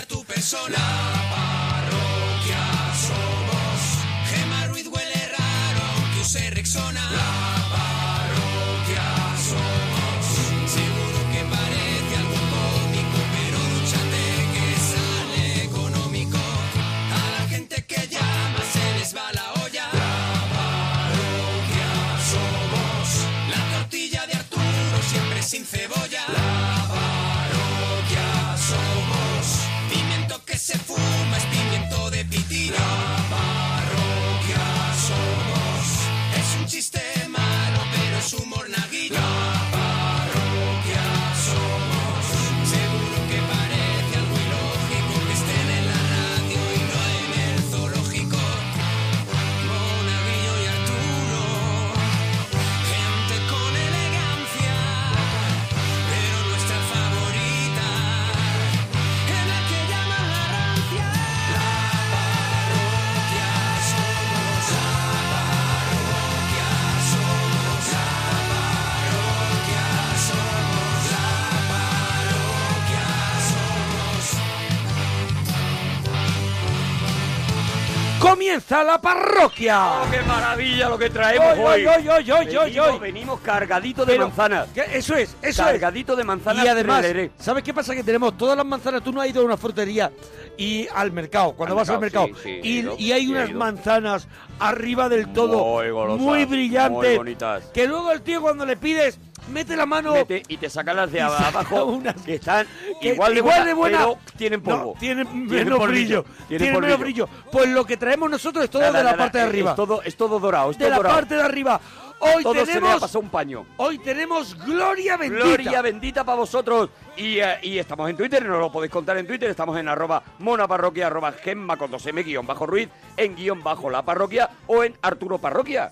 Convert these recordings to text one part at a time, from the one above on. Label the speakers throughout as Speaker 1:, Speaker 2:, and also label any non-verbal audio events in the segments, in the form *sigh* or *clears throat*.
Speaker 1: somos la parroquia, somos Gema Ruiz huele raro, que use Rexona. La parroquia somos, seguro que parece algo cómico, pero duchate que sale económico. A la gente que llama se les va la olla. La parroquia somos, la tortilla de Arturo siempre sin cebolla. La parroquia somos. Pimiento que se fuma es pimiento de pitina. La parroquia somos. Es un chiste malo, pero es humor naguillo. La parroquia somos. Seguro que parece algo ilógico que estén en la radio y no en el zoológico. Monaguillo y Arturo. Gente con elegancia, pero nuestra favorita. En la que llaman la rancia La parroquia somos La parroquia somos La parroquia somos La parroquia somos
Speaker 2: Comienza la parroquia.
Speaker 3: ¡Qué maravilla lo que traemos
Speaker 2: Hoy,
Speaker 3: hoy!
Speaker 2: hoy, hoy, hoy, hoy,
Speaker 3: Venimos-
Speaker 2: hoy.
Speaker 3: Venimos cargaditos de
Speaker 2: Pero,
Speaker 3: manzanas.
Speaker 2: que Eso es, eso es.
Speaker 3: Cargadito de manzanas.
Speaker 2: Y además,
Speaker 3: Frederé.
Speaker 2: ¿sabes qué pasa? Que tenemos todas las manzanas. Tú no has ido a una frutería y al mercado, cuando
Speaker 3: Al
Speaker 2: vas
Speaker 3: mercado,
Speaker 2: al mercado.
Speaker 3: sí, sí,
Speaker 2: y,
Speaker 3: he ido,
Speaker 2: y hay
Speaker 3: sí, he
Speaker 2: unas
Speaker 3: ido.
Speaker 2: manzanas arriba del todo,
Speaker 3: Muy golosas,
Speaker 2: muy brillantes.
Speaker 3: muy bonitas.
Speaker 2: Que luego el tío cuando le pides, mete la mano.
Speaker 3: Mete y te saca las de
Speaker 2: saca
Speaker 3: abajo
Speaker 2: unas-
Speaker 3: que están
Speaker 2: que-
Speaker 3: igual de buenas, pero tienen
Speaker 2: no,
Speaker 3: polvo.
Speaker 2: tienen
Speaker 3: Tienen
Speaker 2: menos
Speaker 3: polvillo,
Speaker 2: brillo.
Speaker 3: Tienen
Speaker 2: Tienen menos
Speaker 3: polvillo.
Speaker 2: brillo. Pues lo que traemos nosotros es todo
Speaker 3: Nada,
Speaker 2: de la
Speaker 3: nada,
Speaker 2: parte de
Speaker 3: es-
Speaker 2: arriba.
Speaker 3: Es todo, es todo dorado. Es
Speaker 2: de
Speaker 3: todo
Speaker 2: la
Speaker 3: dorado.
Speaker 2: parte de arriba. Hoy
Speaker 3: todo se le ha
Speaker 2: tenemos.
Speaker 3: pasado un paño.
Speaker 2: Hoy tenemos Gloria Bendita.
Speaker 3: Gloria bendita para vosotros. Y, eh, y estamos en Twitter, nos lo podéis contar en Twitter. Estamos en arroba monaparroquia, arroba gemma con dos m, guión bajo ruiz, en guión bajo la parroquia o en Arturo Parroquia.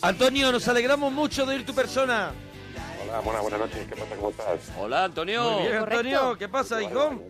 Speaker 2: Antonio, nos alegramos mucho de oír tu persona.
Speaker 4: Hola, Mona, buenas noches. ¿Qué pasa? ¿Cómo estás?
Speaker 3: Hola, Antonio.
Speaker 2: Muy bien,
Speaker 5: correcto.
Speaker 2: Antonio, ¿qué pasa, hijo?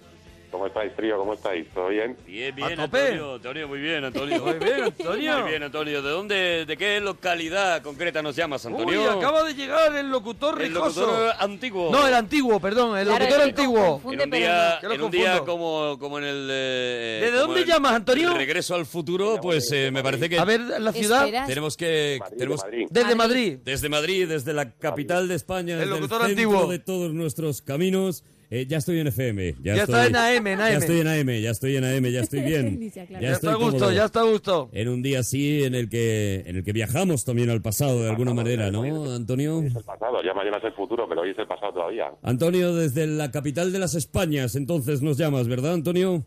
Speaker 4: ¿Cómo estáis, trío? ¿Cómo estáis? ¿Todo bien?
Speaker 6: Bien,
Speaker 2: A
Speaker 6: bien,
Speaker 2: tope.
Speaker 6: Antonio, Antonio, muy bien, Antonio.
Speaker 2: Muy bien, Antonio.
Speaker 6: Muy bien, Antonio. ¿De dónde, de qué localidad concreta nos llamas, Antonio?
Speaker 2: Uy, acaba de llegar el locutor
Speaker 6: El
Speaker 2: rijoso.
Speaker 6: locutor eh, antiguo.
Speaker 2: No, el antiguo, perdón, el
Speaker 5: Claro,
Speaker 2: locutor
Speaker 5: es que
Speaker 2: antiguo.
Speaker 5: confunde.
Speaker 6: En un día,
Speaker 2: Que lo
Speaker 6: en un día
Speaker 2: confundo.
Speaker 6: como, como en el... eh,
Speaker 2: ¿Desde
Speaker 6: como
Speaker 2: dónde
Speaker 6: el
Speaker 2: llamas, Antonio?
Speaker 6: Regreso al futuro, pues eh, me parece que
Speaker 2: A ver, la ciudad
Speaker 5: Espera.
Speaker 6: tenemos que...
Speaker 4: Madrid,
Speaker 6: tenemos
Speaker 4: de Madrid.
Speaker 2: desde
Speaker 5: Madrid.
Speaker 2: Madrid.
Speaker 6: eh, Desde Madrid, desde la capital de España, desde
Speaker 2: locutor
Speaker 6: el centro
Speaker 2: antiguo.
Speaker 6: de todos nuestros caminos. eh, ya estoy en FM. Ya,
Speaker 2: Ya está
Speaker 6: estoy-
Speaker 2: en AM, en
Speaker 6: Ya
Speaker 2: AM.
Speaker 6: estoy en AM, ya estoy en AM,
Speaker 2: *laughs*
Speaker 6: ya estoy bien.
Speaker 5: Dice, claro.
Speaker 6: Ya
Speaker 2: Ya está a
Speaker 6: estoy
Speaker 2: gusto,
Speaker 6: cómodo.
Speaker 2: ya está a gusto.
Speaker 6: En un día así en el que en el que viajamos también al pasado de alguna manera, ¿no, Antonio?
Speaker 4: Es el pasado, ya mañana es el futuro, pero hoy es el pasado todavía.
Speaker 6: Antonio, desde la capital de las Españas, entonces nos llamas, ¿verdad, Antonio?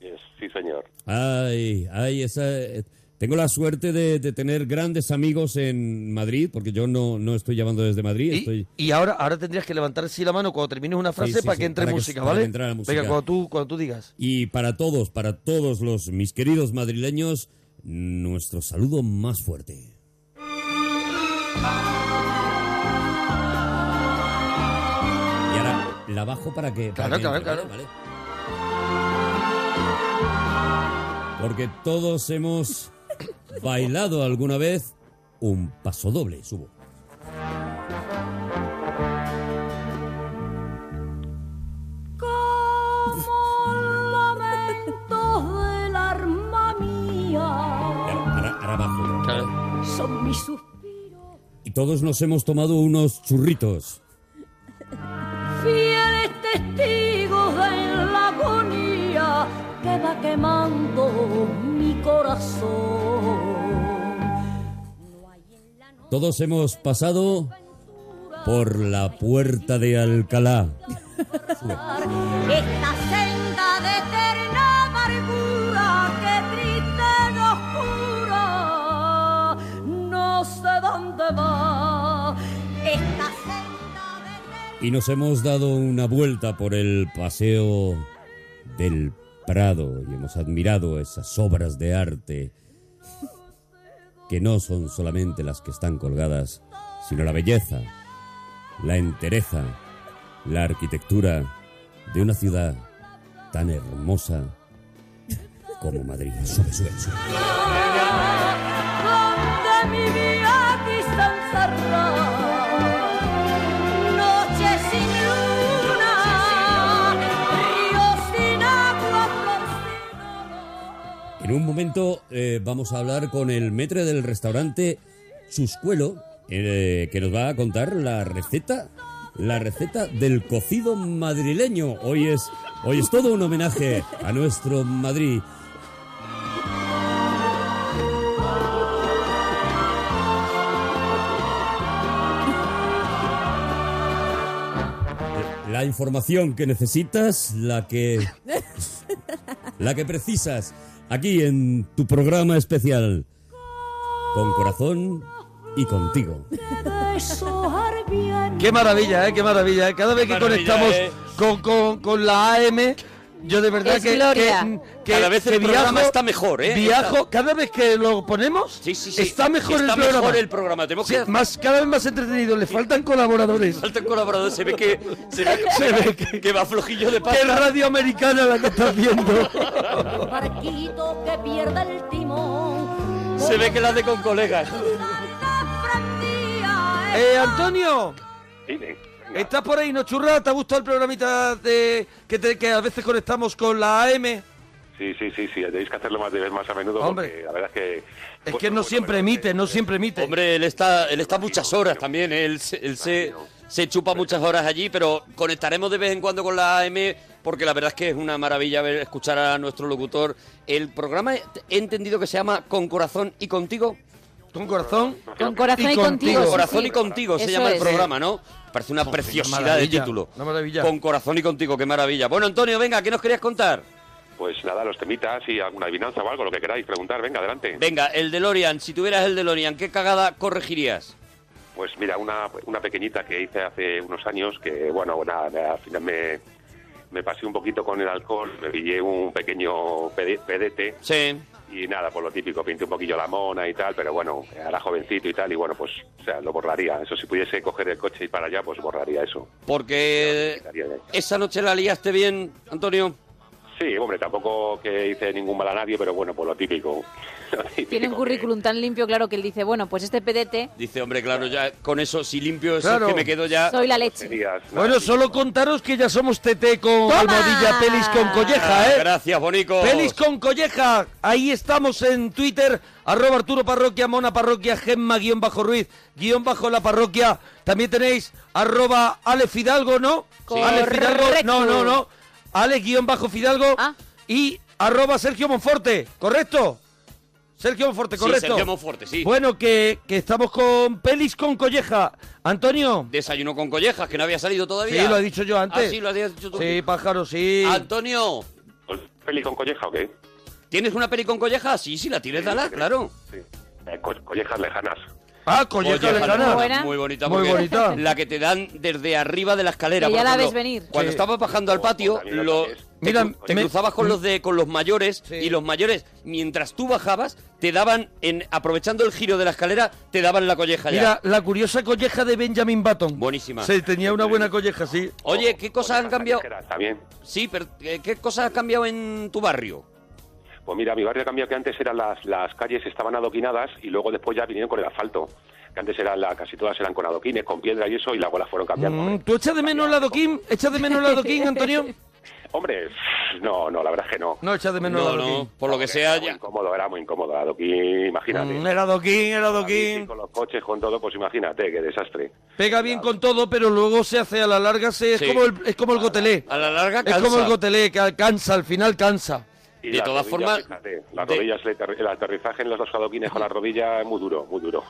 Speaker 4: Yes, sí, señor.
Speaker 6: Ay, ay, esa. eh, Tengo la suerte de, de tener grandes amigos en Madrid, porque yo no, no estoy llamando desde Madrid,
Speaker 2: Y,
Speaker 6: estoy.
Speaker 2: y ahora, ahora tendrías que levantar sí la mano cuando termines una frase
Speaker 6: Sí, sí,
Speaker 2: para
Speaker 6: sí,
Speaker 2: que entre
Speaker 6: para que-
Speaker 2: música,
Speaker 6: para que
Speaker 2: ¿vale?
Speaker 6: entre la música.
Speaker 2: Venga, cuando tú, cuando tú digas.
Speaker 6: Y para todos, para todos los mis queridos madrileños, nuestro saludo más fuerte. Y ahora la bajo para que.
Speaker 2: Claro,
Speaker 6: para que
Speaker 2: claro,
Speaker 6: entre,
Speaker 2: claro.
Speaker 6: ¿vale? Vale. Porque todos hemos bailado alguna vez un paso doble, subo.
Speaker 7: Como lamentos del arma
Speaker 6: Y
Speaker 7: mía
Speaker 6: ahora, ahora- ahora bajo.
Speaker 7: son mis suspiros,
Speaker 6: Y todos nos hemos tomado unos churritos.
Speaker 7: fieles testigos de la agonía que va quemando mi corazón. No hay en la noche
Speaker 6: Todos hemos pasado
Speaker 7: ventura
Speaker 6: por la puerta de Alcalá.
Speaker 7: Esta senda de eterna amargura que triste nos cura, no sé dónde va. Esta senda de eterna
Speaker 6: Y nos hemos dado una vuelta por el paseo del Prado y hemos admirado esas obras de arte que no son solamente las que están colgadas, sino la belleza, la entereza, la arquitectura
Speaker 8: de una ciudad tan hermosa como Madrid. Sube, sube, sube.
Speaker 7: donde mi viaje está encerrado. Noches sin luna, ríos sin agua, flor
Speaker 8: En un momento eh, vamos a hablar con el metre del restaurante Chuscuelo, eh, que nos va a contar la receta, la receta del cocido madrileño. Hoy es, hoy es todo un homenaje a nuestro Madrid. Eh, La información que necesitas, la que la que precisas, aquí en tu programa especial, con corazón y contigo.
Speaker 7: sin deshojar bien.
Speaker 2: Qué maravilla, ¿eh? Qué maravilla. ¿eh? Cada vez que
Speaker 6: maravilla,
Speaker 2: conectamos
Speaker 6: ¿eh?
Speaker 2: con, con, con la AM, yo de verdad
Speaker 9: Es
Speaker 2: que,
Speaker 9: gloria.
Speaker 2: que- mm, que-
Speaker 6: Cada vez
Speaker 2: que
Speaker 6: el programa está mejor, ¿eh?
Speaker 2: Viajo, cada vez que lo ponemos,
Speaker 6: Sí, sí, sí.
Speaker 2: está mejor
Speaker 6: Está
Speaker 2: el programa.
Speaker 6: mejor el programa. Tenemos
Speaker 2: Sí,
Speaker 6: que...
Speaker 2: más, cada vez más entretenido. Le faltan
Speaker 6: *laughs*
Speaker 2: colaboradores.
Speaker 6: Falta colaborador. Se ve que... Se ve,
Speaker 2: Se ve
Speaker 6: que, va flojillo de
Speaker 2: Qué
Speaker 6: pata.
Speaker 2: radio americana la que estás viendo.
Speaker 7: Barquito que pierda el timón.
Speaker 6: Se ve que la hace con colegas.
Speaker 2: eh, Antonio,
Speaker 4: Dime, venga.
Speaker 2: ¿estás por ahí, no churra? ¿Te ha gustado el programita de, que, te- que a veces conectamos con la AM?
Speaker 4: Sí, sí, sí, sí, tenéis que hacerlo más, de- más a menudo
Speaker 2: Hombre.
Speaker 4: porque la verdad es que...
Speaker 2: Es que no siempre emite, no siempre emite.
Speaker 6: Hombre, él está, él está muchas horas también. Él, se- él se, se chupa muchas horas allí, pero conectaremos de vez en cuando con la AM porque la verdad es que es una maravilla ver, escuchar a nuestro locutor. El programa he entendido que se llama Con Corazón y Contigo.
Speaker 2: Con corazón.
Speaker 9: Con corazón y,
Speaker 2: Y
Speaker 9: contigo.
Speaker 2: contigo.
Speaker 9: sí,
Speaker 6: Con corazón
Speaker 9: sí.
Speaker 6: y contigo se
Speaker 9: Eso
Speaker 6: llama el
Speaker 9: es.
Speaker 6: programa, ¿no? Parece una preciosidad de
Speaker 2: maravilla,
Speaker 6: título.
Speaker 2: una maravilla.
Speaker 6: Con corazón y contigo, qué maravilla. Bueno, Antonio, venga, ¿qué nos querías contar?
Speaker 4: Pues nada, los temitas y alguna adivinanza o algo, lo que queráis preguntar, venga, adelante.
Speaker 6: Venga, el DeLorean, si tuvieras el DeLorean, ¿qué cagada corregirías?
Speaker 4: Pues mira, una, una pequeñita que hice hace unos años que, bueno, nada, al final me, me pasé un poquito con el alcohol, me pillé un pequeño pede- pedete
Speaker 6: Sí.
Speaker 4: y nada, por lo típico, pinté un poquillo la mona y tal, pero bueno, era jovencito y tal, y bueno, pues, o sea, lo borraría. Eso, si pudiese coger el coche y para allá, pues borraría eso.
Speaker 6: Porque
Speaker 4: Quitaría de ahí.
Speaker 6: esa noche la liaste bien, Antonio.
Speaker 4: Sí, hombre, tampoco que hice ningún mal a nadie, pero bueno, por lo típico. Lo típico
Speaker 9: Tiene un
Speaker 4: que-
Speaker 9: currículum tan limpio, claro, que él dice, bueno, pues este pedete,
Speaker 6: Dice, hombre, claro, ya con eso, si limpio eso
Speaker 2: Claro.
Speaker 6: Pues es que me quedo ya.
Speaker 9: soy la leche.
Speaker 4: Serías, nada,
Speaker 2: Bueno,
Speaker 4: sí.
Speaker 2: solo contaros que ya somos TT con almohadilla, pelis con
Speaker 6: Ah,
Speaker 2: colleja, ¿eh?
Speaker 6: Gracias, Bonico.
Speaker 2: Pelis con colleja, ahí estamos en Twitter, arroba Arturo Parroquia, Mona Parroquia, Gemma, guión bajo Ruiz, guión bajo la parroquia. También tenéis arroba Ale Fidalgo, ¿no?
Speaker 9: Sí.
Speaker 2: Ale Fidalgo, no, no, no.
Speaker 9: Correcto.
Speaker 2: Ale guión bajo Fidalgo
Speaker 9: Ah.
Speaker 2: y arroba Sergio Monforte, ¿correcto? Sergio Monforte,
Speaker 6: Sí,
Speaker 2: correcto.
Speaker 6: Sergio Monforte, sí.
Speaker 2: Bueno, que, que estamos con Pelis con colleja. Antonio.
Speaker 6: Desayuno con collejas, que no había salido
Speaker 2: Sí,
Speaker 6: todavía.
Speaker 2: lo he dicho yo antes.
Speaker 6: Ah, sí, lo habías dicho tú.
Speaker 2: Sí, pájaro, sí.
Speaker 6: Antonio,
Speaker 4: ¿Peli con colleja o qué?
Speaker 6: ¿tienes una peli con collejas? Sí, sí, la tienes, dala, claro.
Speaker 4: Sí. Eh, co- collejas lejanas.
Speaker 2: Ah, colleja
Speaker 6: Oye,
Speaker 2: lejana.
Speaker 6: Alejandra,
Speaker 9: buena.
Speaker 6: Muy bonita,
Speaker 2: Muy
Speaker 6: porque
Speaker 2: bonita.
Speaker 6: La que te dan desde arriba de la escalera.
Speaker 9: Que ya
Speaker 6: por
Speaker 9: la
Speaker 6: ejemplo,
Speaker 9: ves venir.
Speaker 6: Cuando
Speaker 2: Sí.
Speaker 6: estabas bajando al
Speaker 4: O-
Speaker 6: patio,
Speaker 4: o también
Speaker 6: lo-
Speaker 4: otra vez.
Speaker 6: te,
Speaker 2: Mira,
Speaker 6: cru- te
Speaker 2: me-
Speaker 6: cruzabas con los de con los mayores
Speaker 2: Sí.
Speaker 6: y los mayores, mientras tú bajabas, te daban, en aprovechando el giro de la escalera, te daban la colleja ya.
Speaker 2: Mira, la curiosa colleja de Benjamin Button.
Speaker 6: Buenísima.
Speaker 2: Sí, tenía una buena colleja, sí.
Speaker 6: Oye, ¿qué
Speaker 4: O-
Speaker 6: cosas han
Speaker 4: collejas
Speaker 6: cambiado?
Speaker 4: callejeras También.
Speaker 6: Sí, pero eh, ¿qué cosas han cambiado en tu barrio?
Speaker 4: Pues mira, mi barrio ha cambiado que antes eran las, las calles estaban adoquinadas y luego después ya vinieron con el asfalto. Que antes eran la, casi todas eran con adoquines, con piedra y eso, y luego las fueron cambiando.
Speaker 2: Mm, ¿Tú echas de menos el adoquín? ¿Echas de menos el adoquín,
Speaker 6: *laughs*
Speaker 2: Antonio?
Speaker 4: Hombre, pff, no, no, la verdad es que no.
Speaker 2: No, echas de menos
Speaker 6: No,
Speaker 2: el
Speaker 6: no,
Speaker 2: adoquín.
Speaker 6: por lo que sea,
Speaker 4: Era muy
Speaker 6: ya.
Speaker 4: incómodo, era muy incómodo. Adoquín, imagínate.
Speaker 2: Mm, el adoquín, el
Speaker 4: La bici
Speaker 2: adoquín.
Speaker 4: Con los coches, con todo, pues imagínate, qué desastre.
Speaker 2: Pega bien con todo, pero luego se hace a la larga, se, es,
Speaker 6: Sí.
Speaker 2: como el, es como el gotelé.
Speaker 6: A la larga
Speaker 2: Es
Speaker 6: calza.
Speaker 2: como el gotelé, que alcanza, al final cansa.
Speaker 4: Y
Speaker 6: De
Speaker 4: las
Speaker 6: todas
Speaker 4: rodillas,
Speaker 6: formas,
Speaker 4: fíjate, las
Speaker 6: de-
Speaker 4: rodillas, el aterri- el aterrizaje en los dos adoquines con las rodillas es muy duro, muy duro.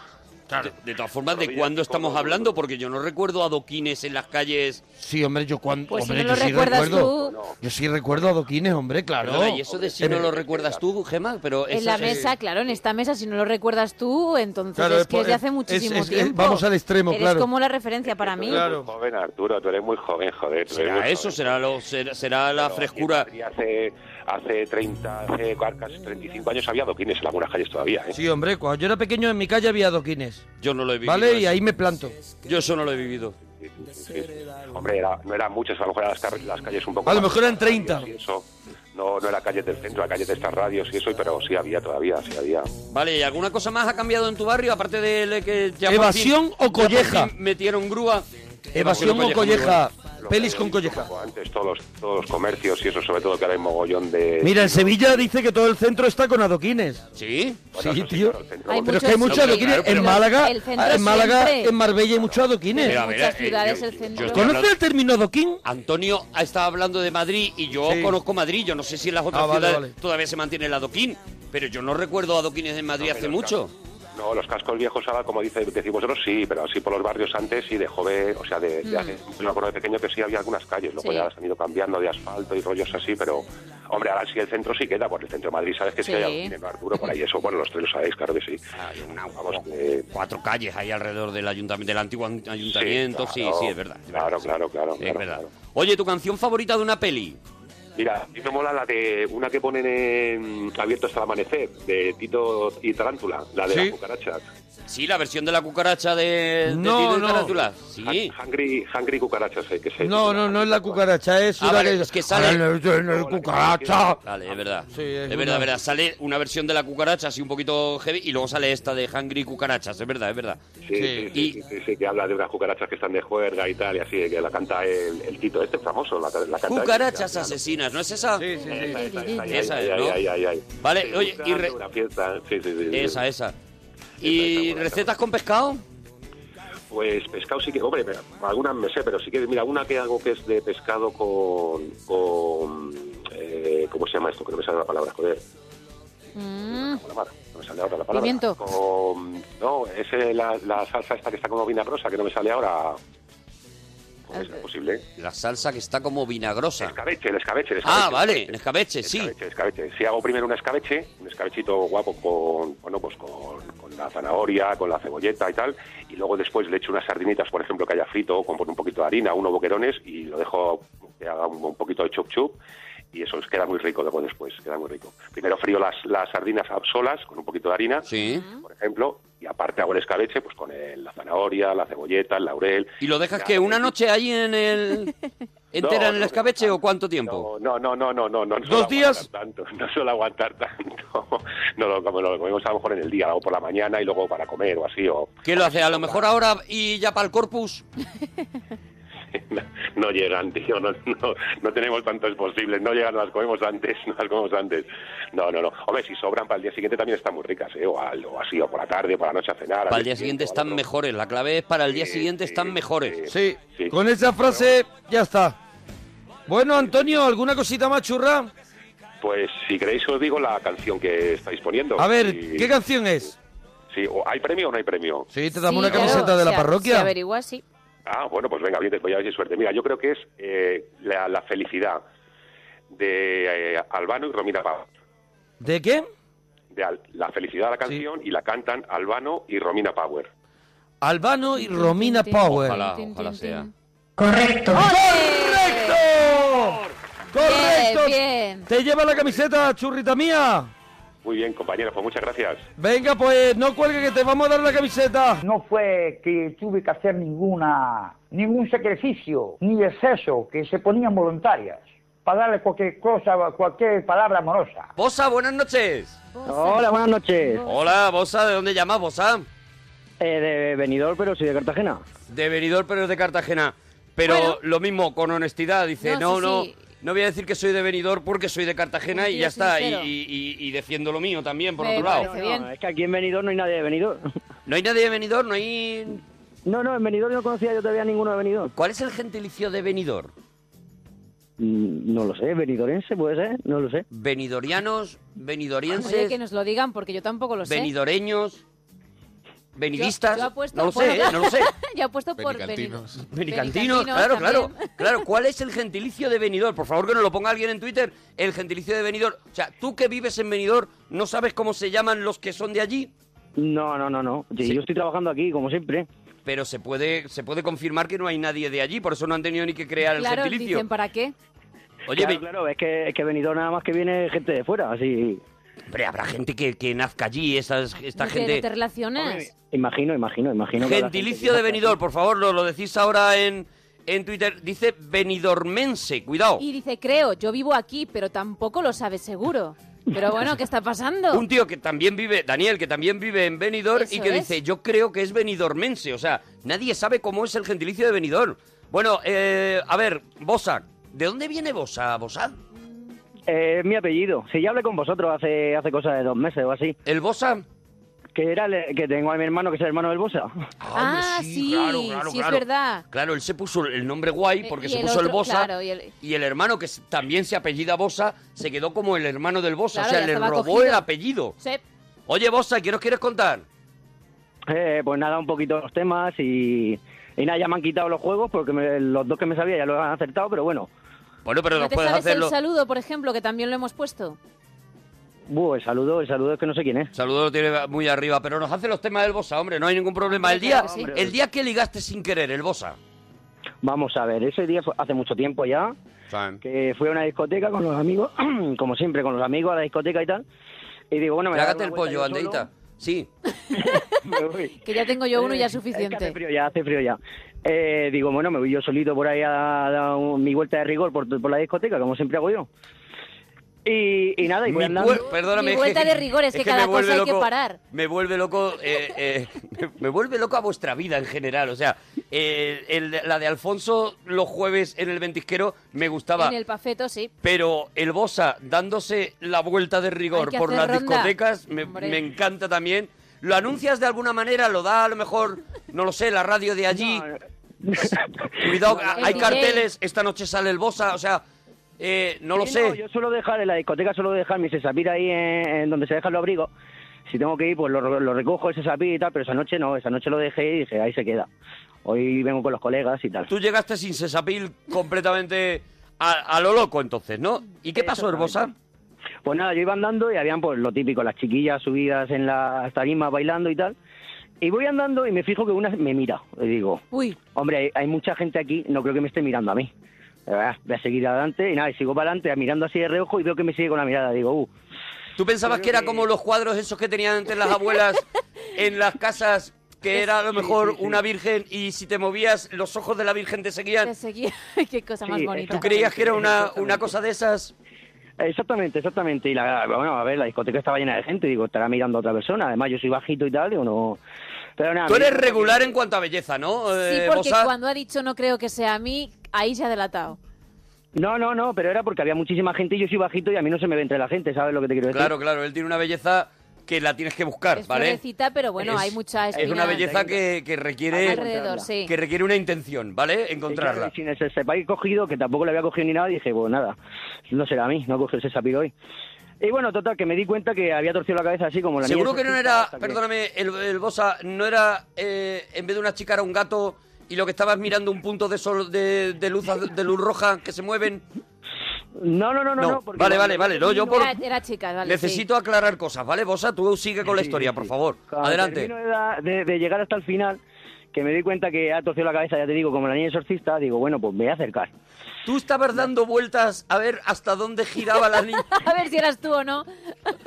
Speaker 6: de, de todas formas, ¿de
Speaker 4: Rodillas,
Speaker 6: cuándo
Speaker 4: como-
Speaker 6: estamos hablando? Porque yo no recuerdo adoquines en las calles.
Speaker 2: Sí, hombre, yo cuando...
Speaker 9: Pues si
Speaker 2: hombre,
Speaker 9: no
Speaker 2: yo
Speaker 9: lo
Speaker 2: sí
Speaker 9: recuerdas
Speaker 2: recuerdo.
Speaker 9: tú.
Speaker 2: Yo sí recuerdo adoquines, hombre, claro.
Speaker 6: Perdona, y eso de si no lo recuerdas tú, Gemma, pero...
Speaker 9: En
Speaker 6: eso
Speaker 9: la
Speaker 6: sí.
Speaker 9: mesa, claro, en esta mesa, si no lo recuerdas tú, entonces
Speaker 2: Claro,
Speaker 9: es
Speaker 2: es
Speaker 9: que
Speaker 2: po-
Speaker 9: es de hace
Speaker 2: es-
Speaker 9: muchísimo
Speaker 2: es- es-
Speaker 9: tiempo.
Speaker 2: vamos al extremo,
Speaker 9: Eres
Speaker 2: claro.
Speaker 9: como la referencia para mí.
Speaker 2: Claro.
Speaker 4: Muy joven, Arturo, tú eres muy joven, joder. tú eres
Speaker 6: Será
Speaker 4: muy
Speaker 6: eso,
Speaker 4: joven.
Speaker 6: será, lo, será, será la
Speaker 4: Pero
Speaker 6: frescura.
Speaker 4: aquí en Madrid Hace, hace 30, hace casi 35 años había adoquines en algunas calles todavía, ¿eh?
Speaker 2: Sí, hombre, cuando yo era pequeño en mi calle había adoquines.
Speaker 6: Yo no lo he vivido.
Speaker 2: ¿Vale? Y
Speaker 6: eso.
Speaker 2: ahí me planto.
Speaker 6: Yo eso no lo he vivido.
Speaker 4: sí, sí, sí, sí. Hombre, era- no eran muchos, a lo mejor eran las, car- las calles un poco.
Speaker 2: A lo
Speaker 4: más
Speaker 2: mejor eran
Speaker 4: cercanas,
Speaker 2: 30.
Speaker 4: y eso. No, no era calle del centro, la calle de estas radios y eso, pero sí había todavía, sí había.
Speaker 6: Vale, ¿y alguna cosa más ha cambiado en tu barrio? Aparte de le- que ya por
Speaker 2: ¿Evasión
Speaker 6: fin-
Speaker 2: o
Speaker 6: ya por
Speaker 2: colleja?
Speaker 6: fin metieron grúa.
Speaker 2: Evasión o colleja. Pelis con colleja.
Speaker 4: Como antes, todos, todos los comercios y eso, sobre todo que ahora hay mogollón de.
Speaker 2: Mira, en Sevilla dice que todo el centro está con adoquines.
Speaker 6: Sí.
Speaker 4: Bueno,
Speaker 2: Sí,
Speaker 4: eso sí,
Speaker 2: tío.
Speaker 4: claro, el centro-
Speaker 9: Hay
Speaker 2: Pero es que hay
Speaker 9: muchos
Speaker 2: muchos adoquines.
Speaker 6: claro, pero-
Speaker 2: en Málaga,
Speaker 9: El centro
Speaker 2: en Málaga,
Speaker 9: siempre.
Speaker 2: en Marbella hay muchos adoquines.
Speaker 9: Mira, Muchas ciudades, el centro.
Speaker 6: eh, estoy
Speaker 2: ¿Conoces
Speaker 6: hablando-
Speaker 2: el término adoquín?
Speaker 6: Antonio estaba hablando de Madrid y yo
Speaker 2: Sí.
Speaker 6: conozco Madrid. Yo no sé si en las otras
Speaker 2: Ah, vale,
Speaker 6: ciudades
Speaker 2: vale.
Speaker 6: todavía se mantiene el adoquín, pero yo no recuerdo adoquines en Madrid hace
Speaker 4: pero
Speaker 6: mucho.
Speaker 4: No, los cascos viejos ahora, como dice, decís vosotros, sí, pero así por los barrios antes y de joven, o sea, de, de hace- yo me acuerdo de pequeño que sí había algunas calles, luego
Speaker 9: Mm. Sí.
Speaker 4: ya las han ido cambiando de asfalto y rollos así, pero, hombre, ahora sí el centro sí queda, porque el centro de Madrid sabes que sí,
Speaker 9: Sí.
Speaker 4: hay algún dinero, Arturo, por ahí eso, bueno, los tres lo sabéis, claro que sí.
Speaker 6: Hay una-
Speaker 4: Vamos, que-
Speaker 6: cuatro calles ahí alrededor del ayuntamiento, del antiguo an- ayuntamiento. Sí,
Speaker 4: claro,
Speaker 6: sí, es verdad. es
Speaker 4: claro,
Speaker 6: verdad, sí.
Speaker 4: claro, claro,
Speaker 6: Sí, es
Speaker 4: claro,
Speaker 6: verdad.
Speaker 4: claro.
Speaker 6: Oye, tu canción favorita de una peli.
Speaker 4: Mira, a mí me mola la de una que ponen en Abierto hasta el amanecer, de Tito y Tarántula, la de
Speaker 2: Sí.
Speaker 4: las cucarachas.
Speaker 6: Sí, la versión de la cucaracha de, de
Speaker 2: No,
Speaker 6: Tito y
Speaker 2: no.
Speaker 6: Tarántula. Sí.
Speaker 4: Hungry, hungry cucarachas, eh, que se
Speaker 2: No, no, no es la cucaracha, es
Speaker 6: Ah,
Speaker 2: una
Speaker 6: vale,
Speaker 2: que...
Speaker 6: es que sale-
Speaker 2: Ahora no es una cucaracha.
Speaker 6: Vale, es verdad.
Speaker 2: Sí, es
Speaker 6: es
Speaker 2: una-
Speaker 6: verdad, verdad. Sale una versión de la cucaracha así un poquito heavy y luego sale esta de Hungry Cucarachas, es verdad, es verdad.
Speaker 4: Sí, sí, sí,
Speaker 6: Y-
Speaker 4: sí, sí, sí, que habla de unas cucarachas que están de juerga y tal, y así, que la canta el, el Tito, este famoso, la, la canta.
Speaker 6: Cucarachas
Speaker 4: así.
Speaker 6: asesinas, ¿no es esa?
Speaker 2: Sí, sí, sí.
Speaker 6: Esa es, ¿no? Vale, oye, y re-
Speaker 4: Una fiesta, sí, sí, sí, sí.
Speaker 6: Esa, esa.
Speaker 4: Esa,
Speaker 6: ¿Y
Speaker 4: esa,
Speaker 6: recetas con pescado?
Speaker 4: Pues pescado sí que, hombre, pero algunas me sé, pero sí que, mira, una que hago que es de pescado con, con eh, ¿cómo se llama esto? Que no me sale la palabra, joder.
Speaker 9: Mm,
Speaker 4: calamar, no me sale ahora la palabra.
Speaker 9: Pimiento.
Speaker 4: Con- no, es eh, la, la salsa esta que está como vinagrosa, que no me sale ahora. Pues, es posible.
Speaker 6: La salsa que está como vinagrosa.
Speaker 4: Escabeche, el escabeche, el escabeche.
Speaker 6: Ah, vale, en escabeche, sí.
Speaker 4: Escabeche, escabeche. Si hago primero un escabeche, un escabechito guapo con, bueno, pues con, con la zanahoria, con la cebolleta y tal, y luego después le echo unas sardinitas, por ejemplo, que haya frito, con con un poquito de harina, unos boquerones, y lo dejo que haga un, un poquito de chup chup, y eso es- queda muy rico luego después, queda muy rico. Primero frío las, las sardinas a- solas, con un poquito de harina,
Speaker 6: Sí.
Speaker 4: por ejemplo, y aparte hago el escabeche, pues con el- la zanahoria, la cebolleta, el laurel.
Speaker 6: ¿Y lo dejas
Speaker 4: Ya,
Speaker 6: que una
Speaker 4: y-
Speaker 6: noche ahí en el... entera
Speaker 4: *laughs* no,
Speaker 6: en el
Speaker 4: no,
Speaker 6: escabeche
Speaker 4: no,
Speaker 6: o cuánto tiempo?
Speaker 4: No, no, no, no, no. no
Speaker 2: ¿Dos
Speaker 4: suelo
Speaker 2: días?
Speaker 4: aguantar Tanto, *laughs* no suelo aguantar tanto. No, lo, como lo comemos a lo mejor en el día, o por la mañana y luego para comer o así. O,
Speaker 6: ¿Qué lo hace? A lo mejor ahora y ya para el corpus.
Speaker 4: no llegan, *laughs* tío. No, no, no tenemos tantos posibles. No llegan, no las comemos antes. *laughs* No las comemos antes. No, no, no. Hombre, si sobran para el día siguiente también están muy ricas, ¿eh? O, al- o así, o por la tarde, por la noche a cenar.
Speaker 6: Para el día siguiente están
Speaker 4: mejor
Speaker 6: mejores. La clave es para el día
Speaker 4: Sí,
Speaker 6: siguiente
Speaker 4: sí,
Speaker 6: están mejores.
Speaker 2: Sí,
Speaker 4: Sí.
Speaker 2: con esa frase ya está. Bueno, Antonio, ¿alguna cosita más churra?
Speaker 4: Pues si queréis os digo la canción que estáis poniendo.
Speaker 2: A ver,
Speaker 4: Y-
Speaker 2: ¿qué canción es?
Speaker 4: Sí, o ¿Hay premio o no hay premio?
Speaker 2: Sí, te damos
Speaker 9: sí,
Speaker 2: una
Speaker 9: claro,
Speaker 2: camiseta de la
Speaker 9: se- Se
Speaker 2: parroquia.
Speaker 9: averigua, sí.
Speaker 4: Ah, bueno, pues venga, bien, te voy a ver si suerte. Mira, yo creo que es eh, la, la felicidad de eh, Albano y Romina Power.
Speaker 2: ¿De qué?
Speaker 4: De Al- la felicidad de la canción y la cantan Albano y Romina Power.
Speaker 2: Albano y Romina Power.
Speaker 6: Ojalá, ojalá sea.
Speaker 9: ¡Correcto!
Speaker 2: ¡Correcto! ¡Correcto!
Speaker 9: bien.
Speaker 2: ¿Te lleva la camiseta, churrita mía?
Speaker 4: Muy bien, compañeros, pues muchas gracias.
Speaker 2: Venga, pues no cuelgue que te vamos a dar la camiseta.
Speaker 10: No fue que tuve que hacer ninguna, ningún sacrificio ni exceso que se ponían voluntarias para darle cualquier cosa, cualquier palabra amorosa.
Speaker 6: Bosa, buenas noches.
Speaker 11: Hola, buenas noches.
Speaker 6: Hola, Bosa, ¿de dónde llamas, Bosa?
Speaker 11: Eh, de venidor, pero soy de Cartagena.
Speaker 6: De Benidorm, pero es de Cartagena. Pero
Speaker 9: Bueno.
Speaker 6: lo mismo, con honestidad, dice, no,
Speaker 9: No, sí,
Speaker 6: no,
Speaker 9: sí.
Speaker 6: no voy a decir que soy de Benidorm porque soy de Cartagena
Speaker 9: Un
Speaker 6: y
Speaker 9: tío
Speaker 6: ya está, y,
Speaker 9: sincero.
Speaker 6: y- y- y defiendo lo mío también, por
Speaker 9: Me
Speaker 6: otro
Speaker 9: parece
Speaker 6: lado.
Speaker 9: bien.
Speaker 11: No, es que aquí en venidor no hay nadie de venidor.
Speaker 6: *laughs* No hay nadie de Benidorm, no hay...
Speaker 11: No, no, en venidor no conocía yo todavía ninguno de venidor.
Speaker 6: ¿Cuál es el gentilicio de Benidorm?
Speaker 11: Mm, No lo sé, venidorense puede ser, no lo sé.
Speaker 6: ¿Benidorianos? ¿Benidorienses?
Speaker 9: Oye, Ah, que nos lo digan porque yo tampoco lo sé.
Speaker 6: ¿Benidoreños? ¿Benidistas?
Speaker 9: Yo- yo apuesto-
Speaker 6: no lo sé,
Speaker 9: bueno,
Speaker 6: ¿eh? no lo sé.
Speaker 9: *laughs* Yo apuesto por
Speaker 12: Benicantinos.
Speaker 9: Benidorm.
Speaker 6: Benicantinos, claro,
Speaker 9: Benicantinos
Speaker 6: claro,
Speaker 9: también.
Speaker 6: claro. ¿Cuál
Speaker 9: *laughs*
Speaker 6: es el gentilicio de Benidorm? Por favor, que nos lo ponga alguien en Twitter. El gentilicio de Benidorm. O sea, tú que vives en Benidorm, ¿no sabes cómo se llaman los que son de allí?
Speaker 11: No, no, no, no. Yo,
Speaker 6: Sí.
Speaker 11: yo estoy trabajando aquí, como siempre.
Speaker 6: Pero se puede, se puede confirmar que no hay nadie de allí, por eso no han tenido ni que crear
Speaker 9: Claro,
Speaker 6: el gentilicio.
Speaker 9: dicen para qué.
Speaker 6: Oye,
Speaker 11: claro,
Speaker 6: Be-
Speaker 11: claro, es que, es que venidor nada más que viene gente de fuera, así.
Speaker 6: Hombre, habrá gente que, que nazca allí, esas, esta
Speaker 9: ¿De qué-
Speaker 6: gente...
Speaker 9: de qué relaciones?
Speaker 11: Imagino, imagino, imagino. que habrá gente
Speaker 6: Gentilicio
Speaker 11: que-
Speaker 6: de Benidorm, por favor, lo, lo decís ahora en, en Twitter. Dice benidormense, cuidado.
Speaker 9: Y dice, creo, yo vivo aquí, pero tampoco lo sabes seguro.
Speaker 6: *laughs*
Speaker 9: Pero bueno, ¿qué está pasando?
Speaker 6: Un tío que también vive, Daniel, que también vive en Benidorm y
Speaker 9: Eso
Speaker 6: que
Speaker 9: es.
Speaker 6: dice, yo creo que es benidormense. O sea, nadie sabe cómo es el gentilicio de Benidorm. Bueno, eh, a ver, Bosa, ¿de dónde viene Bosa, Bosad?
Speaker 11: Eh, es mi apellido. Si ya hablé con vosotros hace, hace cosa de dos meses o así.
Speaker 6: ¿El Bosa?
Speaker 11: Que era el- que tengo a mi hermano que es el hermano del Bosa.
Speaker 9: ah, sí, sí,
Speaker 6: claro, claro,
Speaker 9: es
Speaker 6: claro.
Speaker 9: verdad.
Speaker 6: Claro, él se puso el nombre guay
Speaker 9: Eh,
Speaker 6: porque
Speaker 9: y
Speaker 6: se
Speaker 9: el
Speaker 6: puso el
Speaker 9: otro,
Speaker 6: Bosa.
Speaker 9: claro, y el-
Speaker 6: Y el hermano, que s- también se apellida Bosa, se quedó como el hermano del Bosa.
Speaker 9: Claro,
Speaker 6: o sea,
Speaker 9: ya
Speaker 6: le
Speaker 9: estaba
Speaker 6: robó
Speaker 9: cogido.
Speaker 6: el apellido.
Speaker 9: Sí.
Speaker 6: Oye, Bosa, ¿qué nos quieres contar?
Speaker 11: Eh, pues nada, un poquito los temas y, y nada, ya me han quitado los juegos porque me- los dos que me sabía ya los han acertado, pero bueno.
Speaker 6: Bueno, pero
Speaker 9: ¿No
Speaker 6: nos
Speaker 9: te
Speaker 6: puedes
Speaker 9: sabes el
Speaker 6: hacerlo.
Speaker 9: saludo, por ejemplo, que también lo hemos puesto?
Speaker 11: Buh, el saludo, el saludo es que no sé quién es.
Speaker 6: Saludo lo tiene muy arriba, pero nos hace los temas del Bosa, hombre, no hay ningún problema. El
Speaker 9: Hombre,
Speaker 6: día,
Speaker 9: claro que sí.
Speaker 6: el día que ligaste sin querer, el Bosa.
Speaker 11: Vamos a ver, ese día fue hace mucho tiempo ya, que fui a una discoteca con los amigos, *clears throat* como siempre, con los amigos a la discoteca y tal. Y digo, bueno, me voy a
Speaker 6: Trágate
Speaker 11: dar
Speaker 6: el
Speaker 11: una
Speaker 6: pollo,
Speaker 11: vuelta yo solo.
Speaker 6: Andeita. Sí.
Speaker 11: *laughs* Me voy.
Speaker 9: Que ya tengo yo uno
Speaker 11: *laughs*
Speaker 9: y ya es
Speaker 11: Es que hace
Speaker 9: suficiente.
Speaker 11: frío ya, hace frío ya. Eh, digo, bueno, me voy yo solito por ahí a dar un- mi vuelta de rigor por, por la discoteca, como siempre hago yo. *laughs* Y, y nada, y voy
Speaker 6: Mi
Speaker 11: andando.
Speaker 6: puer- perdóname.
Speaker 9: Mi
Speaker 6: es
Speaker 9: vuelta de rigor, es que cada
Speaker 6: me vuelve
Speaker 9: cosa hay que
Speaker 6: loco-
Speaker 9: parar.
Speaker 6: Me vuelve loco, eh, eh, *laughs* me, me vuelve loco a vuestra vida en general. O sea, eh, el de- la de Alfonso los jueves en el ventisquero me gustaba.
Speaker 9: En el pafeto, sí. *laughs*
Speaker 6: Pero el Bosa dándose la vuelta de rigor
Speaker 9: Hay que
Speaker 6: por las
Speaker 9: hacer ronda.
Speaker 6: discotecas me,
Speaker 9: Hombre.
Speaker 6: me encanta también. ¿Lo anuncias de alguna manera? ¿Lo da a lo mejor, no lo sé, la radio de allí? *laughs* Cuidado,
Speaker 9: no, no,
Speaker 6: hay
Speaker 9: no.
Speaker 6: carteles, esta noche sale el Bosa, o sea, eh, no lo
Speaker 11: Sí,
Speaker 6: sé.
Speaker 11: yo suelo dejar en la discoteca, suelo dejar mi sesapir ahí en, en donde se dejan los abrigos. Si tengo que ir, pues lo, lo recojo ese sesapir y tal, pero esa noche no, esa noche lo dejé y dije, ahí se queda. Hoy vengo con los colegas y tal.
Speaker 6: Tú llegaste sin sesapil completamente a, a lo loco entonces, ¿no? ¿Y qué pasó, Herbosa?
Speaker 11: Pues nada, yo iba andando y habían pues lo típico, las chiquillas subidas en las tarimas bailando y tal. Y voy andando y me fijo que una me mira. Y digo,
Speaker 9: Uy,
Speaker 11: hombre, hay, hay mucha gente aquí, no creo que me esté mirando a mí. Ah, Voy a seguir adelante y nada, y sigo para adelante, mirando así de reojo y veo que me sigue con la mirada. Digo, uh,
Speaker 6: ¿Tú pensabas que era como los cuadros esos que tenían antes
Speaker 9: *laughs*
Speaker 6: las abuelas en las casas? Que era a lo mejor una virgen y si te movías los ojos de la virgen te seguían.
Speaker 9: te seguía. Qué cosa más
Speaker 11: Sí,
Speaker 9: bonita.
Speaker 6: eh, ¿Tú creías que era una,
Speaker 11: Exactamente.
Speaker 6: una cosa de esas?
Speaker 11: Exactamente, exactamente. Y la, bueno, a ver, la discoteca estaba llena de gente, digo, estará mirando a otra persona. Además, yo soy bajito y tal, digo, no. Pero nada.
Speaker 6: Tú eres
Speaker 11: me-
Speaker 6: regular en cuanto a belleza, ¿no?
Speaker 9: Sí,
Speaker 6: eh,
Speaker 9: porque
Speaker 6: Bosa?
Speaker 9: cuando ha dicho no creo que sea a mí, ahí se ha delatado.
Speaker 11: No, no, no, pero era porque había muchísima gente y yo soy bajito y a mí no se me ve entre la gente, ¿sabes lo que te quiero decir?
Speaker 6: Claro, claro, él tiene una belleza que la tienes que buscar,
Speaker 9: Es
Speaker 6: ¿vale?
Speaker 9: florecita, pero bueno, hay mucha
Speaker 6: Es
Speaker 9: espina
Speaker 6: una belleza que, que requiere
Speaker 9: alrededor, sí.
Speaker 6: que requiere una intención, ¿vale?
Speaker 11: Y
Speaker 6: Encontrarla.
Speaker 11: claro, Sin ese sepáis cogido, que tampoco le había cogido ni nada, dije, pues nada, no será a mí, no cogió ese sapiro hoy. Y bueno, total, que me di cuenta que había torcido la cabeza así como la niña
Speaker 6: Seguro que no era,
Speaker 11: hasta que-
Speaker 6: perdóname, el, el Bosa, no era eh, en vez de una chica era un gato y lo que estabas mirando un punto de sol de, de luz az- de luz roja que se mueven.
Speaker 11: No, no, no, no.
Speaker 6: No,
Speaker 11: no, porque
Speaker 6: vale,
Speaker 11: cuando-
Speaker 6: vale, vale, no, yo por
Speaker 9: Era, era chica, vale. sí.
Speaker 6: necesito aclarar cosas, ¿vale? Bosa, tú sigue con la
Speaker 11: Sí,
Speaker 6: historia,
Speaker 11: sí,
Speaker 6: por
Speaker 11: sí.
Speaker 6: favor.
Speaker 11: Cuando
Speaker 6: Adelante.
Speaker 11: termino de, la- de- de llegar hasta el final, que me doy cuenta que ha torcido la cabeza, ya te digo, como la niña exorcista, digo, bueno, pues me voy a acercar.
Speaker 6: Tú estabas dando vueltas a ver hasta dónde giraba la niña.
Speaker 9: *laughs* A ver si eras tú o no.
Speaker 11: *laughs*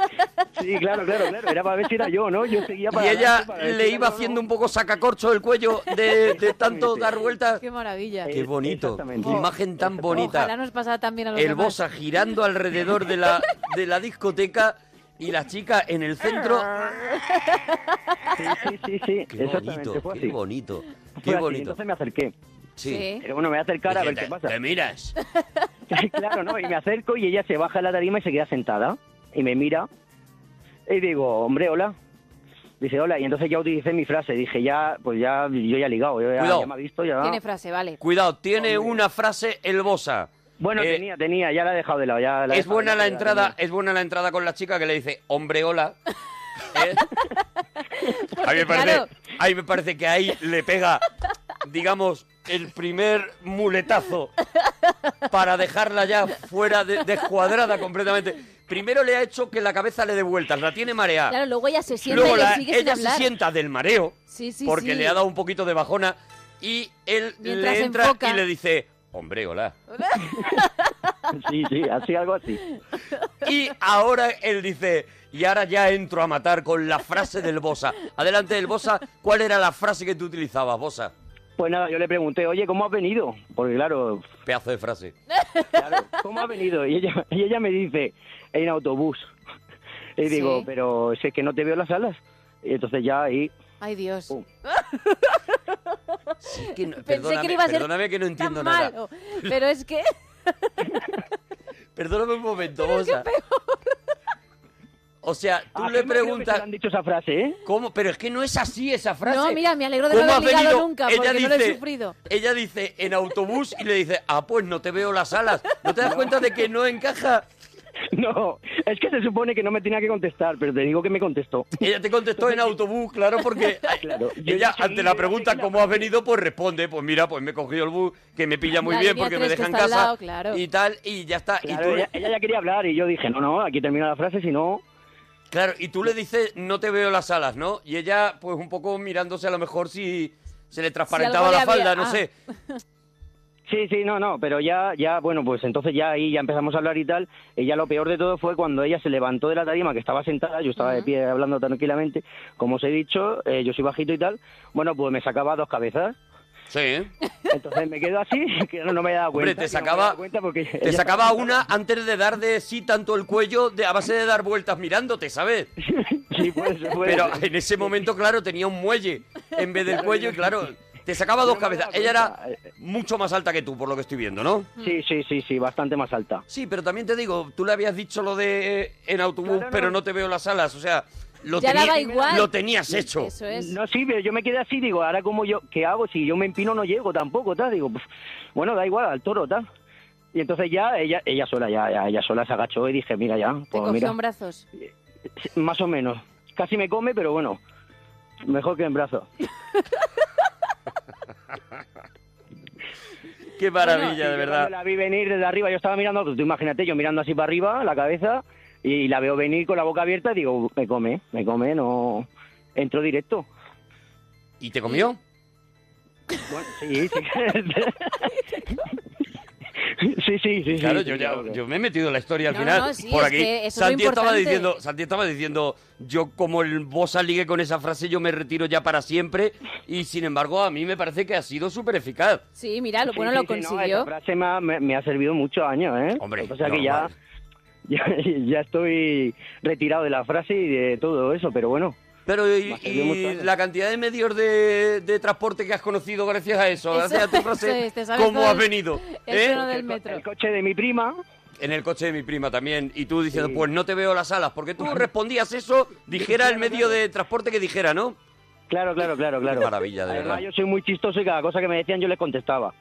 Speaker 11: Sí, claro, claro, claro, era para ver si era yo, ¿no? Yo seguía para
Speaker 6: Y ella
Speaker 11: adelante para ver si
Speaker 6: le
Speaker 11: era
Speaker 6: iba
Speaker 11: yo, ¿no?
Speaker 6: haciendo un poco sacacorcho el cuello de, de tanto
Speaker 11: Exactamente.
Speaker 6: dar vueltas.
Speaker 9: Qué maravilla.
Speaker 11: Eh,
Speaker 6: Qué bonito,
Speaker 11: Exactamente.
Speaker 6: qué imagen tan
Speaker 9: Ojalá
Speaker 6: bonita.
Speaker 9: nos pasara también a los
Speaker 6: El
Speaker 9: demás.
Speaker 6: Bosa girando alrededor de la, de la discoteca y la chica en el
Speaker 11: *laughs*
Speaker 6: centro.
Speaker 11: Sí, sí, sí,
Speaker 6: Qué
Speaker 11: exactamente,
Speaker 6: bonito,
Speaker 11: fue así.
Speaker 6: qué bonito,
Speaker 11: Fue
Speaker 6: qué
Speaker 11: así,
Speaker 6: bonito.
Speaker 11: Entonces me acerqué.
Speaker 6: Sí.
Speaker 11: Pero bueno, me voy a acercar a ver
Speaker 6: Dije,
Speaker 11: qué
Speaker 6: "Te-
Speaker 11: pasa. Ah,
Speaker 6: Te miras.
Speaker 11: *laughs* claro, ¿no? Y me acerco y ella se baja de la tarima y se queda sentada. Y me mira. Y digo, hombre, hola. Dice, hola. Y entonces ya utilicé mi frase. Dije, ya, pues ya, yo ya he ligado. Yo ya,
Speaker 6: Cuidado.
Speaker 11: ya me ha visto, ya.
Speaker 9: Tiene frase, vale.
Speaker 6: Cuidado, tiene una frase el Bosa.
Speaker 11: Bueno,
Speaker 6: Eh,
Speaker 11: tenía, tenía, ya la he dejado de lado. Ya la he
Speaker 6: Es
Speaker 11: dejado
Speaker 6: buena
Speaker 11: de lado,
Speaker 6: la
Speaker 11: ya
Speaker 6: entrada,
Speaker 11: tenía.
Speaker 6: es buena la entrada con la chica que le dice, hombre,
Speaker 11: *laughs*
Speaker 6: hola. ¿Eh? A mí me parece,
Speaker 9: claro.
Speaker 6: a mí me parece que ahí le pega, digamos, el primer muletazo para dejarla ya fuera de- descuadrada completamente. Primero le ha hecho que la cabeza le dé vueltas, la tiene mareada.
Speaker 9: Claro, luego ella se sienta
Speaker 6: Luego
Speaker 9: y le
Speaker 6: la-
Speaker 9: sigue sin
Speaker 6: ella se
Speaker 9: hablar.
Speaker 6: sienta del mareo
Speaker 9: Sí, sí,
Speaker 6: porque
Speaker 9: sí.
Speaker 6: le ha dado un poquito de bajona y él
Speaker 9: Mientras
Speaker 6: le
Speaker 9: se
Speaker 6: entra
Speaker 9: enfoca.
Speaker 6: y le dice, hombre, hola.
Speaker 11: *laughs* Sí, sí, así algo así.
Speaker 6: Y ahora él dice, y ahora ya entro a matar con la frase del Bosa. Adelante del Bosa, ¿cuál era la frase que tú utilizabas, Bosa?
Speaker 11: Pues nada, yo le pregunté, oye, ¿cómo has venido? Porque claro,
Speaker 6: Pedazo de frase.
Speaker 11: ¿cómo has venido? Y ella, y ella me dice, en autobús. Y
Speaker 9: Sí.
Speaker 11: digo, pero si es que no te veo en las alas. Y entonces ya ahí, *laughs*
Speaker 9: Ay, Dios.
Speaker 11: Pum.
Speaker 6: Que no-
Speaker 9: *laughs* Pensé
Speaker 6: perdóname,
Speaker 9: que iba a ser
Speaker 6: perdóname que no
Speaker 9: tan
Speaker 6: entiendo nada.
Speaker 9: malo. Pero
Speaker 6: *laughs*
Speaker 9: es que...
Speaker 6: Perdóname un momento,
Speaker 9: Pero es que
Speaker 6: Bosa. O sea, tú
Speaker 11: Ah,
Speaker 6: le
Speaker 11: que no creo que
Speaker 6: preguntas...
Speaker 11: se le han dicho esa frase, ¿eh?
Speaker 6: ¿Cómo? Pero es que no es así esa frase.
Speaker 9: No, mira, me alegro de no
Speaker 6: ¿Cómo
Speaker 9: haber
Speaker 6: has
Speaker 9: ligado
Speaker 6: venido?
Speaker 9: nunca, porque no lo he sufrido.
Speaker 6: Ella dice en autobús y le dice, ah, pues no te veo las alas. ¿No te das cuenta de que no encaja?
Speaker 11: No, es que se supone que no me tenía que contestar, pero te digo que me contestó.
Speaker 6: Ella te contestó en autobús, claro, porque ay,
Speaker 11: Claro, yo
Speaker 6: ella
Speaker 11: dije,
Speaker 6: ante la
Speaker 11: mira,
Speaker 6: pregunta
Speaker 11: mira,
Speaker 6: cómo has venido, pues responde, pues mira, pues me he cogido el bus, que me pilla muy
Speaker 9: La
Speaker 6: bien
Speaker 9: línea
Speaker 6: porque me
Speaker 9: tres que
Speaker 6: deja en
Speaker 9: está al
Speaker 6: casa
Speaker 9: lado, claro.
Speaker 6: y tal, y ya está. *laughs* Y
Speaker 11: Claro,
Speaker 6: tú-
Speaker 11: ella, ella ya quería hablar y yo dije, no, no, aquí termina la frase, si no...
Speaker 6: Claro, y tú le dices, no te veo las alas, ¿no? Y ella, pues un poco mirándose a lo mejor si se le transparentaba
Speaker 9: algo
Speaker 6: la
Speaker 9: le
Speaker 6: falda,
Speaker 9: había-
Speaker 6: no
Speaker 9: ah.
Speaker 6: sé.
Speaker 11: Sí, sí, no, no, pero ya, ya, bueno, pues entonces ya ahí ya empezamos a hablar y tal. Ella lo peor de todo fue cuando ella se levantó de la tarima, que estaba sentada, yo estaba de
Speaker 9: Ujú.
Speaker 11: pie hablando tranquilamente, como os he dicho, eh, yo soy bajito y tal. Bueno, pues me sacaba dos cabezas,
Speaker 6: Sí, ¿eh?
Speaker 11: entonces me quedo así, *laughs* que no, no me he dado cuenta.
Speaker 6: Hombre, te
Speaker 11: que no me he
Speaker 6: sacaba,
Speaker 11: dado cuenta porque
Speaker 6: te
Speaker 11: *laughs* ella-
Speaker 6: sacaba una antes de dar de sí tanto el cuello de, a base de dar vueltas mirándote, ¿sabes?
Speaker 11: *laughs* Sí, puede ser, puede
Speaker 6: Pero
Speaker 11: ser.
Speaker 6: en ese momento, claro, tenía un muelle en vez del cuello y claro, te sacaba dos
Speaker 11: No me he
Speaker 6: cabezas.
Speaker 11: dado
Speaker 6: Ella era
Speaker 11: cuenta. eh,
Speaker 6: mucho más alta que tú, por lo que estoy viendo, ¿no?
Speaker 9: Mm.
Speaker 11: Sí, sí, sí, sí, bastante más alta.
Speaker 6: Sí, pero también te digo, tú le habías dicho lo de eh, en autobús,
Speaker 11: Claro, no.
Speaker 6: pero no te veo las alas, o sea, lo,
Speaker 9: Ya
Speaker 6: tení-
Speaker 9: daba igual.
Speaker 6: lo tenías hecho.
Speaker 9: Eso es.
Speaker 11: No, sí, pero yo me quedé así, digo, ahora como yo, ¿qué hago? Si yo me empino no llego tampoco, tal, digo, pf, bueno, da igual, al toro, tal. Y entonces ya ella, ella sola, ya, ya, ella sola se agachó y dije, mira ya,
Speaker 9: Te
Speaker 11: pues
Speaker 9: cogió
Speaker 11: mira,
Speaker 9: en brazos.
Speaker 11: más o menos. Casi me come, pero bueno, mejor que en brazos.
Speaker 6: Qué maravilla, de
Speaker 11: Yo
Speaker 6: verdad.
Speaker 11: cuando la vi venir desde arriba, yo estaba mirando, pues, tú imagínate, yo mirando así para arriba, la cabeza, y la veo venir con la boca abierta, y digo, me come, me come, no, entro directo.
Speaker 6: ¿Y te comió?
Speaker 11: Bueno, sí, sí.
Speaker 6: *laughs*
Speaker 11: sí, sí, sí.
Speaker 6: Claro,
Speaker 11: sí,
Speaker 6: yo,
Speaker 11: sí,
Speaker 6: ya,
Speaker 11: claro que-
Speaker 6: yo me he metido en la historia al
Speaker 9: No,
Speaker 6: final.
Speaker 9: no, sí,
Speaker 6: por
Speaker 9: es
Speaker 6: aquí,
Speaker 9: que eso es lo
Speaker 6: Santi estaba
Speaker 9: importante.
Speaker 6: diciendo, Santi estaba diciendo, yo como el Bosa ligue con esa frase, yo me retiro ya para siempre. Y sin embargo, a mí me parece que ha sido súper eficaz.
Speaker 9: Sí, mira, lo
Speaker 11: Sí,
Speaker 9: bueno
Speaker 11: sí,
Speaker 9: lo
Speaker 11: sí, no, esa
Speaker 9: consiguió.
Speaker 11: frase me ha, me- me ha servido muchos años, ¿eh?
Speaker 6: Hombre,
Speaker 11: O sea que ya,
Speaker 6: normal.
Speaker 11: ya, *laughs* ya estoy retirado de la frase y de todo eso, pero bueno.
Speaker 6: Pero y,
Speaker 11: Me ha servido
Speaker 6: y
Speaker 11: mucho, ¿eh?
Speaker 6: la cantidad de medios de, de transporte que has conocido gracias a eso,
Speaker 9: Eso-
Speaker 6: gracias
Speaker 9: *laughs*
Speaker 6: a tu
Speaker 9: eso
Speaker 6: frase,
Speaker 9: es, te sabes
Speaker 6: ¿cómo
Speaker 9: todo
Speaker 6: has
Speaker 9: el-
Speaker 6: venido?
Speaker 9: el
Speaker 6: ¿Eh?
Speaker 9: trono del
Speaker 11: El, co-
Speaker 9: metro.
Speaker 11: el coche de mi prima,
Speaker 6: En el coche de mi prima también. Y tú diciendo,
Speaker 11: Sí.
Speaker 6: pues no te veo las alas. Porque tú respondías eso, dijera el medio de transporte que dijera, ¿no?
Speaker 11: claro, claro, claro, claro.
Speaker 6: Qué maravilla, de
Speaker 11: Además,
Speaker 6: verdad.
Speaker 11: yo soy muy chistoso y cada cosa que me decían yo les contestaba.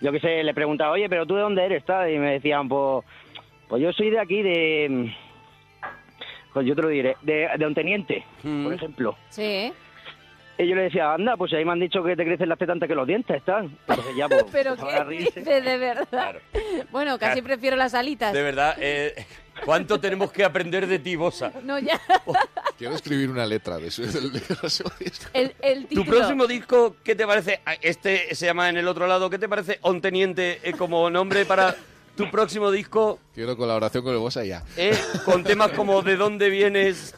Speaker 11: Yo que sé, le preguntaba, oye, pero tú de dónde eres, tal, y me decían, pues, pues yo soy de aquí, de, mm, pues yo te lo diré, de, de un teniente,
Speaker 6: Mm.
Speaker 11: por ejemplo.
Speaker 9: Sí, ¿eh?
Speaker 11: Y yo le decía, anda, pues ahí me han dicho que te crecen las tetas antes que los dientes, tal. Entonces ya, pues,
Speaker 9: Pero
Speaker 11: empezaba a
Speaker 9: qué
Speaker 11: reírse.
Speaker 9: dices, de verdad. Bueno, casi
Speaker 6: Claro.
Speaker 9: prefiero las alitas.
Speaker 6: De verdad, eh, ¿cuánto tenemos que aprender de ti, Bosa?
Speaker 9: No, ya.
Speaker 12: Quiero escribir una letra de su, del- del próximo disco.
Speaker 9: El, el
Speaker 6: ¿Tu
Speaker 9: título.
Speaker 6: próximo disco qué te parece? Ah, Este se llama En el otro lado. ¿Qué te parece On Teniente eh, como nombre para tu próximo disco
Speaker 12: Quiero colaboración con el Bosa ya.
Speaker 6: eh, con temas como ¿De dónde vienes?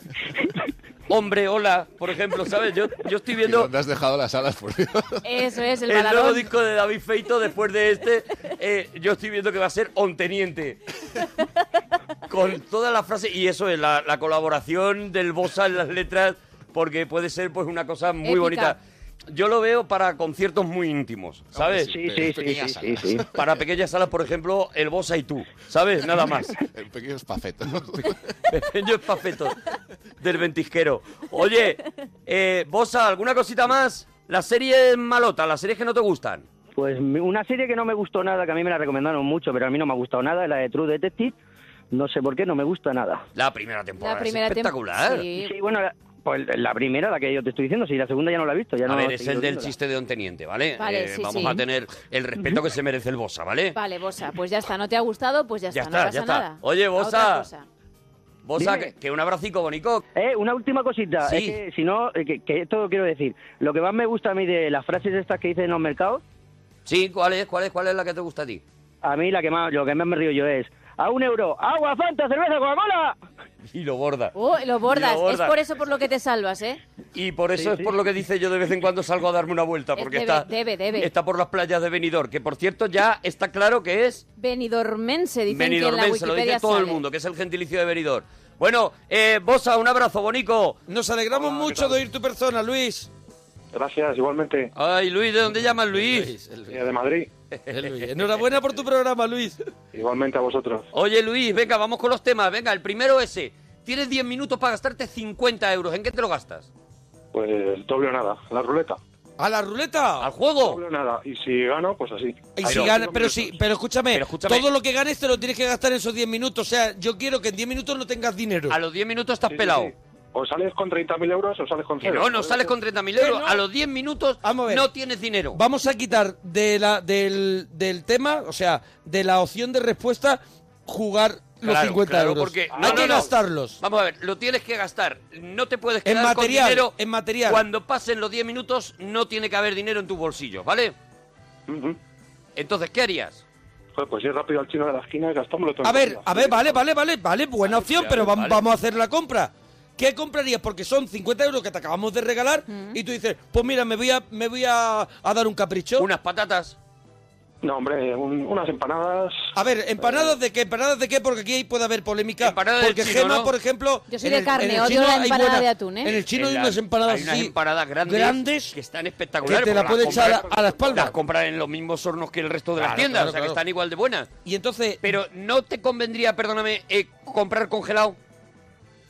Speaker 6: Hombre, hola, por ejemplo, ¿sabes? Yo, yo estoy
Speaker 12: ¿Y
Speaker 6: viendo
Speaker 12: ¿Dónde has dejado las alas, por Dios?
Speaker 9: Eso es, el,
Speaker 6: *laughs* el nuevo
Speaker 9: baladón.
Speaker 6: disco de David Feito después de este. eh, yo estoy viendo que va a ser On Teniente. Con todas las frases y eso es la, la colaboración del Bosa en las letras porque puede ser pues una cosa muy
Speaker 9: Épica.
Speaker 6: bonita. Yo lo veo para conciertos muy íntimos, ¿sabes?
Speaker 11: Sí,
Speaker 12: Pe-
Speaker 11: sí, sí,
Speaker 12: pequeñas
Speaker 11: sí, sí,
Speaker 12: alas.
Speaker 11: sí.
Speaker 6: Para pequeñas salas, por ejemplo, el Bosa y tú, ¿sabes? Nada
Speaker 11: *laughs*
Speaker 6: más.
Speaker 12: En pequeños
Speaker 6: *laughs*
Speaker 12: pafetos.
Speaker 6: Pequeños pafetos del ventisquero. Oye, eh, Bosa, ¿alguna cosita más? Las series malotas, las series que no te gustan.
Speaker 11: Pues mi- una serie que no me gustó nada, que a mí me la recomendaron mucho, pero a mí no me ha gustado nada, es la de True Detective. No sé por qué, no me gusta nada.
Speaker 6: La primera temporada.
Speaker 9: La
Speaker 6: es
Speaker 9: primera tem-
Speaker 6: espectacular.
Speaker 9: Sí.
Speaker 11: Sí, bueno, la- pues la primera, la que yo te estoy diciendo, sí, la segunda ya no la he visto. Ya
Speaker 6: A
Speaker 11: no
Speaker 6: ver,
Speaker 11: he
Speaker 6: es el
Speaker 11: seguido
Speaker 6: del
Speaker 11: viéndola.
Speaker 6: chiste de Don Teniente, ¿vale?
Speaker 9: Vale,
Speaker 6: Eh,
Speaker 9: sí,
Speaker 6: vamos
Speaker 9: sí.
Speaker 6: a tener el respeto que se merece el Bosa, ¿vale?
Speaker 9: Vale, Bosa, pues ya está, no te ha gustado, pues ya
Speaker 6: Ya
Speaker 9: está,
Speaker 6: está,
Speaker 9: no pasa
Speaker 6: ya está.
Speaker 9: nada.
Speaker 6: Oye,
Speaker 9: A
Speaker 6: Bosa.
Speaker 9: otra cosa.
Speaker 6: Bosa,
Speaker 11: Dime.
Speaker 6: que, que un abracico, bonito.
Speaker 11: Eh, una última cosita,
Speaker 6: Sí.
Speaker 11: es que si no, eh, que, que esto lo quiero decir. Lo que más me gusta a mí de las frases estas que dicen en los mercados,
Speaker 6: Sí, ¿cuál es, cuál es, cuál es la que te gusta a ti?
Speaker 11: a mí la que más, lo que más me río yo es, a un euro, agua, Fanta, cerveza, Coca-Cola.
Speaker 6: Y lo borda.
Speaker 9: Oh, lo bordas.
Speaker 6: Lo bordas.
Speaker 9: Es por eso por lo que te salvas, ¿eh?
Speaker 6: Y por eso
Speaker 9: Sí,
Speaker 6: es
Speaker 9: sí.
Speaker 6: por lo que dice yo de vez en cuando salgo a darme una vuelta,
Speaker 9: Eh,
Speaker 6: porque
Speaker 9: debe,
Speaker 6: está,
Speaker 9: debe, debe.
Speaker 6: está por las playas de Benidorm, que por cierto ya está claro que es
Speaker 9: Benidormense, dicen que en la
Speaker 6: Benidormense, lo
Speaker 9: Wikipedia
Speaker 6: dice todo el
Speaker 9: sale.
Speaker 6: mundo, que es el gentilicio de Benidorm. Bueno, eh, Bosa, un abrazo, bonico.
Speaker 2: Nos alegramos mucho de oír tu persona, Luis.
Speaker 13: Gracias, igualmente.
Speaker 6: Ay, Luis, ¿de dónde llamas, Luis?
Speaker 13: De
Speaker 6: *laughs*
Speaker 13: Madrid.
Speaker 2: Enhorabuena por tu programa, Luis.
Speaker 13: Igualmente a vosotros.
Speaker 6: Oye, Luis, venga, vamos con los temas. Venga, el primero ese. Tienes 10 minutos para gastarte 50 euros. ¿En qué te lo gastas?
Speaker 2: ¿Eh?
Speaker 13: Pues doble o nada, la ruleta.
Speaker 2: ¿A la ruleta?
Speaker 6: ¿Al juego?
Speaker 13: Doble o nada. Y si gano, pues así.
Speaker 2: Y si gana- pero sí, pero escúchame, todo lo que ganes te lo tienes que gastar en esos 10 minutos. O sea, yo quiero que en 10 minutos no tengas dinero. A
Speaker 6: los 10 minutos estás pelado.
Speaker 13: O sales con 30.000 euros o sales con
Speaker 6: Que
Speaker 13: cero.
Speaker 6: no, no sales con 30.000 euros. A los 10 minutos no tienes dinero.
Speaker 2: Vamos a quitar de la, del, del tema, o sea, de la opción de respuesta, jugar los
Speaker 6: Claro,
Speaker 2: 50
Speaker 6: claro,
Speaker 2: euros.
Speaker 6: porque-
Speaker 2: Hay
Speaker 6: no,
Speaker 2: que
Speaker 6: no, no.
Speaker 2: gastarlos.
Speaker 6: Vamos a ver, lo tienes que gastar. No te puedes
Speaker 2: En
Speaker 6: quedar
Speaker 2: material,
Speaker 6: con dinero.
Speaker 2: en material.
Speaker 6: Cuando pasen los 10 minutos, no tiene que haber dinero en tus bolsillos, ¿vale? Entonces, ¿qué harías?
Speaker 13: Joder, pues ir rápido al chino de la esquina y gastármelo todo.
Speaker 2: A
Speaker 13: en
Speaker 2: ver,
Speaker 13: comida.
Speaker 2: a ver, vale, vale, vale, vale, buena opción,
Speaker 13: vale,
Speaker 2: pero vam-
Speaker 13: vale.
Speaker 2: vamos a hacer la compra. ¿Qué comprarías? Porque son 50 euros que te acabamos de regalar y tú dices, pues mira, me voy a, me voy a, a dar un capricho.
Speaker 6: Unas patatas.
Speaker 13: No, hombre, un- unas empanadas.
Speaker 2: A ver, empanadas de qué, empanadas de qué, porque aquí puede haber polémica.
Speaker 6: del
Speaker 2: porque
Speaker 6: chino,
Speaker 2: Gema,
Speaker 6: ¿no?
Speaker 2: por ejemplo,
Speaker 9: Yo soy
Speaker 2: en
Speaker 9: de
Speaker 2: el-
Speaker 9: carne,
Speaker 2: en el
Speaker 9: odio
Speaker 2: chino
Speaker 9: la
Speaker 2: hay
Speaker 9: empanada
Speaker 2: buena-
Speaker 9: de atún, ¿eh?
Speaker 2: En el chino hay
Speaker 6: la-
Speaker 2: unas empanadas
Speaker 6: hay unas
Speaker 2: así,
Speaker 6: empanadas grandes, que están espectaculares.
Speaker 2: que te la
Speaker 6: porque
Speaker 2: puedes
Speaker 6: las
Speaker 2: echar
Speaker 6: compras-
Speaker 2: a la espalda.
Speaker 6: Las compras en los mismos hornos que el resto de las
Speaker 2: Claro,
Speaker 6: tiendas,
Speaker 2: claro,
Speaker 6: o sea que
Speaker 2: claro.
Speaker 6: están igual de buenas.
Speaker 2: Y entonces,
Speaker 6: Pero no te convendría, perdóname, eh, comprar congelado.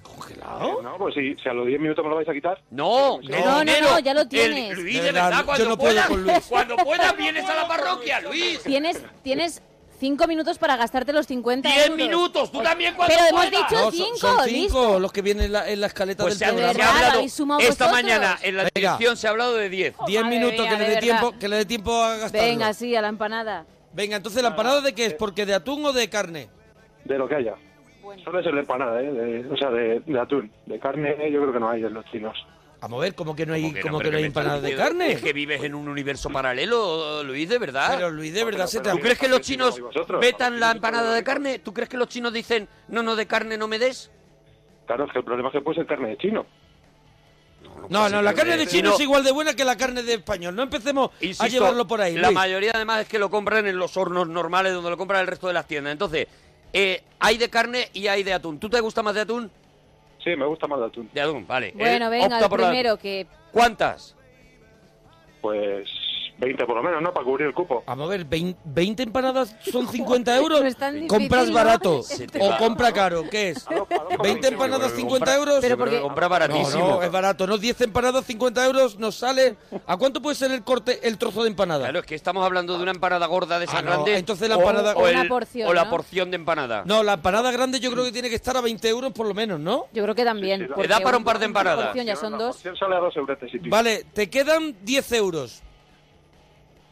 Speaker 13: ¿Congelado? no, pues si, si a los 10 minutos me lo vais a quitar. Pues
Speaker 6: No,
Speaker 9: No, no, no, ya lo tienes.
Speaker 6: Luis, de verdad, cuando puedas, cuando puedas vienes a la parroquia, Luis.
Speaker 9: Tienes, tienes cinco minutos para gastarte los 50
Speaker 6: Diez
Speaker 9: euros.
Speaker 6: minutos, tú también cuando
Speaker 9: Pero hemos
Speaker 6: puedas.
Speaker 9: dicho
Speaker 2: No, son-
Speaker 9: cinco,
Speaker 2: son cinco
Speaker 9: listo.
Speaker 2: los que vienen en la, en la escaleta
Speaker 6: Pues se
Speaker 2: del
Speaker 6: ha,
Speaker 2: programa.
Speaker 6: se ha hablado,
Speaker 9: habéis sumado
Speaker 6: esta
Speaker 9: vosotros.
Speaker 6: mañana en la
Speaker 2: Venga.
Speaker 6: dirección se ha hablado de 10.
Speaker 2: 10
Speaker 9: Oh, madre
Speaker 2: minutos
Speaker 9: mía,
Speaker 2: que, le
Speaker 9: de
Speaker 2: dé
Speaker 9: verdad.
Speaker 2: tiempo, que le dé tiempo a gastarlo.
Speaker 9: Venga, sí, a la empanada.
Speaker 2: Venga, entonces, ¿la empanada de qué es? ¿Porque de atún o de carne?
Speaker 13: De lo que haya. Solo es el empanada, ¿eh? De- o sea, de, de atún. De carne yo creo que no hay en los chinos.
Speaker 2: Vamos a ver, como que no hay, como
Speaker 6: Pero,
Speaker 2: que no
Speaker 6: pero
Speaker 2: hay
Speaker 6: me
Speaker 2: empanadas de
Speaker 6: estás diciendo,
Speaker 2: carne.
Speaker 6: Es que vives en un universo paralelo, Luis, de verdad.
Speaker 2: Pero, Luis, de verdad, se te-
Speaker 6: ¿Tú crees que los
Speaker 2: Sí, como
Speaker 6: chinos
Speaker 2: vosotros.
Speaker 6: vetan la empanada de carne? ¿Tú crees que los chinos dicen, no, no, de carne no me des?
Speaker 13: Claro, es que el problema es que puede ser carne de chino.
Speaker 2: No, no, la carne de
Speaker 6: Si
Speaker 2: chino
Speaker 6: no-
Speaker 2: es igual de buena que la carne de español. No empecemos a
Speaker 6: Insisto,
Speaker 2: llevarlo por ahí.
Speaker 6: La
Speaker 2: Luis.
Speaker 6: mayoría además es que lo compran en los hornos normales donde lo compran el resto de las tiendas. Entonces, eh, hay de carne y hay de atún. ¿Tú te gusta más de atún?
Speaker 13: Sí, me gusta más de atún.
Speaker 6: De atún, vale.
Speaker 9: Bueno,
Speaker 6: Eh,
Speaker 9: venga,
Speaker 6: opta
Speaker 9: el
Speaker 6: por la-
Speaker 9: primero que...
Speaker 6: ¿Cuántas?
Speaker 13: Pues 20 por lo menos, ¿no? Para cubrir el cupo.
Speaker 2: Vamos a ver, vein- 20 empanadas son
Speaker 9: *laughs*
Speaker 2: 50 euros.
Speaker 9: no es tan difícil,
Speaker 2: compras
Speaker 9: ¿no?
Speaker 6: *laughs*
Speaker 9: *laughs*
Speaker 2: barato
Speaker 9: Se
Speaker 6: Este
Speaker 9: te
Speaker 2: o
Speaker 9: va.
Speaker 2: compra caro, ¿qué es? 20 empanadas 50 euros.
Speaker 6: Pero porque- compra baratísimo.
Speaker 2: No, no, es barato, no 10 empanadas 50 euros nos sale. ¿A cuánto puede ser el corte el trozo de empanada?
Speaker 6: Claro, es que estamos hablando de una empanada gorda de esa
Speaker 2: Ah, no,
Speaker 6: grande.
Speaker 2: entonces la
Speaker 6: o-
Speaker 2: empanada-
Speaker 6: o,
Speaker 2: O
Speaker 9: una
Speaker 6: el-
Speaker 9: porción,
Speaker 6: o la
Speaker 9: ¿no?
Speaker 6: porción de empanada.
Speaker 2: No, la empanada grande yo creo que tiene que estar a 20 euros por lo menos, ¿no?
Speaker 9: Yo creo que también.
Speaker 2: da
Speaker 9: porque
Speaker 2: para un par de empanadas.
Speaker 9: porción ya son dos.
Speaker 13: sale a dos euretes y pico.
Speaker 2: Vale, te quedan 10 euros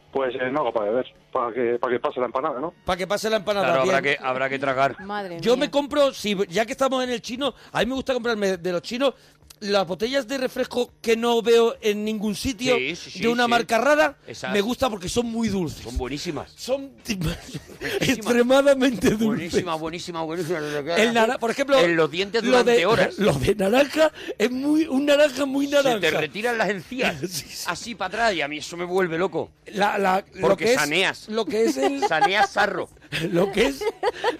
Speaker 13: Pues eh, no hago para beber, para que, para que pase la empanada, ¿no?
Speaker 2: para que pase la empanada.
Speaker 6: Claro, habrá
Speaker 2: bien.
Speaker 6: que, habrá que tragar.
Speaker 9: Madre
Speaker 2: Yo
Speaker 9: mía.
Speaker 2: me compro, si ya que estamos en el chino, a mí me gusta comprarme de los chinos las botellas de refresco que no veo en ningún sitio
Speaker 6: Sí, sí, sí,
Speaker 2: de una
Speaker 6: sí.
Speaker 2: marca rara.
Speaker 6: Esas.
Speaker 2: Me gusta porque son muy dulces.
Speaker 6: Son buenísimas.
Speaker 2: Son extremadamente dulces.
Speaker 6: Buenísima, buenísima, buenísima.
Speaker 2: El nara- por ejemplo,
Speaker 6: en los dientes
Speaker 2: lo
Speaker 6: durante
Speaker 2: de-
Speaker 6: horas.
Speaker 2: *laughs* Lo de naranja es muy un naranja muy naranja.
Speaker 6: Se te retiran
Speaker 2: *laughs*
Speaker 6: las encías así para atrás y a mí eso me vuelve loco.
Speaker 2: La- la- lo
Speaker 6: Porque
Speaker 2: que es-
Speaker 6: saneas.
Speaker 2: lo que es el-
Speaker 6: *laughs* Saneas sarro.
Speaker 2: Lo que es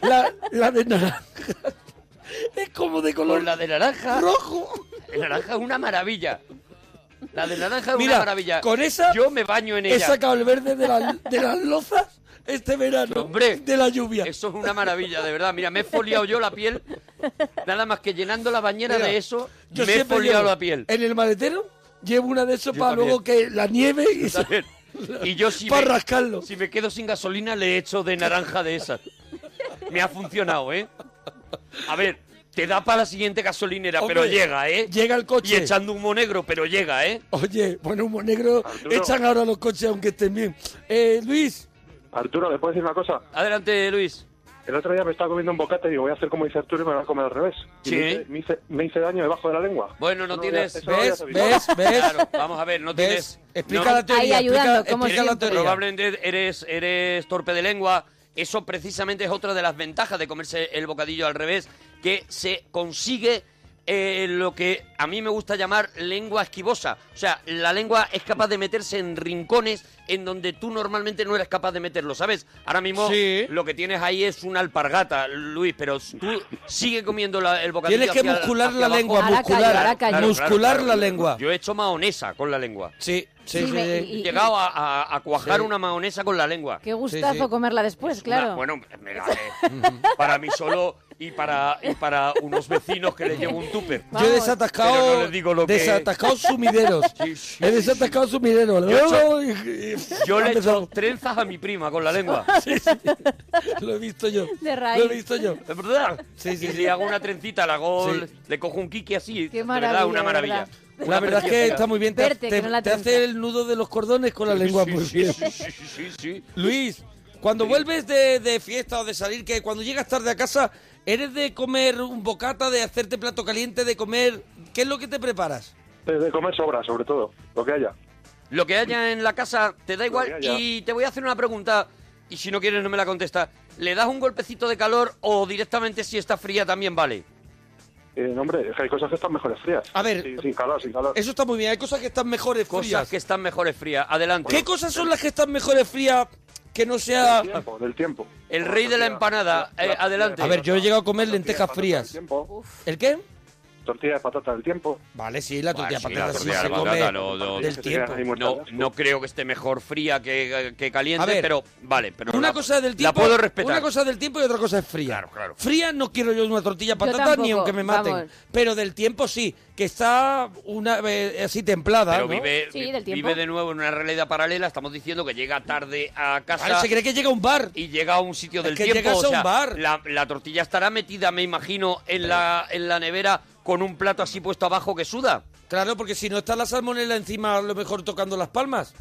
Speaker 2: la, la de naranja. *laughs* Es como de color
Speaker 6: Con la de naranja.
Speaker 2: rojo.
Speaker 6: El naranja es una maravilla. La de naranja es
Speaker 2: Mira,
Speaker 6: una maravilla.
Speaker 2: con esa-
Speaker 6: Yo me baño en ella.
Speaker 2: He sacado el verde de, la- de las lozas este verano.
Speaker 6: Hombre,
Speaker 2: de la lluvia.
Speaker 6: Eso es una maravilla, de verdad. Mira, me he foliado yo la piel. Nada más que llenando la bañera
Speaker 2: Mira,
Speaker 6: de eso,
Speaker 2: yo
Speaker 6: me he
Speaker 2: siempre
Speaker 6: foliado
Speaker 2: llevo
Speaker 6: la piel.
Speaker 2: En el maletero llevo una de esos
Speaker 6: Yo
Speaker 2: para
Speaker 6: también.
Speaker 2: luego que la nieve y se-
Speaker 6: También.
Speaker 2: *laughs*
Speaker 6: Y yo si
Speaker 2: Para
Speaker 6: me,
Speaker 2: rascarlo.
Speaker 6: si me quedo sin gasolina le echo de naranja de esas. Me ha funcionado, ¿eh? A ver, te da para la siguiente gasolinera,
Speaker 2: Hombre,
Speaker 6: pero llega, ¿eh?
Speaker 2: llega el coche.
Speaker 6: Y echando humo negro, pero llega, ¿eh?
Speaker 2: Oye, bueno, humo negro echan ahora los coches aunque estén bien. Eh, Luis,
Speaker 13: Arturo, ¿le puedo decir una cosa?
Speaker 6: Adelante, Luis.
Speaker 13: El otro día me estaba comiendo un bocata y digo, voy a hacer como dice Arturo y me lo voy a comer al revés. Y
Speaker 6: Sí.
Speaker 13: me, hice, me hice- me hice daño debajo de la lengua.
Speaker 6: Bueno, no
Speaker 13: Eso
Speaker 6: tienes...
Speaker 13: había- eso no había sabido.
Speaker 2: ¿Ves? ¿Ves?
Speaker 6: Claro, vamos a ver, no tienes...
Speaker 2: Explica la teoría,
Speaker 9: Ahí ayudando,
Speaker 2: explica,
Speaker 9: como
Speaker 2: explica la
Speaker 9: siempre.
Speaker 2: teoría.
Speaker 6: Probablemente eres, eres torpe de lengua, Eso precisamente es otra de las ventajas de comerse el bocadillo al revés, que se consigue eh, lo que a mí me gusta llamar lengua esquivosa. O sea, la lengua es capaz de meterse en rincones en donde tú normalmente no eres capaz de meterlo, ¿sabes? Ahora mismo lo que tienes ahí es una alpargata, Luis, pero tú sigue comiendo la- el bocadillo.
Speaker 2: Tienes que
Speaker 6: hacia-
Speaker 2: muscular
Speaker 6: hacia
Speaker 2: la
Speaker 6: abajo.
Speaker 2: lengua, muscular, muscular la lengua.
Speaker 6: Yo he hecho mahonesa con la lengua.
Speaker 2: Sí,
Speaker 9: Sí, sí, me- sí. y-
Speaker 6: He llegado a, a- a cuajar
Speaker 9: Sí.
Speaker 6: una mahonesa con la lengua.
Speaker 9: Qué gustazo comerla después,
Speaker 6: Una-
Speaker 9: claro.
Speaker 6: bueno, me
Speaker 9: *laughs*
Speaker 6: la para mí solo y para, y para unos vecinos que les llevo un tupper.
Speaker 2: Yo he desatascado,
Speaker 6: Pero no les digo lo que-
Speaker 2: desatascado
Speaker 6: *laughs*
Speaker 2: sumideros. he desatascado sumideros.
Speaker 6: Yo he hecho-
Speaker 2: Y- y- *laughs*
Speaker 6: Yo le he
Speaker 2: empezado.
Speaker 6: hecho trenzas a mi prima con la lengua.
Speaker 2: *laughs* Sí, sí. Lo he visto yo.
Speaker 9: De raíz.
Speaker 2: Lo he visto yo.
Speaker 6: ¿Es verdad? y le hago una trencita, le, hago,
Speaker 2: Sí.
Speaker 6: le cojo un kiki así.
Speaker 9: Qué
Speaker 6: de
Speaker 9: maravilla,
Speaker 6: verdad, una
Speaker 9: de
Speaker 6: maravilla.
Speaker 9: verdad.
Speaker 2: La verdad es que
Speaker 6: preciosidad.
Speaker 2: está muy bien. Te,
Speaker 9: Verte,
Speaker 2: te-
Speaker 9: que no la
Speaker 2: te hace
Speaker 9: trenza.
Speaker 2: el nudo de los cordones con la lengua. pues. muy bien. Luis, cuando vuelves de, de fiesta o de salir, que cuando llegas tarde a casa, ¿eres de comer un bocata, de hacerte plato caliente, de comer... ¿Qué es lo que te preparas?
Speaker 13: De, de comer sobra, sobre todo, lo que haya.
Speaker 6: Lo que haya en la casa te da igual.
Speaker 13: que haya.
Speaker 6: Y te voy a hacer una pregunta, y si no quieres no me la contestas. ¿Le das un golpecito de calor o directamente si está fría también vale?
Speaker 13: Eh, no, hombre, es que hay cosas que están mejores frías.
Speaker 2: A ver,
Speaker 13: Sí, sin calor, sin calor.
Speaker 2: Eso está muy bien. Hay cosas que están mejores
Speaker 6: Cosas
Speaker 2: frías.
Speaker 6: que están mejores frías. Adelante.
Speaker 2: ¿Qué cosas son las que están mejores frías que no sea...
Speaker 13: Del tiempo, del tiempo.
Speaker 6: El rey de la empanada. Eh, adelante.
Speaker 2: A ver, yo he llegado a comer lentejas frías.
Speaker 13: Tiempo.
Speaker 2: ¿El qué?
Speaker 13: Tortilla de patata del tiempo.
Speaker 2: Vale, sí, la tortilla
Speaker 6: Sí,
Speaker 2: patata
Speaker 6: la
Speaker 2: Ah, sí
Speaker 6: tortilla
Speaker 2: se
Speaker 6: de patata,
Speaker 2: come
Speaker 6: no, no,
Speaker 2: del tiempo.
Speaker 6: No, no creo que esté mejor fría que, que caliente,
Speaker 2: A ver,
Speaker 6: pero vale. Pero
Speaker 2: una
Speaker 6: la-
Speaker 2: cosa del
Speaker 6: La
Speaker 2: tiempo,
Speaker 6: puedo respetar.
Speaker 2: Una cosa del tiempo y otra cosa es fría. Fría no quiero yo una tortilla
Speaker 6: Yo
Speaker 2: patata ni
Speaker 6: tampoco,
Speaker 2: aunque me maten.
Speaker 6: vamos.
Speaker 2: Pero del tiempo sí, que está una eh, así templada.
Speaker 6: Pero
Speaker 2: ¿no?
Speaker 6: vive, vive de nuevo en una realidad paralela. Estamos diciendo que llega tarde a casa.
Speaker 2: Claro, se cree que llega a un bar.
Speaker 6: Y llega a un sitio del
Speaker 2: que
Speaker 6: tiempo.
Speaker 2: llegas
Speaker 6: o
Speaker 2: a
Speaker 6: sea,
Speaker 2: un bar.
Speaker 6: La, la tortilla estará metida, me imagino, en la, en la nevera con un plato así puesto abajo que suda.
Speaker 2: Claro, porque si no está la salmonela encima, a lo mejor tocando las palmas.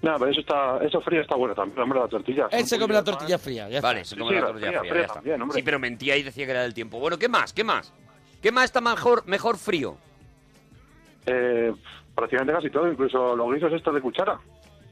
Speaker 13: No, pero eso está, eso frío está bueno también, hombre, la tortilla.
Speaker 2: Él se come la
Speaker 6: ¿eh?
Speaker 2: tortilla fría. ya
Speaker 6: vale,
Speaker 2: está.
Speaker 6: se come la tortilla fría, ya está.
Speaker 13: también, hombre.
Speaker 6: sí, pero mentía y decía que era del tiempo. Bueno, ¿qué más? ¿Qué más? ¿Qué más está mejor, mejor frío?
Speaker 13: Eh, prácticamente casi todo, incluso los guisos estos de cuchara.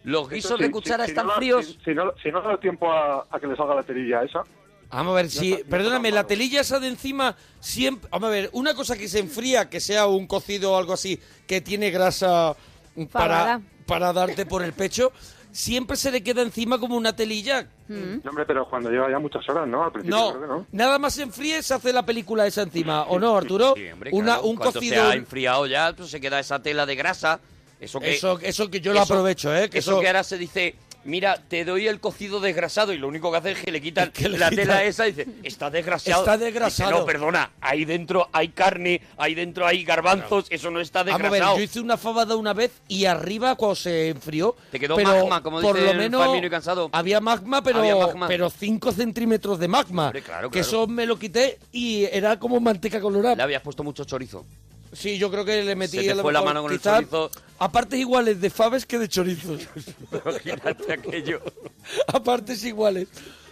Speaker 6: ¿Los guisos
Speaker 13: Eso,
Speaker 6: de
Speaker 13: si-
Speaker 6: cuchara
Speaker 13: si- si
Speaker 6: están
Speaker 13: no da-
Speaker 6: fríos?
Speaker 13: Si, si no, si no da tiempo a, a que le salga la terilla esa.
Speaker 2: Vamos a ver, si, perdóname, la telilla esa de encima siempre... Vamos a ver, una cosa que se enfría, que sea un cocido o algo así, que tiene grasa mm, para,
Speaker 13: Fabada.
Speaker 2: para darte por el pecho, siempre se le queda encima como una telilla.
Speaker 6: Mm.
Speaker 13: No, hombre, pero cuando lleva ya muchas horas, ¿no? Al principio
Speaker 2: No,
Speaker 13: creo que no.
Speaker 2: nada más se enfríe se hace la película esa encima, ¿o no, Arturo?
Speaker 6: Hombre,
Speaker 2: una,
Speaker 6: claro,
Speaker 2: un
Speaker 6: cuando
Speaker 2: cocido...
Speaker 6: se ha enfriado ya, pues, se queda esa tela de grasa. Eso que,
Speaker 2: Eso- eso que yo lo aprovecho, ¿eh? Que
Speaker 6: eso,
Speaker 2: eso-
Speaker 6: que ahora se dice, mira, te doy el cocido desgrasado y lo único que hace es que
Speaker 2: *laughs*
Speaker 6: le quitan
Speaker 2: le
Speaker 6: la
Speaker 2: quitan-
Speaker 6: tela esa y dice, está desgrasado.
Speaker 2: Está
Speaker 6: Dice,
Speaker 2: desgrasado.
Speaker 6: no, perdona, ahí dentro hay carne, ahí dentro hay garbanzos, eso no está
Speaker 2: Vamos a
Speaker 6: desgrasado.
Speaker 2: ver, Ah, yo hice una fabada una vez y arriba cuando se enfrió...
Speaker 6: Te quedó
Speaker 2: pero
Speaker 6: magma, como
Speaker 2: por
Speaker 6: dice
Speaker 2: lo
Speaker 6: el
Speaker 2: menos
Speaker 6: Palmiro y Cansado.
Speaker 2: Había magma, pero
Speaker 6: Había magma.
Speaker 2: pero 5 centímetros de magma. Que
Speaker 6: claro.
Speaker 2: eso me lo quité y era como manteca colorada.
Speaker 6: Le habías puesto mucho chorizo.
Speaker 2: Sí, yo creo que le metí
Speaker 6: Se te
Speaker 2: a lo
Speaker 6: fue la
Speaker 2: mejor
Speaker 6: mano con el
Speaker 2: quizá
Speaker 6: chorizo.
Speaker 2: A partes iguales de faves que de
Speaker 6: *laughs*
Speaker 2: chorizos.
Speaker 6: Imagínate aquello.
Speaker 2: a partes iguales.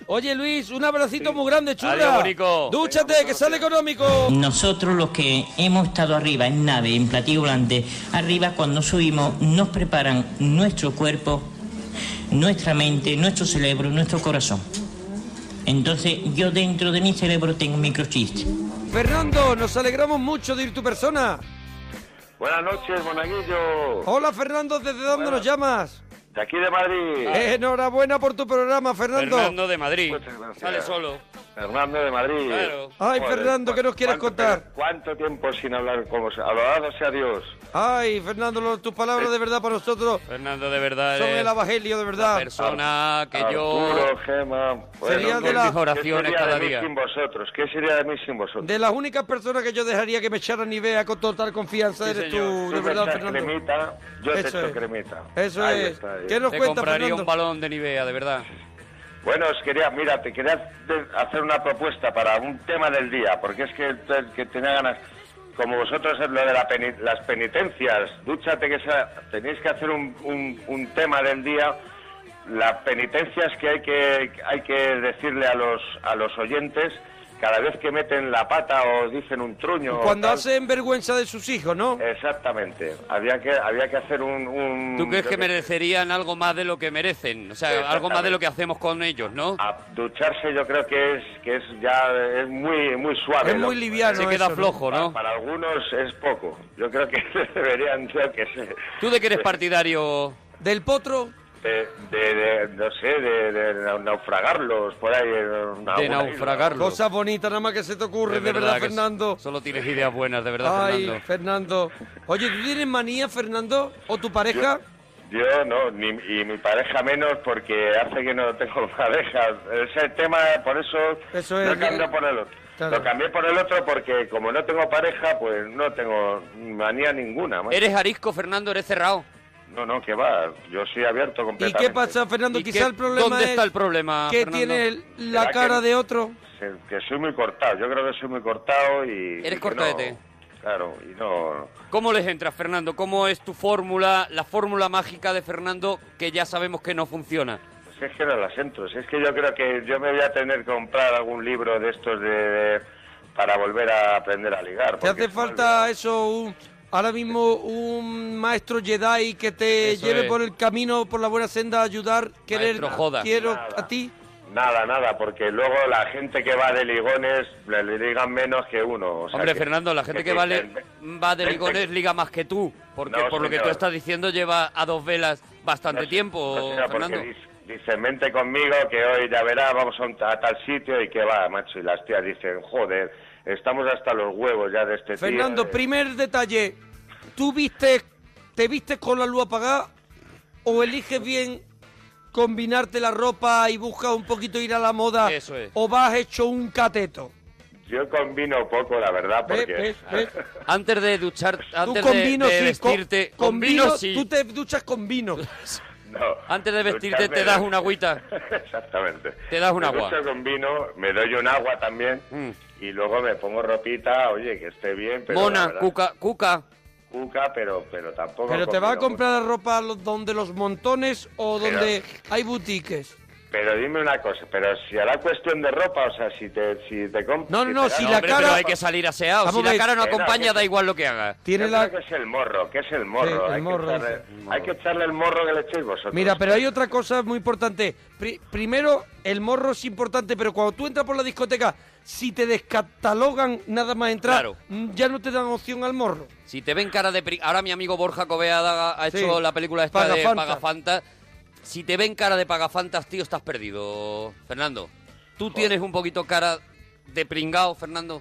Speaker 2: Oye, Luis, un abracito muy grande, churra.
Speaker 14: Adiós, bonico.
Speaker 2: Dúchate, que sale económico.
Speaker 14: Nosotros los que hemos estado arriba en nave, en platillo volante, arriba cuando subimos nos preparan nuestro cuerpo, nuestra mente, nuestro cerebro, nuestro corazón. Entonces yo dentro de mi cerebro tengo un microchiste.
Speaker 2: Fernando, nos alegramos mucho de ir tu persona.
Speaker 5: Buenas noches, Monaguillo.
Speaker 2: Hola, Fernando, ¿desde dónde nos llamas?
Speaker 5: De aquí de Madrid.
Speaker 2: Enhorabuena por tu programa, Eh, Fernando.
Speaker 5: Fernando
Speaker 6: de Madrid.
Speaker 5: Pues- Sale solo. Fernando de Madrid. pues,
Speaker 2: Claro. Ay, Fernando, ¿qué nos quieres contar?
Speaker 5: ¿Cuánto tiempo sin hablar con vosotros? Alabado sea Dios.
Speaker 2: Ay, Fernando, lo- tus palabras de verdad para nosotros
Speaker 6: Fernando, de verdad.
Speaker 2: son
Speaker 6: eres
Speaker 2: el evangelio, de verdad.
Speaker 6: la persona que
Speaker 5: Arturo,
Speaker 6: yo...
Speaker 5: Gema. Bueno,
Speaker 2: Sería
Speaker 5: ¿qué-
Speaker 2: de la-
Speaker 5: ¿qué
Speaker 2: oraciones
Speaker 5: sería
Speaker 2: cada
Speaker 5: de mí
Speaker 2: día.
Speaker 5: sin vosotros? ¿Qué sería de mí sin vosotros?
Speaker 2: De las únicas personas que yo dejaría que me echaran y vea con total confianza eres tú, de
Speaker 5: Tú me
Speaker 2: verdad,
Speaker 5: echas
Speaker 2: Fernando.
Speaker 5: cremita, yo te
Speaker 2: Eso
Speaker 5: echo
Speaker 2: es.
Speaker 5: cremita.
Speaker 2: Eso
Speaker 5: Ahí
Speaker 2: es.
Speaker 5: está, ahí.
Speaker 2: ¿Qué nos
Speaker 6: Te
Speaker 2: cuenta,
Speaker 6: compraría
Speaker 2: Fernando?
Speaker 6: un balón de Nivea, de verdad.
Speaker 5: Bueno, os quería, mira, te quería de- hacer una propuesta para un tema del día, porque es que, te- que tenía ganas, como vosotros en lo de la peni- las penitencias, dúchate que sea- tenéis que hacer un, un- un tema del día, las penitencias que hay que, hay que decirle a los, a los oyentes, cada vez que meten la pata o dicen un truño. o
Speaker 2: Cuando
Speaker 5: tal,
Speaker 2: hacen vergüenza de sus hijos, ¿no?
Speaker 5: Exactamente. Había que, había que hacer un... un-
Speaker 6: ¿Tú crees
Speaker 5: yo
Speaker 6: que
Speaker 5: qué sé.
Speaker 6: merecerían algo más de lo que merecen? O sea, algo más de lo que hacemos con ellos, ¿no?
Speaker 5: Ah, ducharse yo creo que es que es ya es muy muy suave
Speaker 6: Es
Speaker 5: ¿no?
Speaker 6: muy liviano Se queda eso, ¿no? flojo, ¿no?
Speaker 5: Pa- para, algunos es poco yo creo que *laughs* deberían yo que sé
Speaker 6: ¿Tú de qué
Speaker 5: pues,
Speaker 6: eres partidario?
Speaker 2: ¿Del potro?
Speaker 5: de, de- de- no sé de, de nau- naufragarlos por ahí en una-
Speaker 6: De
Speaker 5: una isla.
Speaker 6: naufragarlos.
Speaker 2: Cosas bonitas nada más que se te ocurre, de, verdad,
Speaker 6: que
Speaker 2: Fernando.
Speaker 6: Solo tienes ideas buenas, de verdad,
Speaker 2: Ay,
Speaker 6: Fernando.
Speaker 2: Fernando. Oye, ¿tú tienes manía, Fernando? ¿O tu pareja?
Speaker 5: yo no ni, y mi pareja menos porque hace que no tengo *laughs* pareja ese tema por eso,
Speaker 2: Eso es,
Speaker 5: lo cambio por el otro
Speaker 2: Claro.
Speaker 5: Lo cambié por el otro porque como no tengo pareja, pues no tengo manía ninguna. macho.
Speaker 6: ¿Eres arisco, Fernando? ¿Eres cerrado?
Speaker 5: No, no, que va. Yo soy abierto
Speaker 2: ¿Y
Speaker 5: completamente.
Speaker 2: qué pasa, Fernando?
Speaker 5: ¿Y
Speaker 2: Quizá
Speaker 5: qué-
Speaker 2: el problema
Speaker 5: dónde
Speaker 2: es
Speaker 5: está el problema,
Speaker 2: que
Speaker 5: Fernando?
Speaker 2: tiene la
Speaker 5: ¿Será
Speaker 2: cara
Speaker 5: que-
Speaker 2: de otro.
Speaker 5: Se- Que soy muy cortado. Yo creo que soy muy cortado y...
Speaker 6: Eres
Speaker 5: y que
Speaker 6: cortadete.
Speaker 5: no- claro, y no...
Speaker 6: ¿Cómo les entras, Fernando? ¿Cómo es tu fórmula, la fórmula mágica de Fernando que ya sabemos que no funciona?
Speaker 5: pues es que no las entro. Si Es que yo creo que yo me voy a tener que comprar algún libro de estos de... de- para volver a aprender a ligar.
Speaker 2: ¿Te hace falta eso, un- ahora mismo un maestro Jedi que te
Speaker 5: Eso
Speaker 2: lleve
Speaker 5: es.
Speaker 2: por el camino, por la buena senda, ayudar, querer,
Speaker 5: Maestro Joda.
Speaker 2: quiero
Speaker 5: Nada.
Speaker 2: a ti?
Speaker 5: Nada, nada, porque luego la gente que va de ligones le, le ligan menos que uno. o sea
Speaker 6: Hombre,
Speaker 5: que-
Speaker 6: Fernando, la gente que,
Speaker 5: te
Speaker 6: vale,
Speaker 5: dicen,
Speaker 6: va de
Speaker 5: vente.
Speaker 6: ligones liga más que tú, porque
Speaker 5: No,
Speaker 6: por lo que tú
Speaker 5: señor.
Speaker 6: estás diciendo lleva a dos velas bastante tiempo,
Speaker 5: O sea, porque
Speaker 6: Fernando.
Speaker 5: dice- dicen, vente conmigo, que hoy ya verá, vamos a, un- a tal sitio y que va, macho. Y las tías dicen, joder, estamos hasta los huevos ya de este tío.
Speaker 2: Fernando,
Speaker 5: Eh,
Speaker 2: primer detalle, ¿tú viste, te vistes con la luz apagada o eliges bien combinarte la ropa y buscas un poquito ir a la moda
Speaker 5: Eso es.
Speaker 2: o vas hecho un cateto?
Speaker 5: Yo combino poco, la verdad, porque... *laughs*
Speaker 6: Antes de duchar, antes
Speaker 2: tú con
Speaker 6: de-
Speaker 2: vino
Speaker 6: de
Speaker 2: sí,
Speaker 6: vestirte,
Speaker 2: con,
Speaker 6: con
Speaker 2: vino,
Speaker 6: vino sí.
Speaker 2: tú te duchas con
Speaker 6: *laughs*
Speaker 2: vino.
Speaker 6: Antes de vestirte
Speaker 5: ducharme
Speaker 6: te das
Speaker 5: de-
Speaker 6: una
Speaker 5: *laughs*
Speaker 6: agüita.
Speaker 5: Exactamente.
Speaker 6: Te das un
Speaker 5: Me
Speaker 6: agua. Mm.
Speaker 5: ducho con vino, me doy un agua también y luego me pongo ropita, oye, que esté bien, pero... la
Speaker 6: Mona,
Speaker 5: verdad,
Speaker 6: cuca, cuca.
Speaker 5: Cuca, pero, pero tampoco...
Speaker 2: Pero te vas a
Speaker 6: pues.
Speaker 5: combino mucho.
Speaker 2: comprar la ropa lo- donde los montones o
Speaker 5: Pero-
Speaker 2: donde hay boutiques.
Speaker 5: Pero dime una cosa, pero si a la cuestión de ropa, o sea, si te, si te compras...
Speaker 2: No, no, no, si la
Speaker 6: hombre,
Speaker 2: cara-
Speaker 6: pero hay que salir aseado.
Speaker 2: Vamos
Speaker 6: Si
Speaker 2: a
Speaker 6: la
Speaker 2: ver.
Speaker 6: cara no
Speaker 2: Eh, no,
Speaker 6: acompaña,
Speaker 5: que-
Speaker 6: da igual lo que haga.
Speaker 2: Tiene
Speaker 5: Yo
Speaker 2: la-
Speaker 5: creo que es el morro, que es el morro.
Speaker 2: Sí, el
Speaker 5: hay,
Speaker 2: morro,
Speaker 5: que echarle,
Speaker 2: sí.
Speaker 5: hay que echarle el morro que le echéis vosotros.
Speaker 2: Mira, pero hay otra cosa muy importante. Pri- primero, el morro es importante, pero cuando tú entras por la discoteca, si te descatalogan nada más entrar,
Speaker 6: Claro.
Speaker 2: mm, ya no te dan opción al morro.
Speaker 6: Si te ven cara de... pri- Ahora mi amigo Borja Covea ha, ha
Speaker 2: Sí.
Speaker 6: hecho la película esta de
Speaker 2: Pagafantas.
Speaker 6: Pagafantas. Si te ven cara de Pagafantas, tío, estás perdido, Fernando. Tú tienes un poquito cara de pringao, Fernando.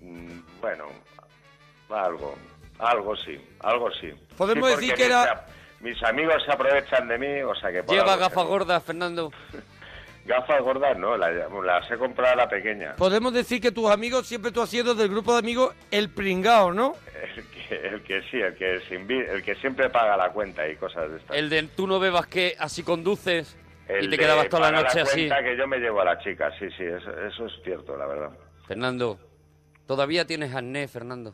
Speaker 5: Mm, Bueno, algo, algo sí, algo sí.
Speaker 6: Podemos
Speaker 5: Sí, porque
Speaker 6: decir que
Speaker 5: mis
Speaker 6: era-
Speaker 5: a- Mis amigos se aprovechan de mí, o sea que... por
Speaker 6: Lleva
Speaker 5: algo
Speaker 6: gafas
Speaker 5: será.
Speaker 6: gordas, Fernando.
Speaker 5: Gafas gordas, no, la- las he comprado a la pequeña.
Speaker 6: Pues-
Speaker 2: Podemos decir que tus amigos, siempre tú has sido del grupo de amigos el pringao, ¿no?
Speaker 5: *laughs* El que, el que sí, el que, se invi- el que siempre paga la cuenta y cosas de estas.
Speaker 6: El de tú no bebas que así conduces y
Speaker 5: El
Speaker 6: te
Speaker 5: de
Speaker 6: quedabas toda la
Speaker 5: paga
Speaker 6: noche así.
Speaker 5: cuenta que yo me llevo a la chica, sí, sí, eso, eso es cierto, la verdad.
Speaker 6: Fernando, todavía tienes acné, Fernando.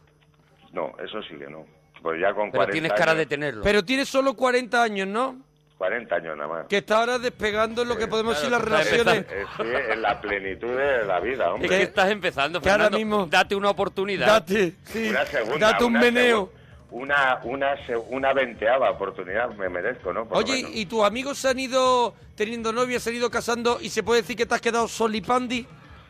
Speaker 5: No, eso sí que no. Pues ya con
Speaker 6: Pero
Speaker 5: 40
Speaker 6: tienes cara
Speaker 5: años-
Speaker 6: de tenerlo.
Speaker 2: Pero tienes solo 40 años, ¿no?
Speaker 5: 40 años nada más.
Speaker 2: Que está ahora despegando en lo que podemos decir las relaciones.
Speaker 5: Eh, sí, en la plenitud de la vida, hombre.
Speaker 6: Es que estás empezando,
Speaker 2: que ahora
Speaker 6: Fernando. Date una oportunidad.
Speaker 2: Date, sí.
Speaker 5: Una segunda,
Speaker 2: Date un
Speaker 5: una
Speaker 2: meneo.
Speaker 5: segu- Una, una, se- una venteava oportunidad me merezco, ¿no? Por lo
Speaker 2: Oye,
Speaker 5: menos.
Speaker 2: ¿y tus amigos se han ido teniendo novia, se han ido casando y se puede decir que te has quedado solipandi?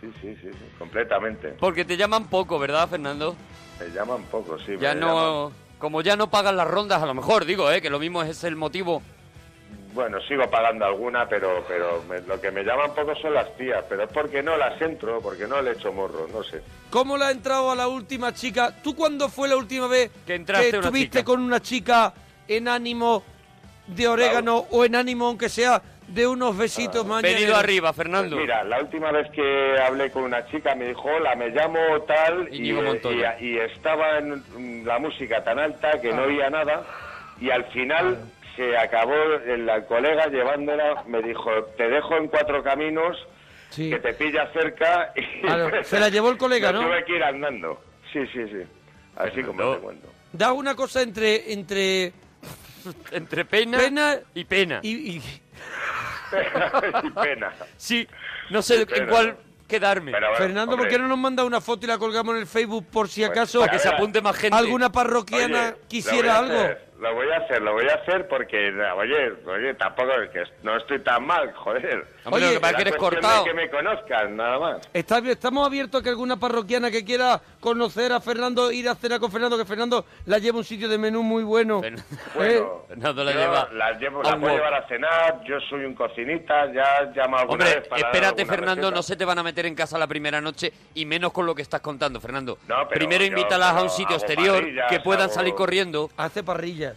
Speaker 5: Sí, sí, sí, sí, completamente.
Speaker 6: Porque te llaman poco, ¿verdad, Fernando?
Speaker 5: Me llaman poco, sí.
Speaker 6: Ya
Speaker 5: me
Speaker 6: no... Como ya no pagan las rondas, a lo mejor, digo, eh, que lo mismo es el motivo.
Speaker 5: llaman- Bueno, sigo pagando alguna, pero pero me- lo que me llaman poco son las tías, pero es porque no las entro, porque no le echo morro, no sé.
Speaker 2: ¿Cómo le ha entrado a la última chica? ¿Tú cuándo fue la última vez que,
Speaker 6: entraste a una
Speaker 2: estuviste
Speaker 6: chica?
Speaker 2: con una chica en ánimo de orégano o en ánimo, aunque sea, de unos besitos más
Speaker 6: Ah. Fernando.
Speaker 5: Pues mira, la última vez que hablé con una chica me dijo, hola, me llamo tal y,
Speaker 6: Íñigo
Speaker 5: eh,
Speaker 6: Montoya.
Speaker 5: y- y estaba en mm, la música tan alta que no
Speaker 6: Ah.
Speaker 5: oía nada y al final se acabó el, la colega llevándola, me dijo, te dejo en cuatro caminos, que te pilla cerca y *laughs*
Speaker 2: Claro, se la llevó el colega,
Speaker 5: me
Speaker 2: ¿no?
Speaker 5: Tuve que ir andando. Sí, sí, sí. Así como te cuento.
Speaker 2: Da una cosa entre... entre...
Speaker 6: *laughs* Entre pena, y pena.
Speaker 2: Y, y-
Speaker 5: *laughs* y pena.
Speaker 6: Sí, no sé
Speaker 5: Qué
Speaker 6: en
Speaker 5: pena,
Speaker 6: cuál quedarme.
Speaker 2: Fernando, ¿por qué no nos manda una foto y la colgamos en el Facebook por si acaso
Speaker 6: para que se apunte más gente.
Speaker 2: alguna parroquiana
Speaker 5: Oye,
Speaker 2: quisiera
Speaker 5: lo voy a
Speaker 2: algo?
Speaker 5: hacer, lo voy a hacer, lo voy a hacer porque, na, oye, oye, tampoco es que no estoy tan mal, joder.
Speaker 2: Hombre, lo que pasa es que
Speaker 5: Era
Speaker 2: eres
Speaker 5: cuestión de
Speaker 2: cortado.
Speaker 5: que me conozcan, nada más.
Speaker 2: Está bien, estamos abiertos a que alguna parroquiana que quiera conocer a Fernando, ir a cenar con Fernando, que Fernando la lleva a un sitio de menú muy bueno.
Speaker 5: Bueno,
Speaker 2: ¿Eh?
Speaker 5: yo la llevo- la
Speaker 2: a un
Speaker 5: puedo
Speaker 2: wok.
Speaker 5: llevar a cenar, yo soy un cocinita, ya llama alguna
Speaker 6: Hombre,
Speaker 5: vez para dar
Speaker 6: espérate,
Speaker 5: alguna
Speaker 6: Fernando,
Speaker 5: receta.
Speaker 6: no se te van a meter en casa la primera noche y menos con lo que estás contando, Fernando.
Speaker 5: pero
Speaker 6: Primero
Speaker 5: yo,
Speaker 6: invítalas a
Speaker 5: pero
Speaker 6: un sitio
Speaker 5: hago
Speaker 6: exterior
Speaker 5: parrillas,
Speaker 6: que puedan
Speaker 5: hago-
Speaker 6: salir corriendo.
Speaker 2: Hace parrillas.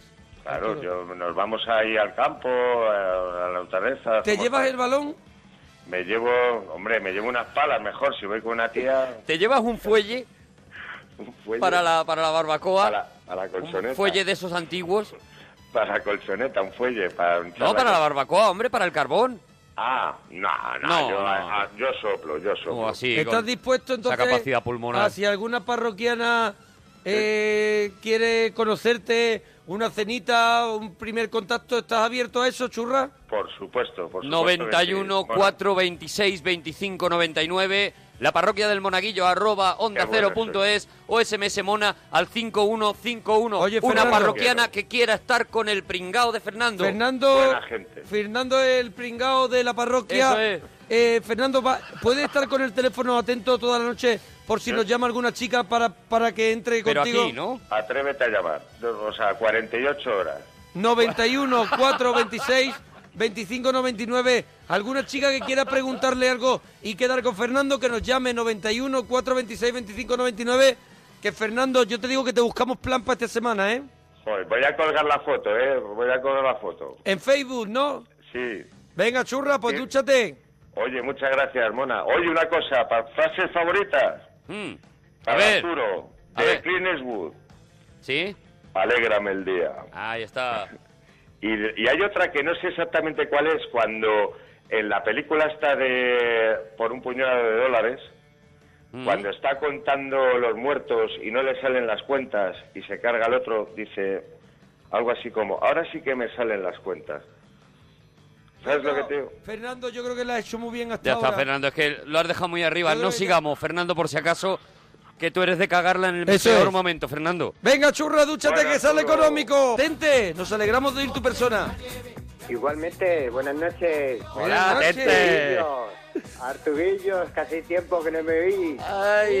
Speaker 5: Claro, yo, nos vamos ahí al campo, a, a la naturaleza.
Speaker 2: ¿Te
Speaker 5: hacemos-
Speaker 2: llevas el balón?
Speaker 5: Me llevo, hombre, me llevo unas palas mejor si voy con una tía.
Speaker 6: ¿Te llevas un fuelle
Speaker 5: un fuelle
Speaker 6: para la, para la barbacoa?
Speaker 5: a la colchoneta.
Speaker 6: un fuelle de esos antiguos.
Speaker 5: Para la colchoneta, un fuelle. Para un
Speaker 6: No,
Speaker 5: charla-
Speaker 6: para la barbacoa, hombre, para el carbón.
Speaker 5: Ah, no, no,
Speaker 6: No,
Speaker 5: yo,
Speaker 6: no.
Speaker 5: ah, yo soplo, yo soplo.
Speaker 6: O así,
Speaker 2: ¿Estás
Speaker 6: con
Speaker 2: dispuesto
Speaker 6: esa
Speaker 2: entonces
Speaker 6: capacidad pulmonar.
Speaker 2: a si alguna parroquiana eh, quiere conocerte, una cenita, un primer contacto, ¿estás abierto a eso, churra?
Speaker 5: Por supuesto, por supuesto. que sí.
Speaker 6: 91
Speaker 5: Bueno,
Speaker 6: 426 25 99 la parroquia del monaguillo arroba onda
Speaker 5: Qué bueno
Speaker 6: cero punto es o sms mona al 5151 una
Speaker 2: Fernando.
Speaker 6: parroquiana que quiera estar con el pringao de Fernando
Speaker 2: Fernando, Fernando es el pringao de la parroquia.
Speaker 6: Eso es.
Speaker 2: Eh, Fernando, va- ¿puede estar con el teléfono atento toda la noche por si nos llama alguna chica para, para que entre contigo?
Speaker 5: Atrévete a llamar. O sea, 48 horas.
Speaker 2: 91 426 2599. ¿Alguna chica que quiera preguntarle algo y quedar con Fernando que nos llame 91 426 2599? Que Fernando, yo te digo que te buscamos plan para esta semana, ¿eh?
Speaker 5: Joder, voy a colgar la foto, ¿eh? Voy a colgar la foto.
Speaker 2: En Facebook, ¿no?
Speaker 5: Sí.
Speaker 2: Venga, churra, pues dúchate.
Speaker 5: Oye, muchas gracias, Mona. Oye, una cosa, para frases favoritas. Para
Speaker 6: Hmm. ver.
Speaker 5: Arturo, de Clint Eastwood.
Speaker 6: ¿Sí? Ah.
Speaker 5: Alégrame el día.
Speaker 6: ahí está
Speaker 5: Y, y hay otra que no sé exactamente cuál es, cuando en la película está de Por un puñado de dólares, cuando está contando los muertos y no le salen las cuentas y se carga el otro, dice algo así como, ahora sí que me salen las cuentas. ¿Sabes lo que te digo?
Speaker 2: Fernando, yo creo que la has hecho muy bien hasta
Speaker 6: ya está
Speaker 2: ahora.
Speaker 6: Fernando es que lo has dejado muy arriba no sigamos Fernando por si acaso que tú eres de cagarla en el
Speaker 2: Eso
Speaker 6: peor
Speaker 2: es.
Speaker 6: momento Fernando
Speaker 2: Venga, churra, dúchate
Speaker 6: Bueno,
Speaker 2: que sale
Speaker 6: Arturo.
Speaker 2: económico. Tente, nos alegramos de ir tu persona.
Speaker 15: Igualmente, buenas noches.
Speaker 2: Hola, noches. Tete.
Speaker 15: Artubillos, Artubillos, casi tiempo que no me vi.
Speaker 6: Uy,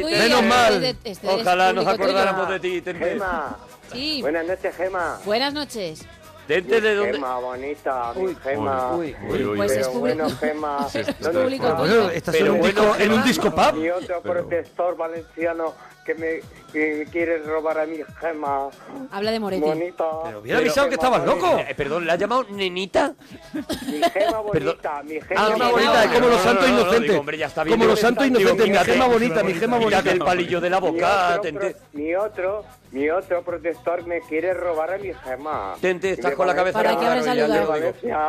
Speaker 6: Tete. menos mal.
Speaker 9: Este- este es
Speaker 6: ojalá nos
Speaker 9: público tuyo.
Speaker 6: acordáramos de ti Tente.
Speaker 15: Gema.
Speaker 9: Sí.
Speaker 15: Buenas noches,
Speaker 6: Ah.
Speaker 15: Gema.
Speaker 9: Buenas noches.
Speaker 6: Tente de dónde
Speaker 15: Gema, bonita, mi Gema.
Speaker 6: uy,
Speaker 2: uy, uy.
Speaker 9: Pues es
Speaker 15: Pero bueno, Gema. ¿dónde estás?
Speaker 2: estás en un, disco, en un disco pub.
Speaker 15: Ni otro protector valenciano que me, que me quiere robar a mi Gema.
Speaker 9: Habla de Moretti.
Speaker 15: Bonita.
Speaker 6: Pero-
Speaker 15: Gema bonita.
Speaker 6: Eh, perdón, ¿la has llamado nenita?
Speaker 15: Mi Gema bonita, mi Gema
Speaker 6: Ah,
Speaker 15: bonita.
Speaker 6: gema bonita, es como los santos inocentes. Como los santos inocentes, mi gema bonita, mi gema bonita.
Speaker 15: Ni otro, pro- ni otro, ni otro protector me quiere robar a mi gema.
Speaker 6: Tente, estás
Speaker 15: De
Speaker 6: con la cabeza
Speaker 15: Valencia,
Speaker 6: ¿Para qué habrás
Speaker 15: de
Speaker 6: saludado?
Speaker 15: Valencia.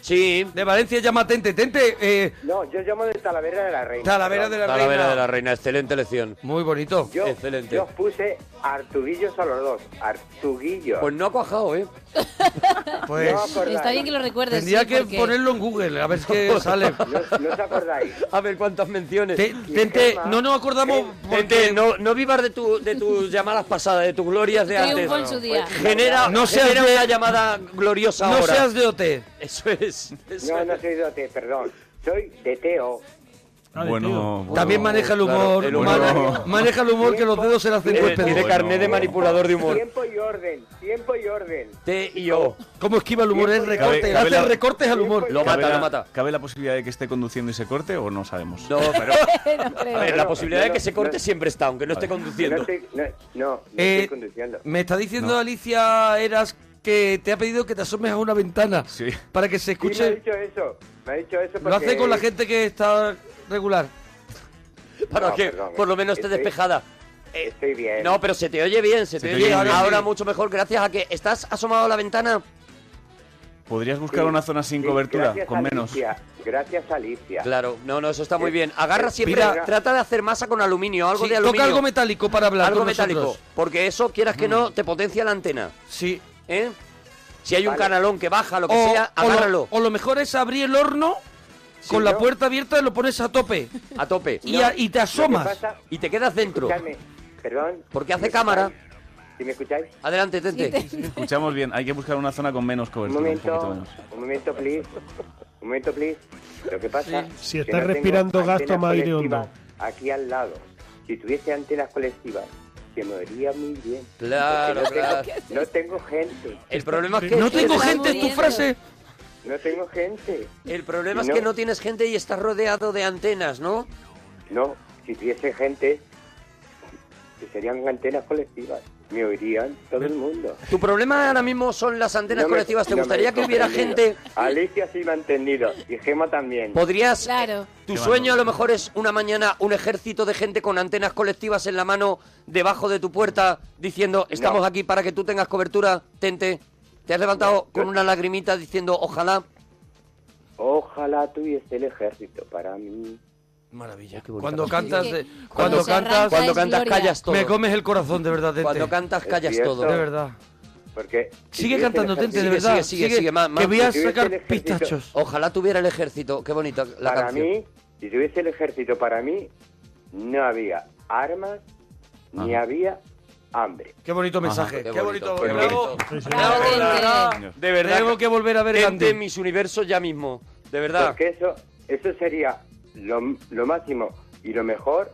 Speaker 6: Sí.
Speaker 2: De Valencia llama a Tente. Tente, eh,
Speaker 15: No, yo llamo de Talavera de la Reina.
Speaker 2: Talavera de la
Speaker 6: Talavera
Speaker 2: Reina.
Speaker 6: de la Reina, excelente lección.
Speaker 2: Muy bonito.
Speaker 15: Yo,
Speaker 6: excelente.
Speaker 15: yo os puse Artuguillos a los dos. Artuguillos.
Speaker 6: Pues no ha cuajado, ¿eh?
Speaker 2: Pues
Speaker 15: No acordáis.
Speaker 9: Está bien que lo recuerdes.
Speaker 2: tendría
Speaker 9: Pues sí,
Speaker 2: que
Speaker 9: porque-
Speaker 2: ponerlo en Google, a ver qué
Speaker 6: *laughs*
Speaker 2: sale.
Speaker 15: ¿No os acordáis?
Speaker 6: A ver cuántas menciones.
Speaker 2: Te- Tente, no nos acordamos.
Speaker 6: Tente, no, no vivas de, tu, de tus llamadas pasadas, de tus glorias de antes.
Speaker 9: Triunfo en su día.
Speaker 6: Genera,
Speaker 2: No seas
Speaker 6: genera
Speaker 2: de-
Speaker 6: una llamada gloriosa
Speaker 2: No
Speaker 6: ahora.
Speaker 2: seas de OT.
Speaker 6: Eso es. eso
Speaker 15: No,
Speaker 6: es.
Speaker 15: no soy de Ote, perdón. Soy de Teo.
Speaker 16: Bueno, bueno,
Speaker 2: También maneja el humor.
Speaker 16: claro, el
Speaker 2: mane-
Speaker 16: humor.
Speaker 2: Maneja el humor que los dedos se le hacen
Speaker 6: Eh,
Speaker 2: huéspedes.
Speaker 6: tiene carné de manipulador de humor.
Speaker 15: Tiempo y orden, tiempo y orden.
Speaker 6: T y O.
Speaker 2: ¿Cómo esquiva el humor? Es recorte.
Speaker 16: Cabe-
Speaker 2: hace
Speaker 16: cabe la-
Speaker 2: recortes al humor.
Speaker 16: ¿Cabe la-
Speaker 6: lo mata.
Speaker 16: ¿Cabe la posibilidad de que esté conduciendo y se corte o no sabemos?
Speaker 6: No, pero
Speaker 2: *laughs*
Speaker 9: creo.
Speaker 6: a ver, la
Speaker 16: No,
Speaker 6: posibilidad
Speaker 16: no,
Speaker 6: de que se corte
Speaker 16: no.
Speaker 6: siempre está, aunque no esté
Speaker 15: No,
Speaker 6: conduciendo.
Speaker 15: estoy- no, no, no
Speaker 2: Eh,
Speaker 15: estoy conduciendo.
Speaker 2: Me está diciendo Alicia Eras que te ha pedido que te asomes a una ventana para que se
Speaker 15: Sí, me ha
Speaker 2: escuche.
Speaker 15: dicho eso. Me ha dicho eso
Speaker 2: Lo hace
Speaker 15: porque-
Speaker 2: con la gente que está regular.
Speaker 6: Para
Speaker 15: No,
Speaker 6: que
Speaker 15: perdón, eh,
Speaker 6: por lo menos esté
Speaker 15: estoy-
Speaker 6: despejada.
Speaker 15: Estoy bien.
Speaker 6: No, pero se te oye bien, se, te, oye bien.
Speaker 16: muy bien.
Speaker 6: Ahora mucho mejor, gracias a que estás asomado a la ventana.
Speaker 16: ¿Podrías buscar
Speaker 6: Sí,
Speaker 16: una zona sin
Speaker 6: sí,
Speaker 16: cobertura,
Speaker 6: gracias
Speaker 16: con
Speaker 6: a
Speaker 16: menos?
Speaker 15: Alicia, Gracias, Alicia.
Speaker 6: Claro, no, no, eso está muy bien. Agarra
Speaker 15: eh,
Speaker 6: siempre,
Speaker 15: mira.
Speaker 6: trata de hacer masa con aluminio, algo
Speaker 2: Sí,
Speaker 6: de
Speaker 2: toca
Speaker 6: aluminio.
Speaker 2: algo metálico para hablar
Speaker 6: Algo
Speaker 2: con
Speaker 6: metálico,
Speaker 2: nosotros. Mm.
Speaker 6: porque eso, quieras que no, te potencia la antena.
Speaker 2: Sí.
Speaker 6: ¿Eh? Si hay un
Speaker 2: Vale.
Speaker 6: canalón que baja, lo que
Speaker 2: O-
Speaker 6: sea,
Speaker 2: o lo-
Speaker 6: agárralo.
Speaker 2: O lo, mejor es abrir el horno con la
Speaker 15: yo-
Speaker 2: puerta abierta lo pones a tope.
Speaker 6: *laughs* A tope.
Speaker 2: Y, a- y te asomas.
Speaker 15: Lo que pasa-
Speaker 6: Y te quedas dentro.
Speaker 15: Escuchadme, perdón.
Speaker 6: Porque
Speaker 15: ¿me
Speaker 6: hace
Speaker 15: escucháis?
Speaker 6: cámara.
Speaker 15: ¿Sí me escucháis?
Speaker 6: Adelante,
Speaker 15: Sí, te-
Speaker 16: Escuchamos bien, hay que buscar una zona con menos
Speaker 15: Un
Speaker 16: cobertura. un poquito
Speaker 15: momento,
Speaker 16: menos.
Speaker 15: un momento, please. Un momento, please. Lo que pasa.
Speaker 17: Si
Speaker 15: que
Speaker 17: estás
Speaker 15: no tengo
Speaker 17: respirando gas,
Speaker 15: antenas
Speaker 17: toma aire
Speaker 15: colectivas
Speaker 17: hondo.
Speaker 15: Aquí al lado. Si tuviese antenas colectivas, se me oiría muy bien.
Speaker 6: Claro,
Speaker 15: Porque no
Speaker 6: claro.
Speaker 15: Tengo, no tengo gente.
Speaker 6: El problema es que...
Speaker 15: No tengo gente, es tu frase.
Speaker 6: frases.
Speaker 15: No tengo gente.
Speaker 6: El problema es
Speaker 15: No.
Speaker 6: que no tienes gente y estás rodeado de antenas, ¿no?
Speaker 15: No, si tuviese gente, que serían antenas colectivas. Me oirían todo el mundo.
Speaker 6: Tu problema ahora mismo son las antenas
Speaker 15: No me-
Speaker 6: colectivas. ¿Te
Speaker 15: no me
Speaker 6: gustaría que hubiera
Speaker 15: comprendido.
Speaker 6: gente?
Speaker 15: Alicia sí me ha entendido. Y Gema también.
Speaker 6: ¿Podrías?
Speaker 9: Claro.
Speaker 6: Tu sueño a lo mejor es una mañana un ejército de gente con antenas colectivas en la mano debajo de tu puerta diciendo estamos aquí para que tú tengas cobertura, tente. Te has levantado con una lagrimita diciendo ojalá.
Speaker 15: Ojalá tuviese el ejército para mí.
Speaker 2: Maravilla.
Speaker 15: bonita
Speaker 2: Cuando
Speaker 15: canción.
Speaker 2: cantas,
Speaker 15: Es que
Speaker 2: eh,
Speaker 15: cuando
Speaker 2: cuando
Speaker 15: se arranca
Speaker 2: cantas,
Speaker 15: Cuando es cantas, gloria. callas todo.
Speaker 2: Me comes el corazón, de verdad, Tente.
Speaker 6: Cuando cantas,
Speaker 15: Es callas cierto. todo.
Speaker 2: De verdad.
Speaker 15: Porque si
Speaker 2: Sigue
Speaker 15: tuviese
Speaker 2: cantando,
Speaker 15: el ejército-
Speaker 2: Tente, de verdad.
Speaker 6: Sigue, sigue, sigue, más, más.
Speaker 2: Que voy a
Speaker 15: Si tuviese el
Speaker 2: sacar
Speaker 15: ejército-
Speaker 2: pistachos.
Speaker 6: Ojalá tuviera el ejército. Qué bonita la
Speaker 15: para
Speaker 6: canción.
Speaker 15: mí, si tuviese el ejército para mí, no había armas ni había hambre.
Speaker 2: Qué bonito mensaje.
Speaker 6: qué
Speaker 2: Qué bonito.
Speaker 6: bonito, qué
Speaker 2: Bravo.
Speaker 6: bonito.
Speaker 2: Bravo,
Speaker 6: Bravo,
Speaker 2: de
Speaker 6: Tente.
Speaker 2: verdad.
Speaker 6: De verdad.
Speaker 2: Tengo que volver a ver
Speaker 6: Tente
Speaker 2: Gandhi.
Speaker 6: mis universos ya mismo. De verdad.
Speaker 15: Porque eso, eso sería lo, lo máximo y lo mejor.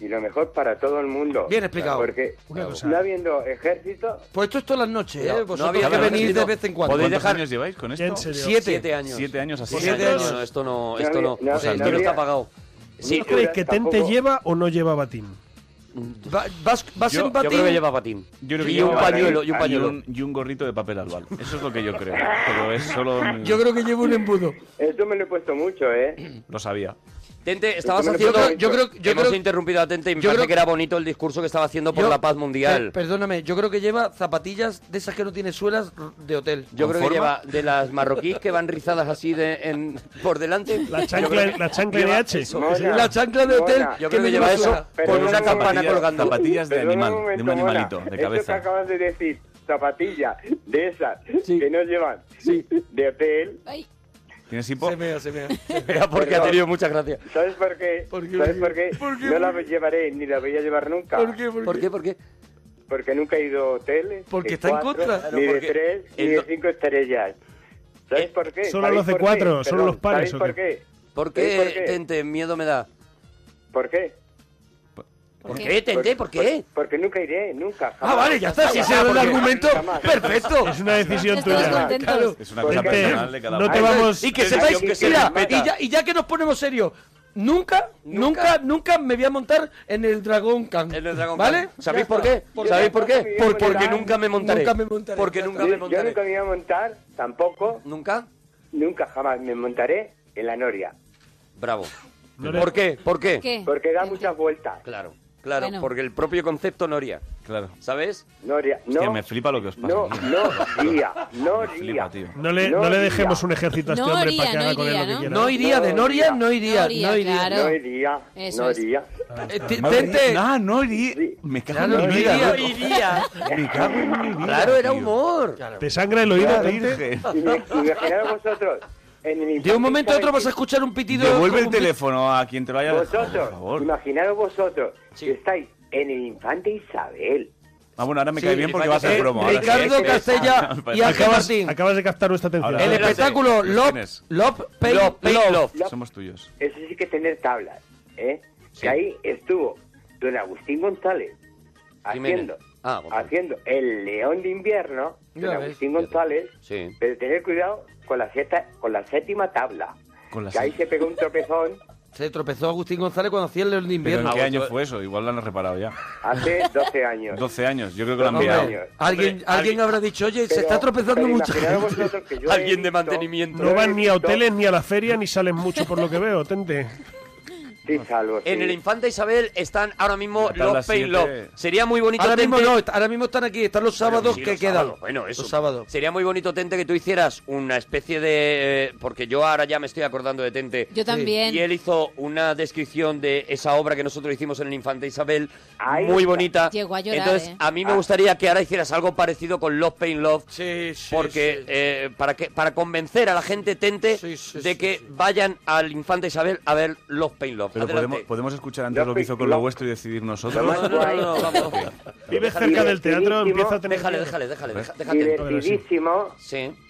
Speaker 15: Y lo mejor para todo el mundo.
Speaker 2: Bien explicado.
Speaker 15: Porque
Speaker 2: Una cosa.
Speaker 15: no habiendo ejército,
Speaker 2: Pues esto es todas las noches,
Speaker 15: No,
Speaker 2: ¿eh?
Speaker 15: no
Speaker 2: Vosotros
Speaker 15: había
Speaker 2: que venís de
Speaker 15: conocido.
Speaker 2: vez en cuando.
Speaker 16: ¿Podéis
Speaker 2: ¿Cuántos
Speaker 16: dejar...
Speaker 2: años
Speaker 16: años lleváis con esto?
Speaker 2: ¿En serio? Siete.
Speaker 6: Siete años.
Speaker 16: Siete años así.
Speaker 6: Siete
Speaker 16: Siete
Speaker 6: años. No, no, esto no, esto no,
Speaker 15: No,
Speaker 6: o sea,
Speaker 15: no,
Speaker 6: esto no
Speaker 15: no,
Speaker 6: está
Speaker 15: no.
Speaker 6: apagado. Sí,
Speaker 17: ¿Tú crees que Tente
Speaker 6: tampoco-
Speaker 17: lleva o no lleva batín?
Speaker 2: vas,
Speaker 17: vas en batín?
Speaker 16: Yo creo
Speaker 6: Y
Speaker 16: que
Speaker 6: un
Speaker 16: lleva
Speaker 6: pañuelo,
Speaker 16: batín
Speaker 6: y un pañuelo.
Speaker 16: un- y un gorrito de papel albal. Eso es lo que yo creo. Pero es solo... mi-
Speaker 2: Yo creo que llevo un embudo.
Speaker 15: Esto me lo he puesto mucho, ¿eh?
Speaker 16: Lo sabía.
Speaker 6: Tente, estabas
Speaker 15: Yo creo-
Speaker 6: haciendo.
Speaker 15: yo creo-
Speaker 2: yo
Speaker 6: Hemos
Speaker 2: creo-
Speaker 6: interrumpido a Tente y me
Speaker 2: yo
Speaker 6: parece
Speaker 2: creo-
Speaker 6: que era bonito el discurso que estaba haciendo por
Speaker 2: Yo-
Speaker 6: la paz
Speaker 2: Eh,
Speaker 6: mundial.
Speaker 2: perdóname, yo creo que lleva zapatillas de esas que no tienen suelas r- de hotel.
Speaker 6: Yo creo que lleva de las marroquíes que van rizadas así de, en, por delante.
Speaker 17: La
Speaker 6: Yo creo
Speaker 17: chancla,
Speaker 6: que
Speaker 17: la chancla de
Speaker 6: lleva
Speaker 17: H.
Speaker 6: eso.
Speaker 2: La chancla de hotel que
Speaker 6: Yo creo
Speaker 2: me
Speaker 6: que lleva
Speaker 2: lleva
Speaker 6: eso
Speaker 2: suela.
Speaker 6: con una campana
Speaker 16: zapatillas-
Speaker 6: colgando.
Speaker 16: Zapatillas de
Speaker 15: Perdona
Speaker 16: animal,
Speaker 15: un
Speaker 16: de un
Speaker 15: momento, Mona.
Speaker 16: animalito, de
Speaker 15: Eso que
Speaker 16: cabeza.
Speaker 15: acabas de decir, zapatillas de esas que nos llevan de hotel.
Speaker 16: ¿Tienes hipo? Se
Speaker 2: mea, se mea.
Speaker 6: porque ha tenido muchas gracias.
Speaker 15: ¿Sabes por qué? ¿Sabes por qué? no la llevaré ni la voy a llevar nunca. ¿Por qué?
Speaker 6: ¿Por qué? ¿Por qué?
Speaker 15: Porque nunca he ido a hoteles.
Speaker 2: Porque
Speaker 15: de
Speaker 2: está en
Speaker 15: cuatro,
Speaker 2: contra.
Speaker 15: Ni
Speaker 2: Claro,
Speaker 15: de
Speaker 2: porque
Speaker 15: tres, ni de cinco estrellas.
Speaker 6: Eh,
Speaker 15: ¿Sabes por qué?
Speaker 17: Solo
Speaker 15: ¿Sabéis
Speaker 17: los de
Speaker 15: por qué?
Speaker 17: cuatro, solo
Speaker 15: Perdón,
Speaker 17: los pares,
Speaker 15: ¿Sabéis
Speaker 17: ¿o
Speaker 15: por
Speaker 17: qué?
Speaker 15: qué?
Speaker 6: ¿Por
Speaker 15: ¿Sabéis
Speaker 6: qué, Tente? Miedo me da.
Speaker 15: ¿Por qué?
Speaker 6: ¿Por qué, Tente? ¿Por qué?
Speaker 15: Porque nunca iré, nunca.
Speaker 6: Ah, vale, ya está, si ese
Speaker 15: es
Speaker 6: era el argumento,
Speaker 2: perfecto.
Speaker 17: Es una decisión
Speaker 2: Estamos
Speaker 17: tuya.
Speaker 2: contentos. Claro.
Speaker 16: Es una cosa
Speaker 17: Porque
Speaker 16: personal de cada
Speaker 17: No
Speaker 16: uno.
Speaker 17: te vamos...
Speaker 2: Y que
Speaker 16: Tente,
Speaker 2: sepáis,
Speaker 16: que se
Speaker 2: mira,
Speaker 16: respeta.
Speaker 2: y ya, y ya que nos ponemos serios, nunca, nunca, nunca me voy a montar en el Dragón Khan. ¿Vale?
Speaker 6: ¿Sabéis
Speaker 2: Ya
Speaker 6: por
Speaker 2: está.
Speaker 6: qué? ¿Sabéis por qué?
Speaker 2: Por-
Speaker 6: porque nunca me montaré.
Speaker 2: Nunca me montaré.
Speaker 6: Porque
Speaker 2: Ya
Speaker 6: nunca
Speaker 2: está.
Speaker 6: me
Speaker 15: Yo
Speaker 6: montaré.
Speaker 15: nunca me voy a montar, tampoco.
Speaker 6: ¿Nunca?
Speaker 15: Nunca jamás me montaré en la noria.
Speaker 6: Bravo. ¿Por qué? ¿Por qué?
Speaker 15: Porque da muchas vueltas.
Speaker 6: Claro, claro,
Speaker 15: Bueno.
Speaker 6: porque el propio concepto Noria.
Speaker 16: Claro.
Speaker 6: ¿Sabes?
Speaker 15: Noria, no.
Speaker 16: Hostia, me flipa lo que os pasa.
Speaker 15: No,
Speaker 16: *laughs*
Speaker 15: no iría, no
Speaker 16: Me
Speaker 15: iría.
Speaker 16: flipa, tío.
Speaker 17: No le, no le dejemos un ejército a este
Speaker 15: No
Speaker 17: hombre
Speaker 15: iría,
Speaker 17: para que
Speaker 15: no
Speaker 17: haga con él
Speaker 15: iría,
Speaker 17: lo que
Speaker 15: ¿no?
Speaker 17: quiera.
Speaker 2: No iría, de Noria no iría, no iría.
Speaker 15: No iría, no iría.
Speaker 2: Eso
Speaker 15: no
Speaker 2: es.
Speaker 15: iría.
Speaker 2: Eh, t-
Speaker 16: Madre mía.
Speaker 2: Tente.
Speaker 16: Ah, no iría. Me cago
Speaker 2: Claro,
Speaker 16: en mi
Speaker 2: no
Speaker 16: vida.
Speaker 2: iría.
Speaker 16: loco. Me cago en mi vida.
Speaker 6: Claro, era
Speaker 16: tío.
Speaker 6: humor.
Speaker 17: Te sangra el oído,
Speaker 16: Claro,
Speaker 17: Tente.
Speaker 16: virgen.
Speaker 15: Imaginaros vosotros. En el
Speaker 2: De un momento a otro
Speaker 15: instante
Speaker 2: vas a escuchar un pitido.
Speaker 16: Devuelve el
Speaker 2: un pi-
Speaker 16: teléfono a quien te lo haya dejado, por
Speaker 15: Vosotros,
Speaker 16: favor.
Speaker 15: imaginaros vosotros que estáis en el Infante Isabel.
Speaker 16: Ah, bueno, ahora me
Speaker 2: Sí,
Speaker 16: cae bien porque va a ser
Speaker 2: eh,
Speaker 16: promo. ahora sí.
Speaker 2: Ricardo
Speaker 16: Sí, sí.
Speaker 2: Castella
Speaker 16: *laughs* Ah,
Speaker 2: y Ángel
Speaker 16: acabas-
Speaker 2: Martín.
Speaker 17: Acabas de captar nuestra atención.
Speaker 16: Ahora,
Speaker 2: El
Speaker 16: adelante.
Speaker 2: espectáculo
Speaker 16: Los
Speaker 2: Love,
Speaker 16: tienes.
Speaker 2: Love, Pay, Love.
Speaker 16: Somos tuyos.
Speaker 15: Eso sí que es tener tablas, ¿eh? Que ahí estuvo don Agustín González haciendo,
Speaker 6: Ah,
Speaker 15: haciendo el león de invierno,
Speaker 6: Ya
Speaker 15: don
Speaker 6: ves.
Speaker 15: Agustín González,
Speaker 6: Sí.
Speaker 15: pero tener cuidado con la, sexta- con la séptima tabla.
Speaker 16: Con la
Speaker 15: que ahí se pegó un tropezón
Speaker 2: Se tropezó Agustín González cuando hacía el León de
Speaker 16: ¿Pero
Speaker 2: Invierno.
Speaker 16: en qué año fue eso? Igual lo han reparado ya.
Speaker 15: hace
Speaker 6: *laughs*
Speaker 15: 12 años.
Speaker 16: 12 años, yo creo que lo han
Speaker 2: Hombre,
Speaker 16: mirado.
Speaker 2: ¿Alguien, alguien, habrá dicho, oye, se está tropezando mucho.
Speaker 6: Alguien de mantenimiento.
Speaker 17: No van ni a hoteles, ni a la feria, ni salen mucho por lo que veo, Tente.
Speaker 15: Sí, salvo.
Speaker 6: En el Infanta Isabel están ahora mismo
Speaker 2: Están
Speaker 6: los
Speaker 2: las
Speaker 6: Pay
Speaker 2: siete.
Speaker 6: Love. Sería muy bonito.
Speaker 2: Ahora mismo
Speaker 6: Tente-
Speaker 2: no, est- ahora mismo están aquí, están los sábados
Speaker 6: Sí,
Speaker 2: que
Speaker 6: los
Speaker 2: quedan.
Speaker 6: sábados. pues, Bueno, eso.
Speaker 2: Los sábados.
Speaker 6: Sería muy bonito, Tente, que tú hicieras una especie de... eh, Porque yo ahora ya me estoy acordando de Tente.
Speaker 9: Yo también.
Speaker 6: Y él hizo una descripción de esa obra que nosotros hicimos en el Infante Isabel,
Speaker 9: Ahí
Speaker 6: muy
Speaker 9: está.
Speaker 6: bonita.
Speaker 9: Llegó a llorar,
Speaker 6: Entonces,
Speaker 9: ¿eh?
Speaker 6: a mí me
Speaker 9: Ah.
Speaker 6: gustaría que ahora hicieras algo parecido con Love, Pain, Love. Porque eh, para, que, para convencer a la gente, Tente, de que vayan al Infante Isabel a ver Love, Pain, Love.
Speaker 16: Pero
Speaker 6: Adelante.
Speaker 16: podemos, podemos escuchar antes lo que hizo con lo vuestro y decidir nosotros.
Speaker 6: No, no, no, no, vamos.
Speaker 16: Vive
Speaker 6: Déjale,
Speaker 16: cerca
Speaker 6: déjale.
Speaker 16: del teatro, empieza a tener
Speaker 6: Déjale,
Speaker 16: miedo.
Speaker 6: déjale, déjale, deja- déjate.
Speaker 15: Divertidísimo,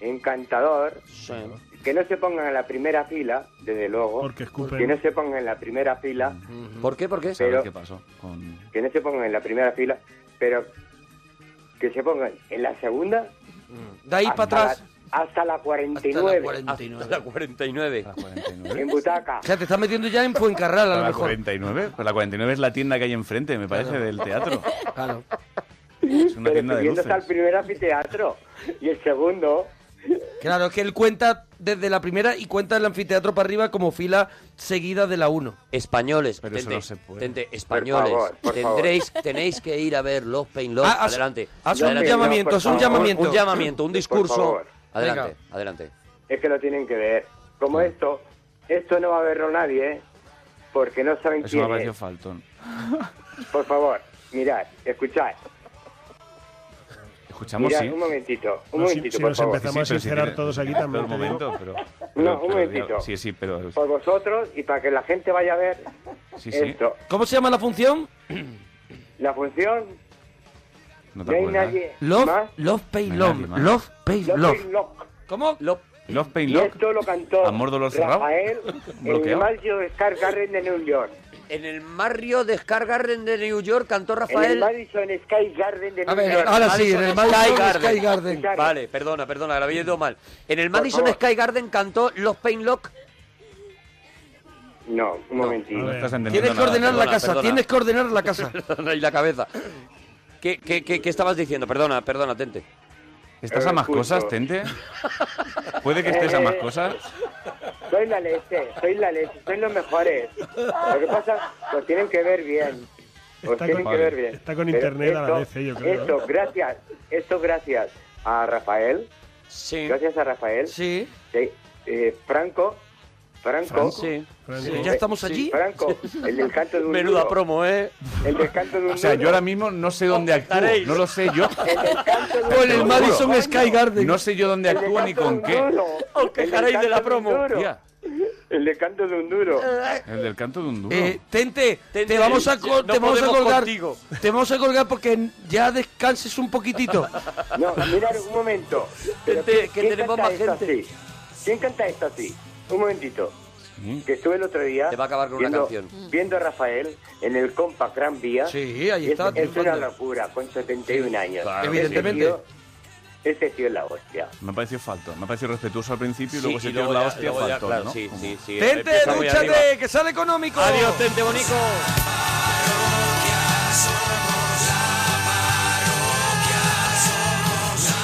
Speaker 15: encantador.
Speaker 6: Sí.
Speaker 15: Que no se pongan en la primera fila, desde luego. Porque
Speaker 16: escupen.
Speaker 15: Que no se pongan en la primera fila.
Speaker 6: ¿Por qué? ¿Por qué?
Speaker 15: Pero-
Speaker 16: ¿Qué pasó? Con...
Speaker 15: Que no se pongan en la primera fila, pero que se pongan en la segunda.
Speaker 2: De ahí
Speaker 15: hasta
Speaker 2: para atrás.
Speaker 15: la- hasta la 49.
Speaker 6: Hasta la 49.
Speaker 15: En butaca.
Speaker 2: O sea, te estás metiendo ya en Fuencarral, a
Speaker 16: Para
Speaker 2: lo
Speaker 16: la
Speaker 2: mejor.
Speaker 16: 49, pero la 49 es la tienda que hay enfrente, me parece,
Speaker 2: Claro.
Speaker 16: del teatro.
Speaker 2: Claro.
Speaker 16: Es una
Speaker 15: Pero
Speaker 16: tienda de
Speaker 15: subiendo
Speaker 16: luces.
Speaker 15: hasta el primer anfiteatro. Y el segundo.
Speaker 2: Claro, es que él cuenta desde la primera y cuenta el anfiteatro para arriba como fila seguida de la 1.
Speaker 6: Españoles, Pero
Speaker 2: eso
Speaker 6: Tente,
Speaker 2: no se puede.
Speaker 6: tente, españoles,
Speaker 2: Por favor, por
Speaker 6: tendréis, tenéis que ir a ver Los Pain Love.
Speaker 2: Ah, haz-
Speaker 6: adelante.
Speaker 2: haz un
Speaker 6: Adelante.
Speaker 2: llamamiento,
Speaker 6: Por
Speaker 2: haz un
Speaker 6: favor.
Speaker 2: llamamiento.
Speaker 6: Un llamamiento, un
Speaker 2: Por
Speaker 6: discurso.
Speaker 15: favor.
Speaker 6: Adelante,
Speaker 15: Venga.
Speaker 6: adelante.
Speaker 15: es que lo tienen que ver. Como esto, esto no va a verlo nadie, ¿eh? porque no saben
Speaker 16: Eso me ha
Speaker 15: quién
Speaker 16: parecido
Speaker 15: es.
Speaker 16: faltón.
Speaker 15: *laughs* Por favor, mirad, escuchad.
Speaker 16: Escuchamos,
Speaker 15: mirad,
Speaker 16: sí.
Speaker 15: un momentito, un
Speaker 17: No, si-
Speaker 15: momentito,
Speaker 17: si
Speaker 15: por
Speaker 17: nos
Speaker 15: favor.
Speaker 17: empezamos a
Speaker 16: pero si
Speaker 17: sincerar
Speaker 16: tiene-
Speaker 17: todos aquí
Speaker 16: todo
Speaker 17: también,
Speaker 16: el
Speaker 17: te digo.
Speaker 16: momento, pero...
Speaker 15: No, un
Speaker 16: pero-
Speaker 15: momentito.
Speaker 16: Sí, sí, pero...
Speaker 15: Por vosotros y para que la gente vaya a ver
Speaker 16: Sí, sí.
Speaker 15: esto.
Speaker 2: ¿Cómo se llama la función?
Speaker 15: La función, no
Speaker 16: No te
Speaker 15: hay
Speaker 16: acuerdas.
Speaker 15: nadie
Speaker 2: Love,
Speaker 15: más.
Speaker 2: love, pay,
Speaker 16: No hay
Speaker 2: love.
Speaker 16: nadie más.
Speaker 2: Love, pay,
Speaker 15: Yo
Speaker 2: love.
Speaker 15: soy Locke.
Speaker 2: ¿Cómo?
Speaker 6: Love,
Speaker 16: Love Pain
Speaker 15: Y
Speaker 16: Love.
Speaker 15: esto lo cantó
Speaker 16: Amor, dolor cerrado.
Speaker 15: Rafael en el
Speaker 16: *laughs* Bloqueado.
Speaker 15: Mario Scar Garden de New York.
Speaker 6: En el Mario de Scar Garden de New York cantó
Speaker 15: En el
Speaker 6: Rafael.
Speaker 15: Madison Sky Garden de New York.
Speaker 6: Madison Sky Garden.
Speaker 15: Garden.
Speaker 6: Vale, perdona, perdona, la había ido mal. En el
Speaker 15: Por
Speaker 6: Madison
Speaker 15: favor.
Speaker 6: Sky Garden cantó Los Pain Lock.
Speaker 15: No, un momentito.
Speaker 16: No estás entendiendo
Speaker 2: Tienes que
Speaker 16: nada,
Speaker 2: ordenar la
Speaker 16: perdona,
Speaker 2: casa,
Speaker 16: perdona.
Speaker 2: tienes que ordenar la casa.
Speaker 6: *laughs* Perdona, y la cabeza. ¿Qué, qué, qué, qué estabas diciendo? Perdona, perdona, Tente.
Speaker 16: ¿Estás a
Speaker 15: Eh,
Speaker 16: más
Speaker 6: Justo.
Speaker 16: cosas, Tente? ¿Puede que estés a más cosas?
Speaker 15: Soy la leche, soy la leche, soy los mejores. Lo que pasa, lo tienen que ver bien. Lo
Speaker 17: Está
Speaker 15: tienen
Speaker 17: con-
Speaker 15: que ver bien.
Speaker 17: está con
Speaker 15: Pero
Speaker 17: internet a la vez, eh, yo creo,
Speaker 15: Esto,
Speaker 17: ¿eh?
Speaker 15: gracias, esto gracias a Rafael. Gracias a Rafael.
Speaker 2: Sí.
Speaker 15: eh, Franco. Franco.
Speaker 2: Franco. Sí. Franco. ¿Ya estamos
Speaker 15: Sí,
Speaker 2: allí?
Speaker 15: Franco, el del canto de un
Speaker 6: Menuda
Speaker 15: duro.
Speaker 6: promo, ¿eh?
Speaker 15: El del canto de un
Speaker 16: O sea,
Speaker 15: duro.
Speaker 16: yo ahora mismo no sé dónde actúo.
Speaker 15: estaréis.
Speaker 16: No lo sé yo.
Speaker 15: *laughs* El del canto de un
Speaker 16: Te lo
Speaker 15: duro.
Speaker 16: juro.
Speaker 2: Sky Garden.
Speaker 16: No sé yo dónde
Speaker 15: El
Speaker 16: actúo
Speaker 15: del
Speaker 16: ni
Speaker 15: canto
Speaker 16: con
Speaker 15: de un
Speaker 16: qué.
Speaker 15: duro.
Speaker 6: Os quejaréis de la promo.
Speaker 16: Tía,
Speaker 15: El del canto de un duro.
Speaker 16: el del canto de un duro.
Speaker 2: Eh, tente, te vamos a, col-
Speaker 6: no
Speaker 2: te vamos a
Speaker 6: podemos
Speaker 2: colgar.
Speaker 6: contigo.
Speaker 2: Te vamos a colgar porque ya descanses un
Speaker 6: *laughs*
Speaker 2: poquitito.
Speaker 15: No, mirad un momento. Pero
Speaker 6: Gente,
Speaker 15: ¿quién-
Speaker 6: que
Speaker 15: quién
Speaker 6: tenemos
Speaker 15: canta
Speaker 6: más
Speaker 15: esto
Speaker 6: gente.
Speaker 15: así? ¿Quién canta esto así? Un momentito. Que estuve el otro día.
Speaker 6: Te va a acabar con una
Speaker 15: viendo,
Speaker 6: canción.
Speaker 15: Viendo a Rafael en el compa Gran Vía.
Speaker 2: Sí, ahí
Speaker 15: Y
Speaker 2: está,
Speaker 15: Es, es una
Speaker 2: triunfando.
Speaker 15: locura, con 71 años.
Speaker 16: claro.
Speaker 15: Ese
Speaker 16: Evidentemente.
Speaker 15: tío- Ese tío es la hostia.
Speaker 16: Me ha parecido falto. Me ha parecido respetuoso al principio y
Speaker 6: Sí,
Speaker 16: luego se
Speaker 6: y
Speaker 16: dio
Speaker 6: luego
Speaker 16: la
Speaker 6: ya-
Speaker 16: hostia
Speaker 6: luego ya,
Speaker 16: faltón,
Speaker 6: claro,
Speaker 16: ¿no?
Speaker 6: sí,
Speaker 16: Como-
Speaker 6: sí, sí.
Speaker 2: Tente,
Speaker 6: Empieza muy arriba.
Speaker 2: dúchate, que sale económico.
Speaker 6: Adiós, Tente Bonico.
Speaker 1: Parroquia somos, la parroquia somos, la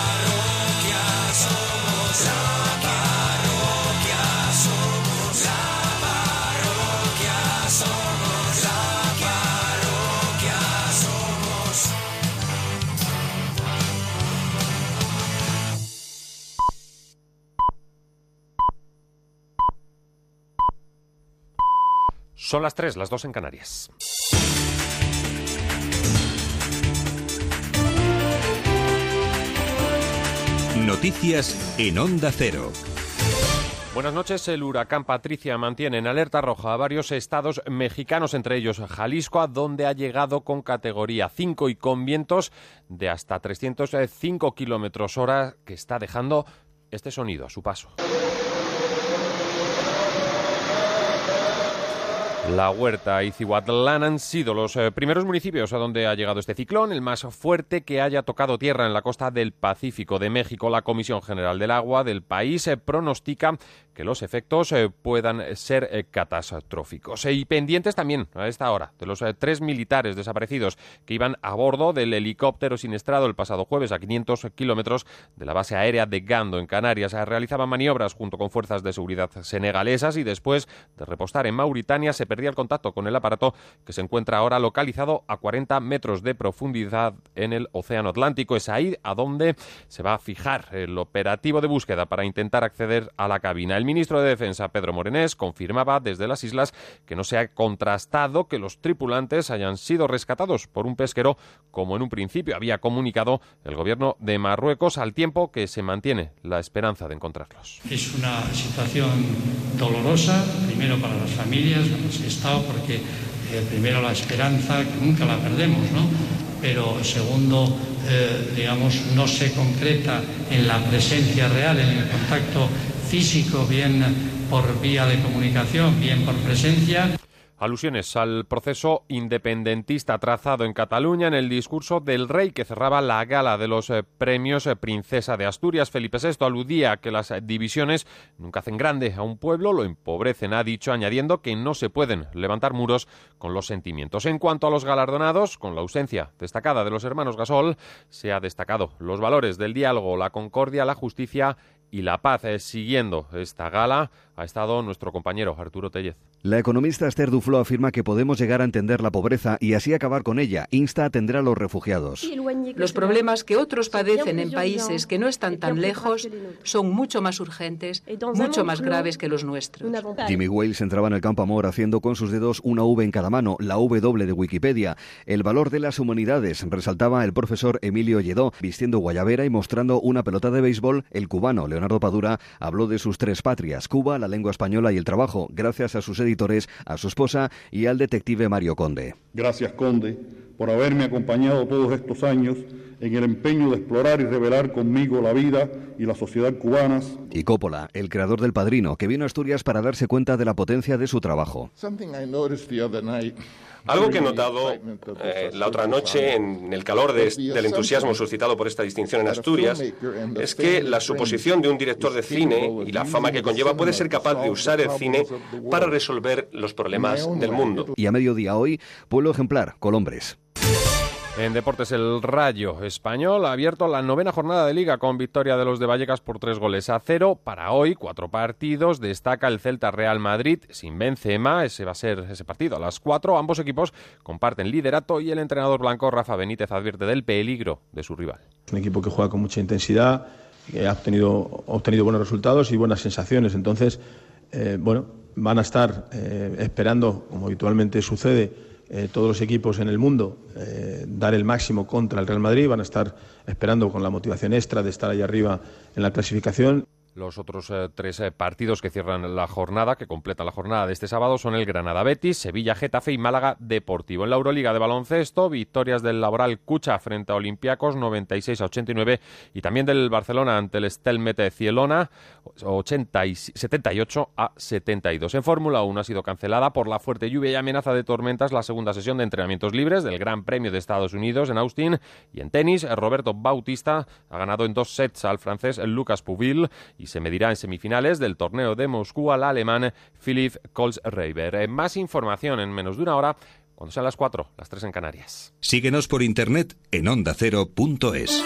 Speaker 1: parroquia somos, la parroquia somos, la parroquia somos, la parroquia somos.
Speaker 18: Son las 3, las 2 en Canarias.
Speaker 19: Noticias en Onda Cero.
Speaker 18: Buenas noches. El huracán Patricia mantiene en alerta roja a varios estados mexicanos, entre ellos Jalisco, a donde ha llegado con categoría 5 y con vientos de hasta 305 kilómetros hora, que está dejando este sonido a su paso. La Huerta y Cihuatlán han sido los eh, primeros municipios a donde ha llegado este ciclón, el más fuerte que haya tocado tierra en la costa del Pacífico de México. La Comisión General del Agua del país eh, pronostica que los efectos eh, puedan ser eh, catastróficos. Eh, Y pendientes también a esta hora de los eh, tres militares desaparecidos que iban a bordo del helicóptero siniestrado el pasado jueves a 500 kilómetros de la base aérea de Gando en Canarias. Eh, Realizaban maniobras junto con fuerzas de seguridad senegalesas y después de repostar en Mauritania se perdía el contacto con el aparato que se encuentra ahora localizado a 40 metros de profundidad en el Océano Atlántico. Es ahí a donde se va a fijar el operativo de búsqueda para intentar acceder a la cabina. El ministro de Defensa, Pedro Morenés, confirmaba desde las islas que no se ha contrastado que los tripulantes hayan sido rescatados por un pesquero, como en un principio había comunicado el gobierno de Marruecos, al tiempo que se mantiene la esperanza de encontrarlos.
Speaker 20: Es una situación dolorosa, primero para las familias, para los que he estado, porque eh, primero la esperanza, que nunca la perdemos, ¿no? Pero segundo, eh, digamos, no se concreta en la presencia real, en el contacto físico, bien por vía de comunicación, bien por presencia.
Speaker 18: Alusiones al proceso independentista trazado en Cataluña en el discurso del rey que cerraba la gala de los eh, premios eh, Princesa de Asturias. Felipe VI aludía a que las eh, divisiones nunca hacen grande a un pueblo, lo empobrecen, ha dicho, añadiendo que no se pueden levantar muros con los sentimientos. En cuanto a los galardonados, con la ausencia destacada de los hermanos Gasol, se ha destacado los valores del diálogo, la concordia, la justicia y la paz. Eh, Siguiendo esta gala ha estado nuestro compañero Arturo Tellez.
Speaker 21: La economista Esther Duflo afirma que podemos llegar a entender la pobreza y así acabar con ella. Insta a atender a los refugiados.
Speaker 22: Los problemas que otros padecen en países que no están tan lejos son mucho más urgentes, mucho más graves que los nuestros.
Speaker 21: Jimmy Wales entraba en el campo amor haciendo con sus dedos una V en cada mano, la V doble de Wikipedia. El valor de las humanidades, resaltaba el profesor Emilio Lledó, vistiendo guayabera y mostrando una pelota de béisbol. El cubano Leonardo Padura habló de sus tres patrias, Cuba, la lengua española y el trabajo, gracias a sus editores, a su esposa y al detective Mario Conde.
Speaker 23: Gracias, Conde, por haberme acompañado todos estos años en el empeño de explorar y revelar conmigo la vida y la sociedad cubanas.
Speaker 21: Y Coppola, el creador del Padrino, que vino a Asturias para darse cuenta de la potencia de su trabajo.
Speaker 24: Algo que he notado eh, la otra noche en el calor de- del entusiasmo suscitado por esta distinción en Asturias es que la suposición de un director de cine y la fama que conlleva puede ser capaz de usar el cine para resolver los problemas del mundo.
Speaker 21: Y a mediodía hoy, pueblo ejemplar, Colombres.
Speaker 18: En deportes, el Rayo español ha abierto la novena jornada de liga con victoria de los de Vallecas por tres goles a cero. Para hoy, cuatro partidos. Destaca el Celta Real Madrid sin Benzema. Ese va a ser ese partido a las cuatro. Ambos equipos comparten liderato y el entrenador blanco Rafa Benítez advierte del peligro de su rival.
Speaker 25: Es un equipo que juega con mucha intensidad, que ha obtenido, ha obtenido buenos resultados y buenas sensaciones. Entonces, eh, bueno, van a estar eh, esperando, como habitualmente sucede, eh, todos los equipos en el mundo eh, dar el máximo contra el Real Madrid, van a estar esperando con la motivación extra de estar ahí arriba en la clasificación
Speaker 18: Los otros eh, tres eh, partidos que cierran la jornada, que completa la jornada de este sábado, son el Granada Betis, Sevilla Getafe y Málaga Deportivo. En la Euroliga de baloncesto, victorias del Laboral Cucha frente a Olympiacos 96 a 89 y también del Barcelona ante el Stelmete Cielona 80 y- 78 a 72. En Fórmula 1 ha sido cancelada por la fuerte lluvia y amenaza de tormentas la segunda sesión de entrenamientos libres del Gran Premio de Estados Unidos en Austin y en tenis, Roberto Bautista ha ganado en dos sets al francés Lucas Puvil y se medirá en semifinales del torneo de Moscú al alemán Philipp Kolzreiber. Eh, Más información en menos de una hora cuando sean las 4, las 3 en Canarias.
Speaker 19: Síguenos por internet en ondacero.es.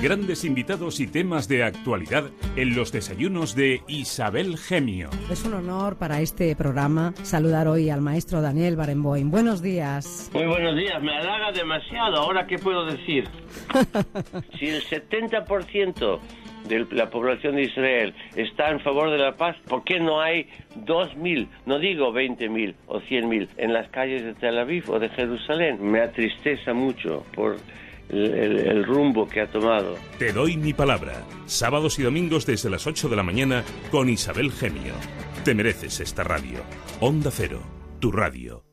Speaker 26: Grandes invitados y temas de actualidad en los desayunos de Isabel Gemio.
Speaker 27: Es un honor para este programa saludar hoy al maestro Daniel Barenboim. Buenos días.
Speaker 28: Muy buenos días, me halaga demasiado. Ahora, ¿qué puedo decir? Si el 70% de la población de Israel está en favor de la paz, ¿por qué no hay 2.000, no digo 20.000 o 100.000 en las calles de Tel Aviv o de Jerusalén? Me atristeza mucho por el- el- el rumbo que ha tomado.
Speaker 26: Te doy mi palabra. Sábados y domingos desde las 8 de la mañana con Isabel Gemio. Te mereces esta radio. Onda Cero, tu radio.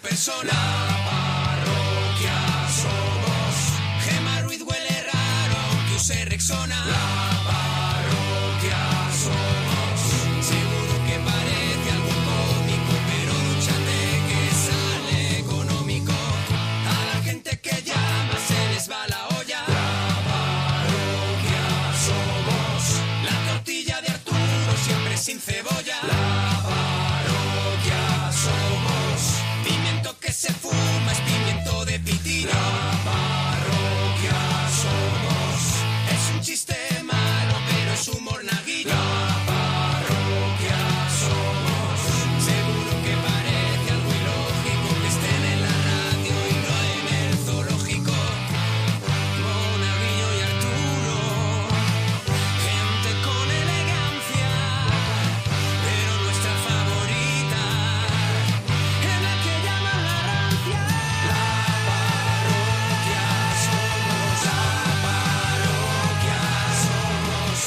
Speaker 1: persona. La parroquia somos. Gema Ruiz huele raro, que use Rexona. La parroquia somos. Seguro que parece algo cómico, pero dúchate que sale económico. A la gente que llama se les va la olla. La parroquia somos. La tortilla de Arturo siempre sin cebolla. La parroquia somos. Pimiento que se fuma es pimiento de pitina. La parroquia somos. Es un chiste malo, pero es humor naguillo. La parroquia somos. Seguro que parece algo ilógico que estén en la radio y no en el zoológico. Monaguillo y Arturo, gente con elegancia, pero nuestra favorita es la que llaman la rancia. La parroquia somos, la parroquia somos.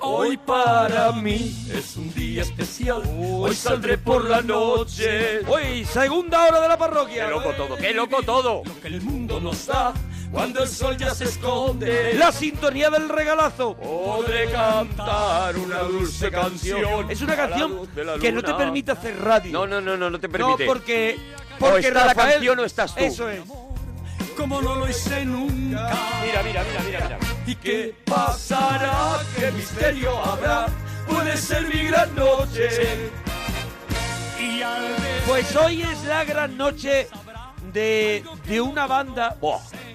Speaker 4: Hoy para mí es un día especial. Hoy saldré por la noche.
Speaker 2: Hoy, segunda hora de la parroquia.
Speaker 4: Qué loco todo, qué loco todo. Lo que el mundo nos da cuando el sol ya se esconde.
Speaker 2: La sintonía del regalazo.
Speaker 4: Podré cantar una dulce canción.
Speaker 2: Es una
Speaker 4: a la
Speaker 2: canción
Speaker 4: luz de la
Speaker 2: que no te
Speaker 4: luna.
Speaker 2: permite hacer radio. No,
Speaker 6: no, no, no, no te
Speaker 4: permite.
Speaker 2: No, porque.
Speaker 4: O
Speaker 2: Porque
Speaker 4: está la
Speaker 2: Rafael-
Speaker 4: canción o estás tú.
Speaker 2: Eso es.
Speaker 4: Como no lo hice nunca. Mira, mira, mira, mira, mira. ¿Y qué pasará? ¿Qué misterio habrá? Puede ser mi gran noche.
Speaker 2: Pues hoy es la gran noche de, de una banda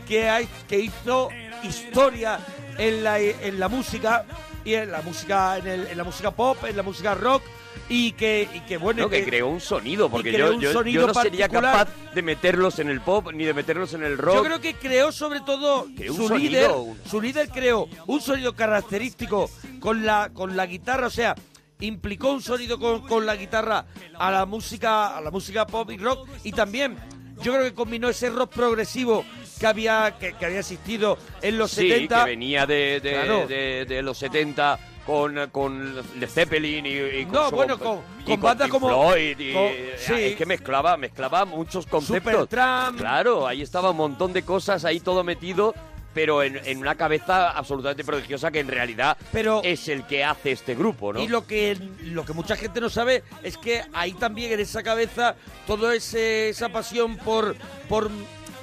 Speaker 2: que, hay, que hizo historia en la, en la música y en la música en, el- en la música pop, en la música rock y que, y que bueno
Speaker 6: No,
Speaker 2: y
Speaker 6: que creó un sonido, porque
Speaker 2: creó
Speaker 6: yo,
Speaker 2: un
Speaker 6: yo- yo
Speaker 2: sonido
Speaker 6: no sería
Speaker 2: particular.
Speaker 6: capaz de meterlos en el pop ni de meterlos en el rock.
Speaker 2: Yo creo que creó sobre todo
Speaker 6: un
Speaker 2: su
Speaker 6: sonido,
Speaker 2: líder,
Speaker 6: un-
Speaker 2: su líder creó un sonido característico con la con la guitarra, o sea, implicó un sonido con, con la guitarra a la música a la música pop y rock y también yo creo que combinó ese rock progresivo que había que, que había existido en los
Speaker 6: sí,
Speaker 2: 70
Speaker 6: que venía de, de-
Speaker 2: Claro.
Speaker 6: de- de los 70 con, con Led Zeppelin y, y con,
Speaker 2: No,
Speaker 6: su-
Speaker 2: bueno, con-
Speaker 6: y
Speaker 2: con
Speaker 6: con
Speaker 2: bandas
Speaker 6: Pink
Speaker 2: como-
Speaker 6: Floyd y- eh,
Speaker 2: con- sí.
Speaker 6: es que mezclaba, mezclaba muchos conceptos.
Speaker 2: Supertramp.
Speaker 6: Claro, ahí estaba un montón de cosas, ahí todo metido, pero en, en una cabeza absolutamente prodigiosa que en realidad es el que hace este grupo, ¿no?
Speaker 2: Y lo que, lo que mucha gente no sabe es que ahí también en esa cabeza toda esa pasión por, por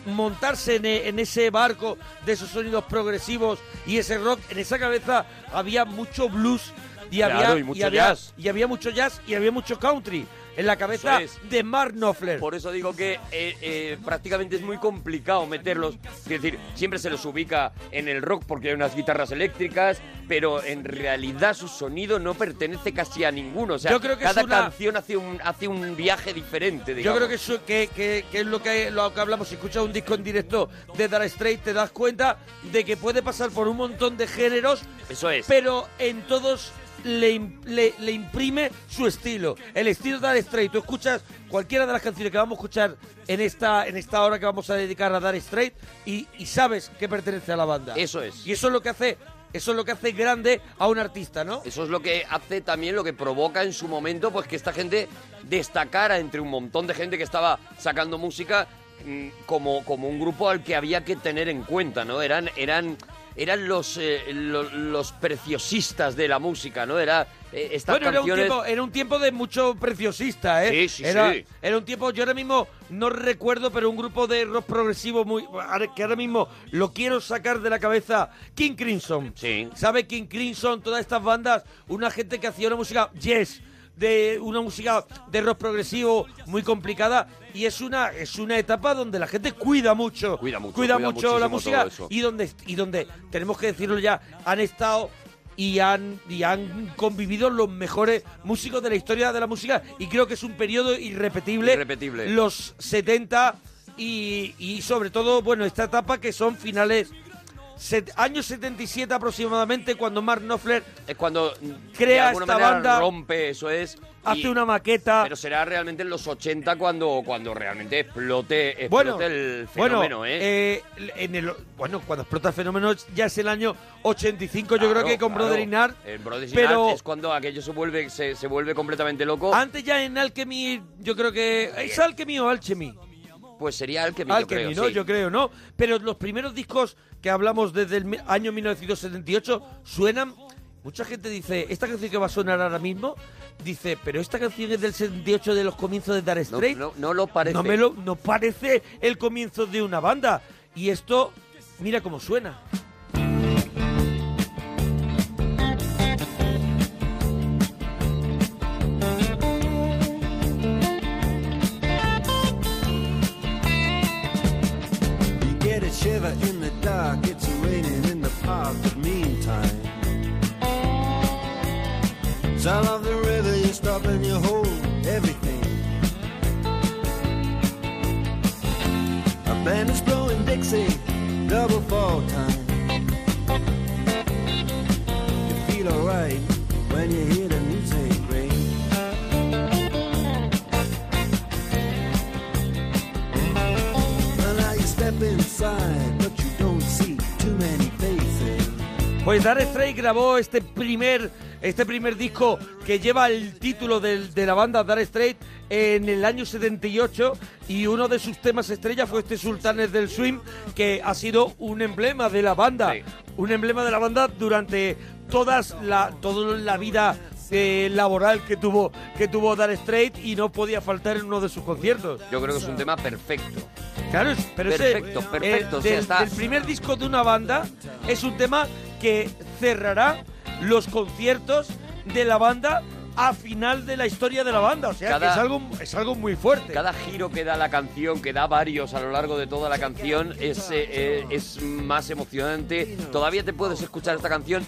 Speaker 2: montarse en, e- en ese barco de esos sonidos progresivos y ese rock, en esa cabeza había mucho blues y
Speaker 6: Claro,
Speaker 2: había,
Speaker 6: y mucho
Speaker 2: había-
Speaker 6: jazz.
Speaker 2: y había mucho jazz y había mucho country en la cabeza
Speaker 6: Eso
Speaker 2: de Mark Knopfler.
Speaker 6: Por eso digo que eh, eh, prácticamente es muy complicado meterlos. Es decir, siempre se los ubica en el rock porque hay unas guitarras eléctricas, pero en realidad su sonido no pertenece casi a ninguno. O sea,
Speaker 2: Yo creo que es
Speaker 6: cada
Speaker 2: una-
Speaker 6: canción hace un, hace un viaje diferente,
Speaker 2: Yo
Speaker 6: digamos.
Speaker 2: creo que eso que, que- que es lo que, lo que hablamos. Si escuchas un disco en directo de Dire Straits, te das cuenta de que puede pasar por un montón de géneros.
Speaker 6: Eso es.
Speaker 2: Pero en todos le, im- le- le imprime su estilo. El estilo de Dire Straits. Tú escuchas cualquiera de las canciones que vamos a escuchar en esta, en esta hora que vamos a dedicar a Dire Straits y, y sabes que pertenece a la banda.
Speaker 6: Eso es.
Speaker 2: Y eso es lo que hace. Eso es lo que hace grande a un artista, ¿no?
Speaker 6: Eso es lo que hace también, lo que provoca en su momento, pues que esta gente destacara entre un montón de gente que estaba sacando música mm, como, como un grupo al que había que tener en cuenta, ¿no? Eran, eran, eran los, eh, lo- los, preciosistas de la música, ¿no? Era eh, estas
Speaker 2: bueno, era un, eh,
Speaker 6: canciones-
Speaker 2: tiempo, era un tiempo de mucho preciosista, ¿eh?
Speaker 6: Sí, sí,
Speaker 2: era,
Speaker 6: sí.
Speaker 2: era un tiempo, yo ahora mismo no recuerdo, pero un grupo de rock progresivo muy ahora- que ahora mismo lo quiero sacar de la cabeza, King Crimson. Sí. ¿Sabe King Crimson? Todas estas bandas, una gente que hacía una música yes, de una música de rock progresivo muy complicada y es una es una etapa donde la gente cuida mucho, cuida
Speaker 6: mucho, cuida
Speaker 2: mucho la
Speaker 6: muchísimo
Speaker 2: música
Speaker 6: todo eso.
Speaker 2: y donde y donde tenemos que decirlo ya han estado y han y han convivido los mejores músicos de la historia de la música y creo que es un periodo irrepetible
Speaker 6: Irrepetible.
Speaker 2: los 70 y, y sobre todo bueno esta etapa que son finales set- año 77 aproximadamente, cuando Mark Knopfler
Speaker 6: es cuando de
Speaker 2: crea
Speaker 6: alguna
Speaker 2: esta
Speaker 6: manera
Speaker 2: banda.
Speaker 6: rompe, eso es.
Speaker 2: hace una
Speaker 6: maqueta. Pero será realmente en los 80 cuando, cuando realmente explote, explote
Speaker 2: Bueno,
Speaker 6: el
Speaker 2: bueno,
Speaker 6: fenómeno, ¿eh?
Speaker 2: eh, en el- bueno, cuando explota el fenómeno ya es el año 85, yo creo
Speaker 6: Claro,
Speaker 2: que con
Speaker 6: claro.
Speaker 2: Brother Inar.
Speaker 6: El Brother in
Speaker 2: pero-
Speaker 6: Art es cuando aquello se vuelve, se, se vuelve completamente loco.
Speaker 2: Antes ya en Alchemy, yo creo que... Eh, ¿Es Alchemy o Alchemy?
Speaker 6: Pues sería Alchemy, yo
Speaker 2: Alchemy,
Speaker 6: creo,
Speaker 2: ¿no?
Speaker 6: sí.
Speaker 2: Yo creo, ¿no? Pero los primeros discos que hablamos desde el mi- año 1978 suenan... Mucha gente dice, esta canción que va a sonar ahora mismo, dice, pero esta canción es del 78 de los comienzos de Dire Straits.
Speaker 6: no- no lo parece.
Speaker 2: No, me lo, no parece el comienzo de una banda. Y esto, mira cómo suena.
Speaker 8: You get a shiver in the dark, it's raining in the park, but meantime. Sound of the river, you stop and you hold everything. A band is blowing Dixie, double fall time. You feel alright when you hear the music ring. Well, now you step inside, but you don't see too many faces.
Speaker 2: Pues Dire Straits grabó este primer, este primer disco que lleva el título del- de la banda Dire Straits en el año 78 y uno de sus temas estrella fue este Sultanes del Swim que ha sido un emblema de la banda, un emblema de la banda durante todas la, toda la vida eh, laboral que tuvo que tuvo Dire Straits y no podía faltar en uno de sus conciertos.
Speaker 6: Yo creo que es un tema perfecto.
Speaker 2: Claro, es- pero ese, eh,
Speaker 6: Perfecto, perfecto, o sea,
Speaker 2: del,
Speaker 6: está-
Speaker 2: del primer disco de una banda es un tema que cerrará los conciertos de la banda a final de la historia de la banda. O sea, que
Speaker 6: Cada-
Speaker 2: es algo, es algo muy fuerte.
Speaker 6: Cada giro que da la canción, que da varios a lo largo de toda la canción, es, eh, eh, es más emocionante. Todavía te puedes escuchar esta canción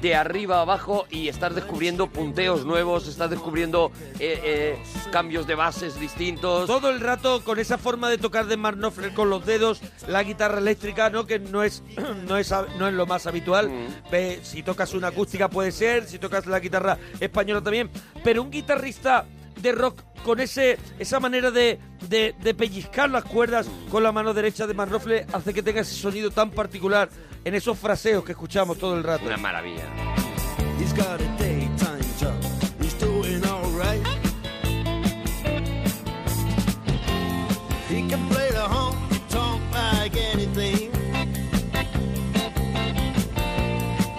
Speaker 6: de arriba a abajo y estás descubriendo punteos nuevos, estás descubriendo eh, eh, cambios de bases distintos.
Speaker 2: Todo el rato con esa forma de tocar de Mark Knopfler con los dedos, la guitarra eléctrica, ¿no? Que no es, *clears throat* no es, hab- no es lo más habitual.
Speaker 6: Mm.
Speaker 2: Ve, si tocas una acústica puede ser, si tocas la guitarra española también. Pero un guitarrista de rock con ese, esa manera de, de- de pellizcar las cuerdas con la mano derecha de Mark Knopfler hace que tenga ese sonido tan particular en esos fraseos que escuchamos todo el rato.
Speaker 6: Una maravilla.
Speaker 8: He's got a daytime job. He's doing alright. He can play the honky tonk like anything.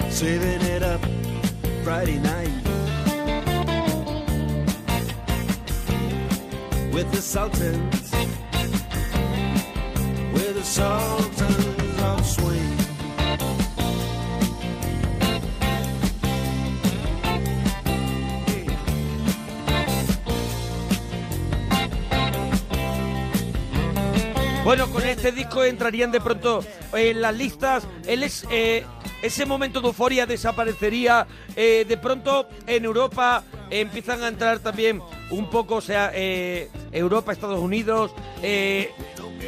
Speaker 8: Saving it up Friday night. With the Sultans. With the Sultans of Swing.
Speaker 2: Bueno, con este disco entrarían de pronto en las listas. Él es, eh, ese momento de euforia desaparecería. eh, de pronto en Europa empiezan a entrar también un poco, o sea, eh, Europa, Estados Unidos. eh,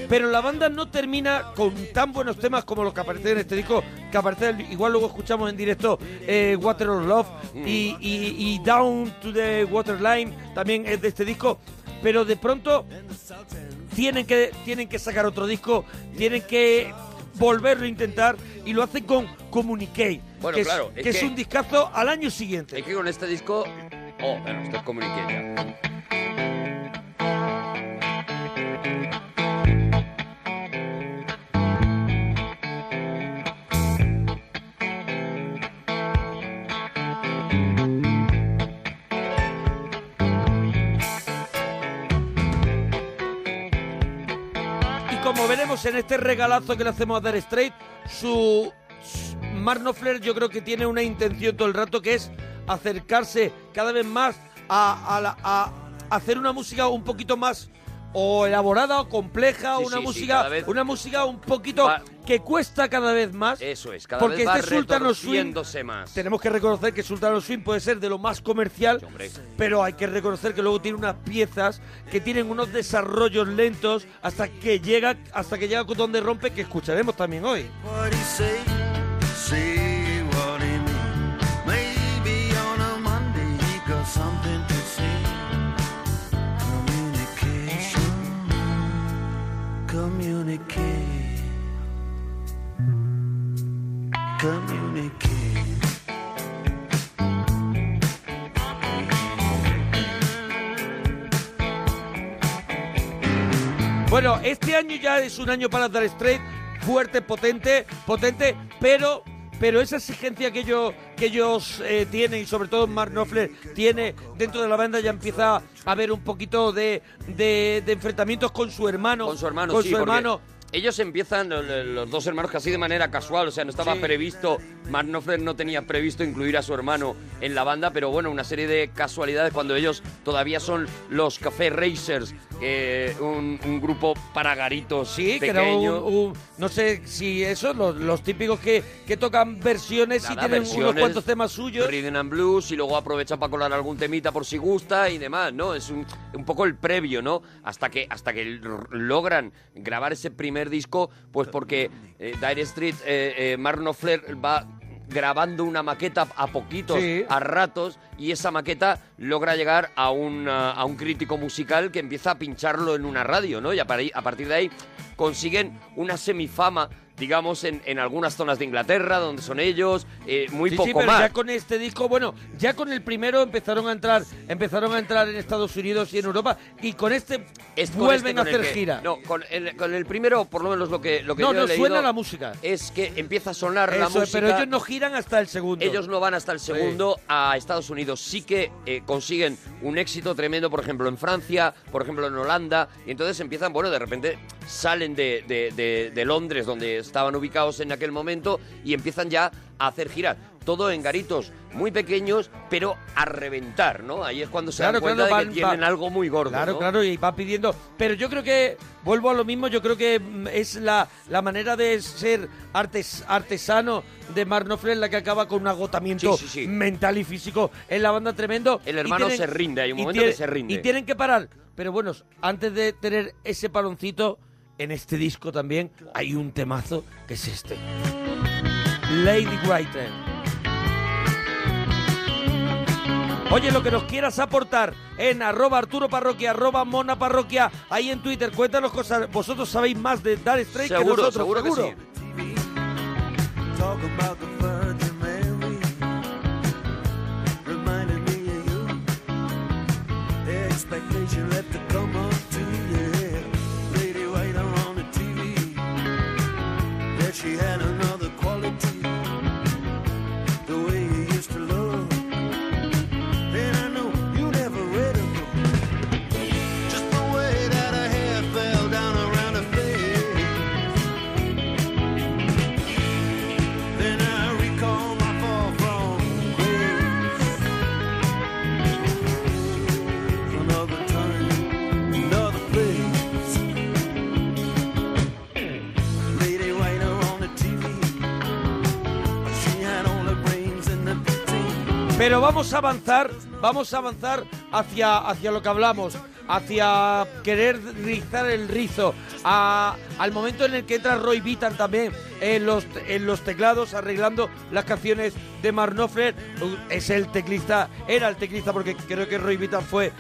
Speaker 2: pero la banda no termina con tan buenos temas como los que aparecen en este disco, que aparecen, igual luego escuchamos en directo eh, Water of Love y, y- y Down to the Waterline, también es de este disco. Pero de pronto tienen que, tienen que sacar otro disco, tienen que volverlo a intentar y lo hacen con Communicate,
Speaker 6: Bueno,
Speaker 2: que,
Speaker 6: claro,
Speaker 2: es,
Speaker 6: es
Speaker 2: que es
Speaker 6: que-
Speaker 2: un discazo al año siguiente.
Speaker 6: Es que con este disco... Oh, bueno, esto es Communique ya.
Speaker 2: Y como veremos en este regalazo que le hacemos a Dar Straight, su, su- Mark Knopfler yo creo que tiene una intención todo el rato que es acercarse cada vez más a, a la- a hacer una música un poquito más o elaborada o compleja,
Speaker 6: Sí,
Speaker 2: una
Speaker 6: sí, sí,
Speaker 2: música,
Speaker 6: cada vez-
Speaker 2: una música un poquito
Speaker 6: Va-
Speaker 2: que cuesta cada vez más.
Speaker 6: Eso es, cada
Speaker 2: porque
Speaker 6: vez va
Speaker 2: este Sultan of Swing
Speaker 6: retorciéndose más.
Speaker 2: tenemos que reconocer que Sultan of Swing puede ser de lo más comercial, pero hay que reconocer que luego tiene unas piezas que tienen unos desarrollos lentos hasta que llega hasta que llega donde rompe que escucharemos también hoy.
Speaker 8: What he say? communicate, communicate.
Speaker 2: Bueno, este año ya es un año para Dar Straight, fuerte, potente, potente, pero pero esa exigencia que ellos, que ellos eh, tienen, y sobre todo Mark Knopfler tiene dentro de la banda, ya empieza a haber un poquito de, de, de enfrentamientos con su hermano.
Speaker 6: Con su hermano,
Speaker 2: Con
Speaker 6: sí,
Speaker 2: su
Speaker 6: porque
Speaker 2: hermano.
Speaker 6: Ellos empiezan, lo- lo- los dos hermanos, casi de manera casual, o sea, no estaba
Speaker 2: Sí.
Speaker 6: previsto, Mark Knopfler no tenía previsto incluir a su hermano en la banda, pero bueno, una serie de casualidades cuando ellos todavía son los Café Racers, eh, un, un grupo para garitos
Speaker 2: Sí, que era un-
Speaker 6: pequeño.
Speaker 2: un- no sé si eso, los, los típicos que, que tocan versiones y
Speaker 6: Nada,
Speaker 2: tienen unos
Speaker 6: versiones,
Speaker 2: cuantos temas suyos.
Speaker 6: Rhythm and Blues y luego aprovecha para colar algún temita por si gusta y demás, ¿no? Es un, un poco el previo, ¿no? Hasta que, hasta que l- logran grabar ese primer disco, pues porque eh, Dire Street, eh, eh, Marno Flair va grabando una maqueta a poquitos,
Speaker 2: Sí.
Speaker 6: a ratos, y esa maqueta logra llegar a un, ah, a un crítico musical que empieza a pincharlo en una radio, ¿no? Y a, par- a partir de ahí consiguen una semifama, digamos, en, en algunas zonas de Inglaterra, donde son ellos, eh, muy
Speaker 2: Sí,
Speaker 6: poco
Speaker 2: sí, pero
Speaker 6: más.
Speaker 2: ya con este disco, bueno, ya con el primero empezaron a entrar, empezaron a entrar en Estados Unidos y en Europa, y con este
Speaker 6: con
Speaker 2: vuelven
Speaker 6: este
Speaker 2: a
Speaker 6: con el
Speaker 2: hacer
Speaker 6: que-
Speaker 2: gira.
Speaker 6: No, con el, con el primero, por lo menos lo que, lo que
Speaker 2: No,
Speaker 6: yo he
Speaker 2: no
Speaker 6: leído
Speaker 2: suena la música.
Speaker 6: Es que empieza a sonar la
Speaker 2: Eso
Speaker 6: música.
Speaker 2: es, pero ellos no giran hasta el segundo.
Speaker 6: Ellos no van hasta el segundo a Estados Unidos. Sí que eh, consiguen un éxito tremendo, por ejemplo, en Francia, por ejemplo, en Holanda. Y entonces empiezan, bueno, de repente salen de, de- de- de Londres, donde estaban ubicados en aquel momento, y empiezan ya a hacer giras. Todo en garitos muy pequeños, pero a reventar, ¿no? Ahí es cuando se dan cuenta de
Speaker 2: van-
Speaker 6: que tienen
Speaker 2: va-
Speaker 6: algo muy gordo.
Speaker 2: Claro,
Speaker 6: ¿no?
Speaker 2: claro, y va pidiendo. Pero yo creo que, vuelvo a lo mismo, yo creo que mm, es la, la manera de ser artes, artesano de Mark Knopfler la que acaba con un agotamiento
Speaker 6: Sí, sí, sí.
Speaker 2: mental y físico en la banda tremendo.
Speaker 6: El
Speaker 2: Y
Speaker 6: hermano se rinde, hay un
Speaker 2: y
Speaker 6: momento
Speaker 2: tiene-
Speaker 6: que se rinde.
Speaker 2: Y tienen que parar. Pero bueno, antes de tener ese paloncito, en este disco también hay un temazo que es este. Lady Writer. Oye, lo que nos quieras aportar en arroba Arturo Parroquia, arroba Mona Parroquia, ahí en Twitter, cuéntanos cosas. Vosotros sabéis más de Dar Straight que
Speaker 6: Seguro,
Speaker 2: nosotros,
Speaker 6: seguro que sí.
Speaker 8: Talk about the Virgin Mary. Reminded me of you. The expectation left to come up to you. Lady waiter on the TV. That she had another quality. The way you used to love. Then I know you never read a book. Just the way that her hair fell down around her face. Then I recall my fall from grace. Another time, another place. Lady waiter on the TV. She had all the brains in the team.
Speaker 2: Pero vamos a avanzar, vamos a avanzar hacia, hacia lo que hablamos, hacia querer rizar el rizo, a- al momento en el que entra Roy Vitan también en los, en los teclados arreglando las canciones de Marnofler, es el teclista, era el teclista porque creo que Roy Vitan fue...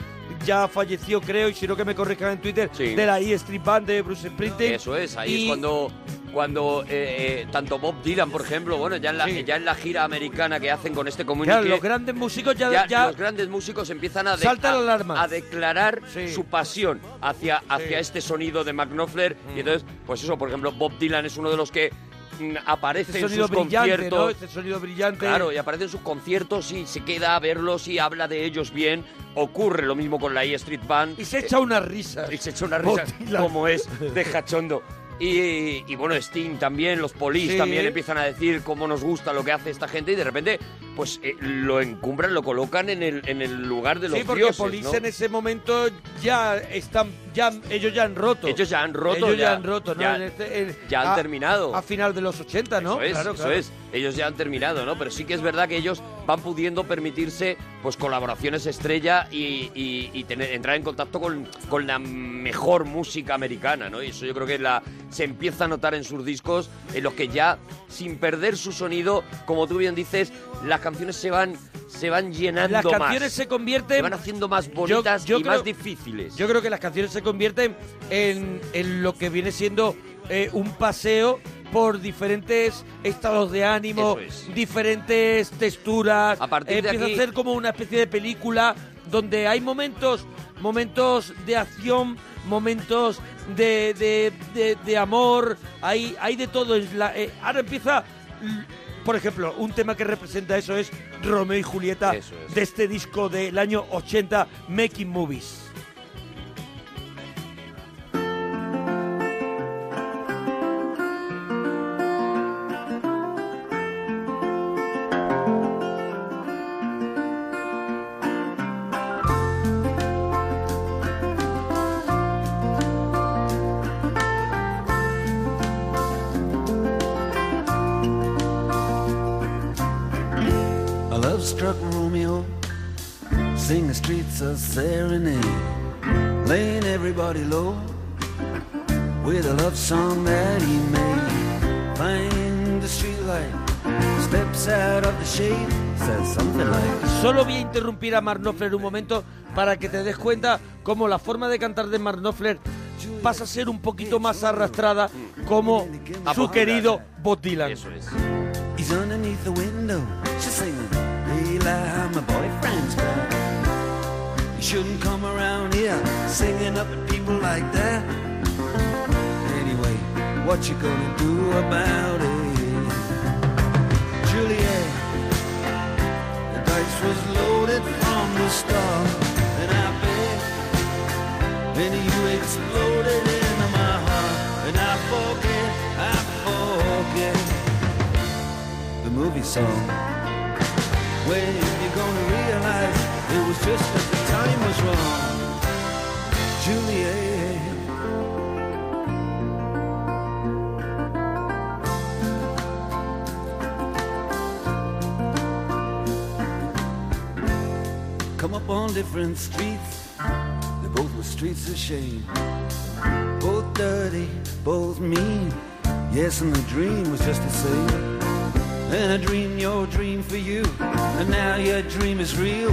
Speaker 2: Ya falleció, creo, y si no que me corrijan en Twitter, de la E Street Band de Bruce Springsteen.
Speaker 6: Eso es, ahí es
Speaker 2: Y-
Speaker 6: cuando, cuando eh, eh, tanto Bob Dylan, por ejemplo, bueno, ya en la, ya en la gira americana que hacen con este comunique...
Speaker 2: Claro, los grandes músicos ya- ya-
Speaker 6: Los grandes músicos empiezan a, de-
Speaker 2: Salta la
Speaker 6: a-
Speaker 2: alarma.
Speaker 6: a declarar
Speaker 2: Este
Speaker 6: su pasión hacia, hacia este sonido de McNoffler.
Speaker 2: Mm.
Speaker 6: Y entonces, pues eso, por ejemplo, Bob Dylan es uno de los que mm, aparece
Speaker 2: Este
Speaker 6: en
Speaker 2: sonido
Speaker 6: sus
Speaker 2: brillante,
Speaker 6: conciertos.
Speaker 2: ¿no? Este sonido brillante.
Speaker 6: Claro, y aparece en sus conciertos y se queda a verlos y habla de ellos bien. Ocurre lo mismo con la E Street Band.
Speaker 2: Y se echa unas risas.
Speaker 6: Y se echa unas risas,
Speaker 2: Bob Dylan.
Speaker 6: como es de cachondo. Y, y bueno, Sting también, los polis
Speaker 2: Sí.
Speaker 6: también empiezan a decir cómo nos gusta lo que hace esta gente y de repente pues eh, lo encumbran, lo colocan en el, en el lugar de los
Speaker 2: Sí, porque
Speaker 6: dioses,
Speaker 2: Police
Speaker 6: ¿no?
Speaker 2: en ese momento ya están, ya ellos ya han roto.
Speaker 6: Ellos ya han roto,
Speaker 2: Ellos ya,
Speaker 6: ya-
Speaker 2: han roto, ¿no?
Speaker 6: ya-
Speaker 2: En este- en-
Speaker 6: ya han
Speaker 2: a-
Speaker 6: terminado.
Speaker 2: A final de los 80, ¿no?
Speaker 6: Eso es,
Speaker 2: Claro,
Speaker 6: eso
Speaker 2: claro.
Speaker 6: es. Ellos ya han terminado, ¿no? Pero sí que es verdad que ellos van pudiendo permitirse pues colaboraciones estrella y, y- y tener- entrar en contacto con, con la mejor música americana, ¿no? Y eso yo creo que la, se empieza a notar en sus discos, en los que ya, sin perder su sonido, como tú bien dices, las canciones se van se van llenando
Speaker 2: Las
Speaker 6: más.
Speaker 2: canciones se convierten...
Speaker 6: van haciendo más bonitas y más
Speaker 2: difíciles. Yo creo que las canciones se convierten en, en lo que viene siendo eh, un paseo por diferentes estados de ánimo, diferentes texturas. A
Speaker 6: partir de
Speaker 2: Empieza
Speaker 6: aquí-
Speaker 2: a ser como una especie de película donde hay momentos, momentos de acción, momentos de, de- de- de amor, hay, hay de todo. Es la- eh, ahora empieza, l- por ejemplo, un tema que representa eso es Romeo y Julieta de este disco del año 80, Making Movies.
Speaker 8: A love struck Romeo, sing the streets a serenade, laying everybody low with a love song that he made. Find the streetlight, steps out of the shade, says something like.
Speaker 2: Solo voy a interrumpir a Mark Knopfler un momento para que te des cuenta cómo la forma de cantar de Mark Knopfler pasa a ser un poquito más arrastrada como su querido Bob Dylan.
Speaker 8: He's underneath the window. She's singing, Leela, how my boyfriend's back. You shouldn't come around here singing up at people like that. Anyway, what you gonna do about it? Juliet, the dice was loaded from the start. And I bet, then you exploded into my heart. And I forget, I forget the movie song. When you gonna realize it was just that the time was wrong, Juliet. Come up on different streets, they both were streets of shame. Both dirty, both mean. Yes, and the dream was just the same. And I dream your dream for you. And now your dream is real.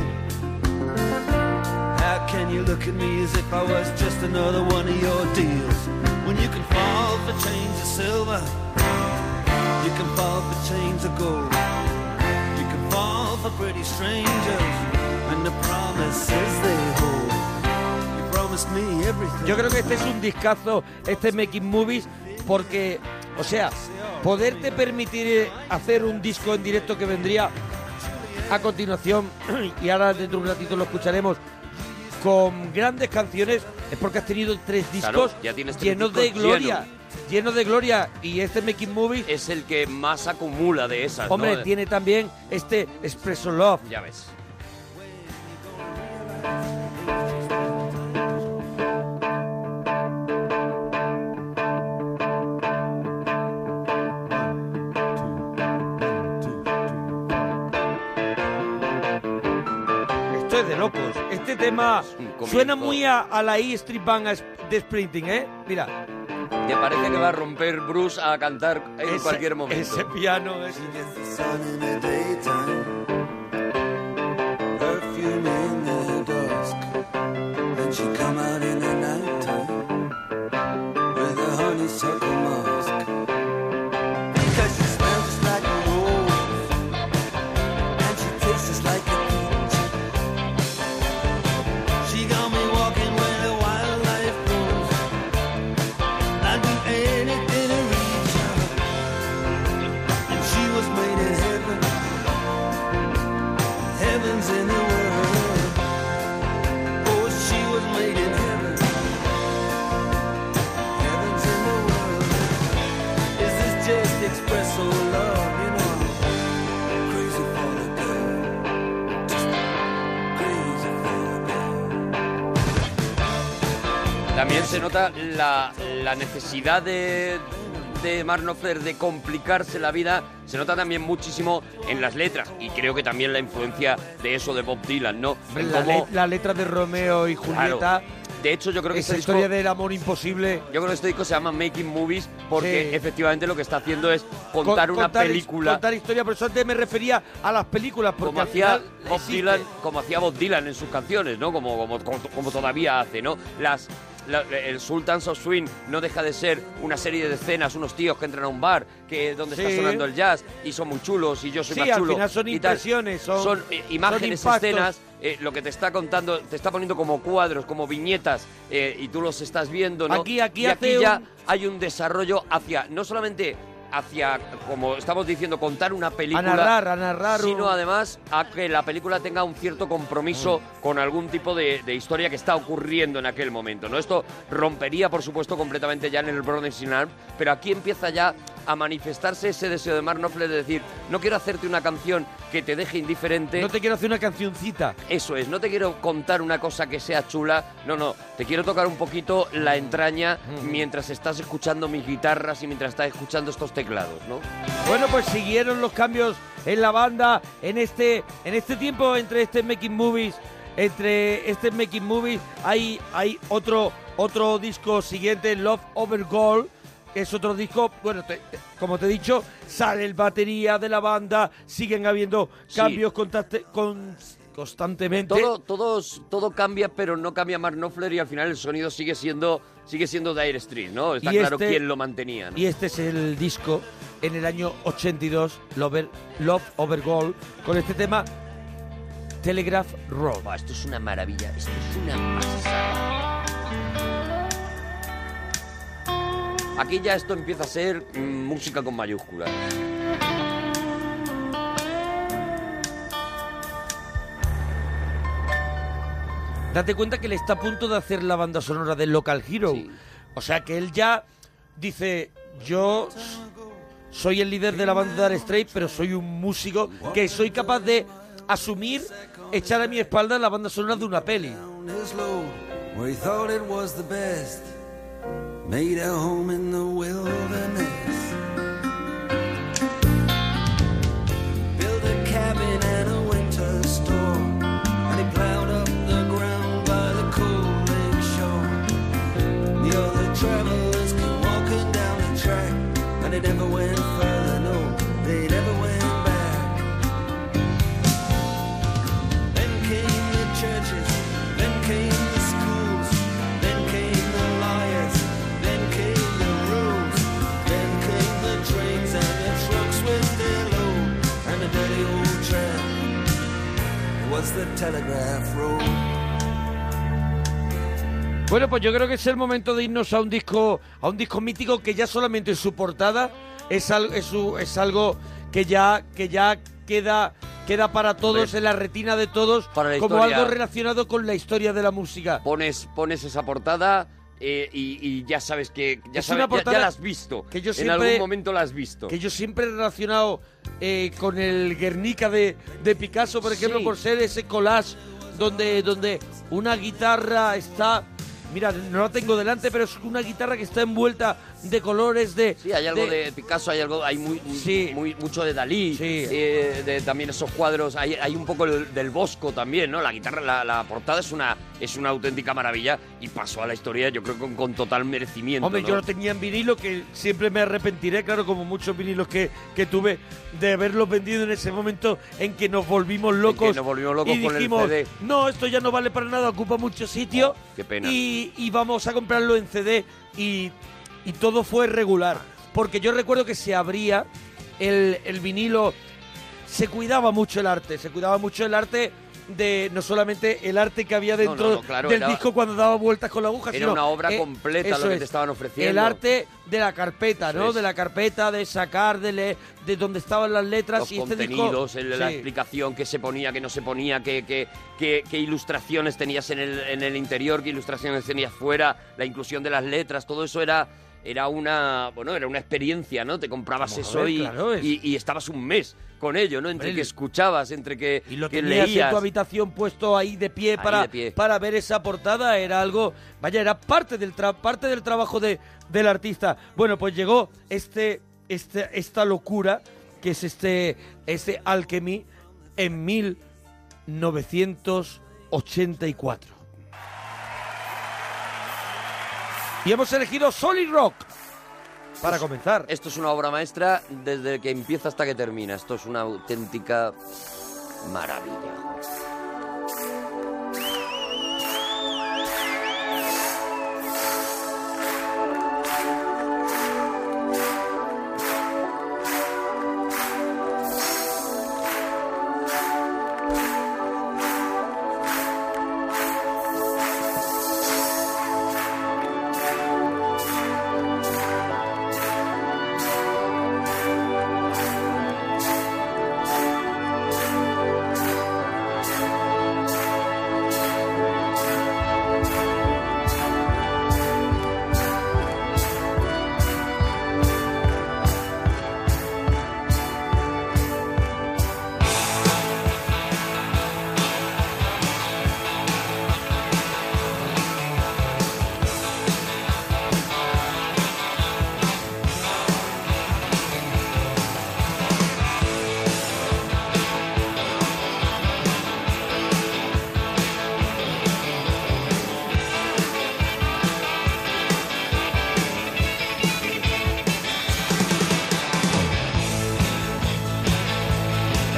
Speaker 8: How can you look at me as if I was just another one of your deals? When you can fall for chains of silver, you can fall for chains of gold, you can fall for pretty strangers, and the promises they hold. You promised me everything.
Speaker 2: Yo creo que este es un discazo, este Making Movies, porque, o sea, poderte permitir eh, hacer un disco en directo que vendría a continuación, *clears throat* y ahora dentro de un ratito lo escucharemos, con grandes canciones, es porque has tenido tres
Speaker 6: Claro,
Speaker 2: discos
Speaker 6: ya tienes tres
Speaker 2: llenos de
Speaker 6: discos
Speaker 2: gloria.
Speaker 6: llenos.
Speaker 2: Llenos de gloria y este Making Movies
Speaker 6: es el que más acumula de esas. ¿no?
Speaker 2: Hombre, tiene también este Expresso Love.
Speaker 6: Ya ves.
Speaker 2: Esto es de locos. Este tema suena muy a, a la E Street Band a sp- de Sprinting, ¿eh? Mira.
Speaker 6: Te parece que va a romper Bruce a cantar en
Speaker 2: Ese-
Speaker 6: cualquier momento.
Speaker 2: ese piano es...
Speaker 8: Perfume in the dusk, and she come out in the nighttime with a honeysuckle musk. Cause she smells like a rose, and she tastes like a peach. She got me walking where the wildlife grows. I'd do anything to reach her, and she was made in heaven. Heavens in the world. Oh, she was made in heaven. Heavens in the world. Is this just expresso love? You know, crazy for the girl. Just crazy for the girl.
Speaker 6: También se nota la, la necesidad de, de Marnofer de complicarse la vida. Se nota también muchísimo en las letras. Y creo que también la influencia de eso de Bob Dylan, ¿no? En
Speaker 2: La,
Speaker 6: cómo-
Speaker 2: le- la letra de Romeo y Julieta
Speaker 6: De hecho, yo creo que
Speaker 2: Esa
Speaker 6: ese disco-
Speaker 2: historia del amor imposible.
Speaker 6: Yo creo que este disco se llama Making Movies porque
Speaker 2: Sí.
Speaker 6: efectivamente lo que está haciendo es contar
Speaker 2: Con-
Speaker 6: una
Speaker 2: contar his-
Speaker 6: película
Speaker 2: Contar historia, por eso antes me refería a las películas, porque
Speaker 6: como
Speaker 2: al
Speaker 6: hacía,
Speaker 2: final
Speaker 6: Bob
Speaker 2: existe.
Speaker 6: Dylan, como hacía Bob Dylan en sus canciones, ¿no? Como, como, como, como todavía hace, ¿no? Las, la- el Sultans of Swing no deja de ser una serie de escenas, unos tíos que entran a un bar que donde
Speaker 2: Sí.
Speaker 6: está sonando el jazz y son muy chulos y yo soy
Speaker 2: Sí,
Speaker 6: más
Speaker 2: al
Speaker 6: chulo.
Speaker 2: final son
Speaker 6: y tal.
Speaker 2: impresiones, son-
Speaker 6: eh, imágenes,
Speaker 2: son impactos.
Speaker 6: escenas, eh, lo que te está contando, te está poniendo como cuadros, como viñetas eh, y tú los estás viendo, ¿no?
Speaker 2: Aquí- aquí
Speaker 6: y aquí
Speaker 2: hace
Speaker 6: ya
Speaker 2: un-
Speaker 6: hay un desarrollo hacia, no solamente hacia, como estamos diciendo, contar una película,
Speaker 2: narrar, a narrar un-
Speaker 6: sino además a que la película tenga un cierto compromiso
Speaker 2: Mm.
Speaker 6: con algún tipo de, de historia que está ocurriendo en aquel momento. ¿no? Esto rompería, por supuesto, completamente ya en el Brothers in Arms, pero aquí empieza ya a manifestarse ese deseo de Mark Knopfler de decir, no quiero hacerte una canción que te deje indiferente.
Speaker 2: No te quiero hacer una cancioncita.
Speaker 6: Eso es, no te quiero contar una cosa que sea chula, no, no, te quiero tocar un poquito la entraña
Speaker 2: Mm.
Speaker 6: mientras estás escuchando mis guitarras y mientras estás escuchando estos teclados, ¿no?
Speaker 2: Bueno, pues siguieron los cambios en la banda en este en este tiempo entre este Making Movies, entre este Making Movies hay hay otro otro disco siguiente Love Over Gold que es otro disco, bueno, te- te- como te he dicho, sale el batería de la banda, siguen habiendo
Speaker 6: Sí.
Speaker 2: cambios contaste- con- constantemente.
Speaker 6: *laughs* Todo, todos, todo cambia, pero no cambia Mark Knopfler y al final el sonido sigue siendo, sigue siendo Dire Street, ¿no? Está
Speaker 2: Y
Speaker 6: claro
Speaker 2: este-
Speaker 6: quién lo mantenía, ¿no?
Speaker 2: Y este es el disco en el año 82, Lover- Love Over Gold, con este tema Telegraph Road.
Speaker 6: esto es una maravilla, esto es una pasada. Aquí ya esto empieza a ser mm, música con mayúsculas.
Speaker 2: Date cuenta que le está a punto de hacer la banda sonora de Local Hero. O sea que él ya dice, yo soy el líder de la banda de Straight, pero soy un músico que soy capaz de asumir, echar a mi espalda la banda sonora de una peli.
Speaker 1: on his load where he thought it was the best. Made a home in the wilderness. Built a cabin and a winter store. And he plowed up the ground by the cold lake shore. The other travelers came walking down the track. And they never went further, no, they never went back. Then came the churches, then came the schools, then came the lawyers, then came the rules, then came the trains and the trucks with their load, and the dirty old tram. It was the telegraph road.
Speaker 2: Bueno, pues yo creo que es el momento de irnos a un disco, a un disco mítico que ya solamente en su portada es algo, es, su- es algo que ya, que ya queda, queda para todos
Speaker 6: Hombre.
Speaker 2: en la retina de todos
Speaker 6: la
Speaker 2: como
Speaker 6: historia.
Speaker 2: algo relacionado con la historia de la música.
Speaker 6: Pones, pones esa portada eh, y, y ya sabes que ya,
Speaker 2: Es
Speaker 6: sabes-
Speaker 2: una
Speaker 6: ya- ya
Speaker 2: portada
Speaker 6: la has visto.
Speaker 2: que yo
Speaker 6: en
Speaker 2: siempre-
Speaker 6: algún momento la has visto.
Speaker 2: Que yo siempre he relacionado eh, con el Guernica de, de Picasso, por ejemplo,
Speaker 6: Sí.
Speaker 2: por ser ese collage donde, donde una guitarra está. Mira, no la tengo delante, pero es una guitarra que está envuelta de colores de.
Speaker 6: Sí, hay algo de, Picasso, hay algo, hay muy, muy- muy- mucho de Dalí, eh, de también esos cuadros, hay, hay un poco del, del Bosco también, ¿no? La guitarra, la, la portada es una es una auténtica maravilla y pasó a la historia, yo creo con, con total merecimiento.
Speaker 2: Hombre,
Speaker 6: ¿no?
Speaker 2: yo lo tenía en vinilo, que siempre me arrepentiré, claro, como muchos vinilos que, que tuve, de haberlos vendido en ese momento en que nos volvimos locos.
Speaker 6: nos volvimos locos
Speaker 2: y
Speaker 6: con el
Speaker 2: dijimos,
Speaker 6: CD.
Speaker 2: no, esto ya no vale para nada, ocupa mucho sitio.
Speaker 6: Oh, qué pena.
Speaker 2: Y, y vamos a comprarlo en CD y, y todo fue regular. Porque yo recuerdo que se abría el, el vinilo, se cuidaba mucho el arte, se cuidaba mucho el arte de no solamente el arte que había
Speaker 6: No, no,
Speaker 2: dentro
Speaker 6: no, claro,
Speaker 2: del
Speaker 6: era-
Speaker 2: disco cuando daba vueltas con la aguja
Speaker 6: Era
Speaker 2: sino,
Speaker 6: una obra
Speaker 2: eh,
Speaker 6: completa
Speaker 2: eso
Speaker 6: lo que
Speaker 2: es,
Speaker 6: te estaban ofreciendo.
Speaker 2: el arte de la carpeta,
Speaker 6: Eso
Speaker 2: ¿no?
Speaker 6: es.
Speaker 2: De la carpeta, de sacar, de, leer, de donde estaban las letras
Speaker 6: los
Speaker 2: y este disco-
Speaker 6: contenidos, el- la
Speaker 2: Sí.
Speaker 6: explicación que se ponía, que no se ponía, qué que, que- qué ilustraciones tenías en el, en el interior, qué ilustraciones tenías fuera, la inclusión de las letras, todo eso era era una bueno era una experiencia no te comprabas
Speaker 2: Vamos a
Speaker 6: eso
Speaker 2: ver,
Speaker 6: y,
Speaker 2: claro, es-
Speaker 6: y, y estabas un mes con ello no entre
Speaker 2: Hombre,
Speaker 6: que escuchabas entre que,
Speaker 2: Y lo
Speaker 6: que
Speaker 2: tenías en
Speaker 6: leías
Speaker 2: tu habitación puesto ahí de pie
Speaker 6: Ahí
Speaker 2: para
Speaker 6: de pie.
Speaker 2: para ver esa portada era algo vaya era parte del tra- parte del trabajo de del artista bueno pues llegó este este esta locura que es este este alchemy en 1984 Y hemos elegido Solid Rock. Para comenzar.
Speaker 6: Pues, Esto es una obra maestra desde que empieza hasta que termina. Esto es una auténtica maravilla.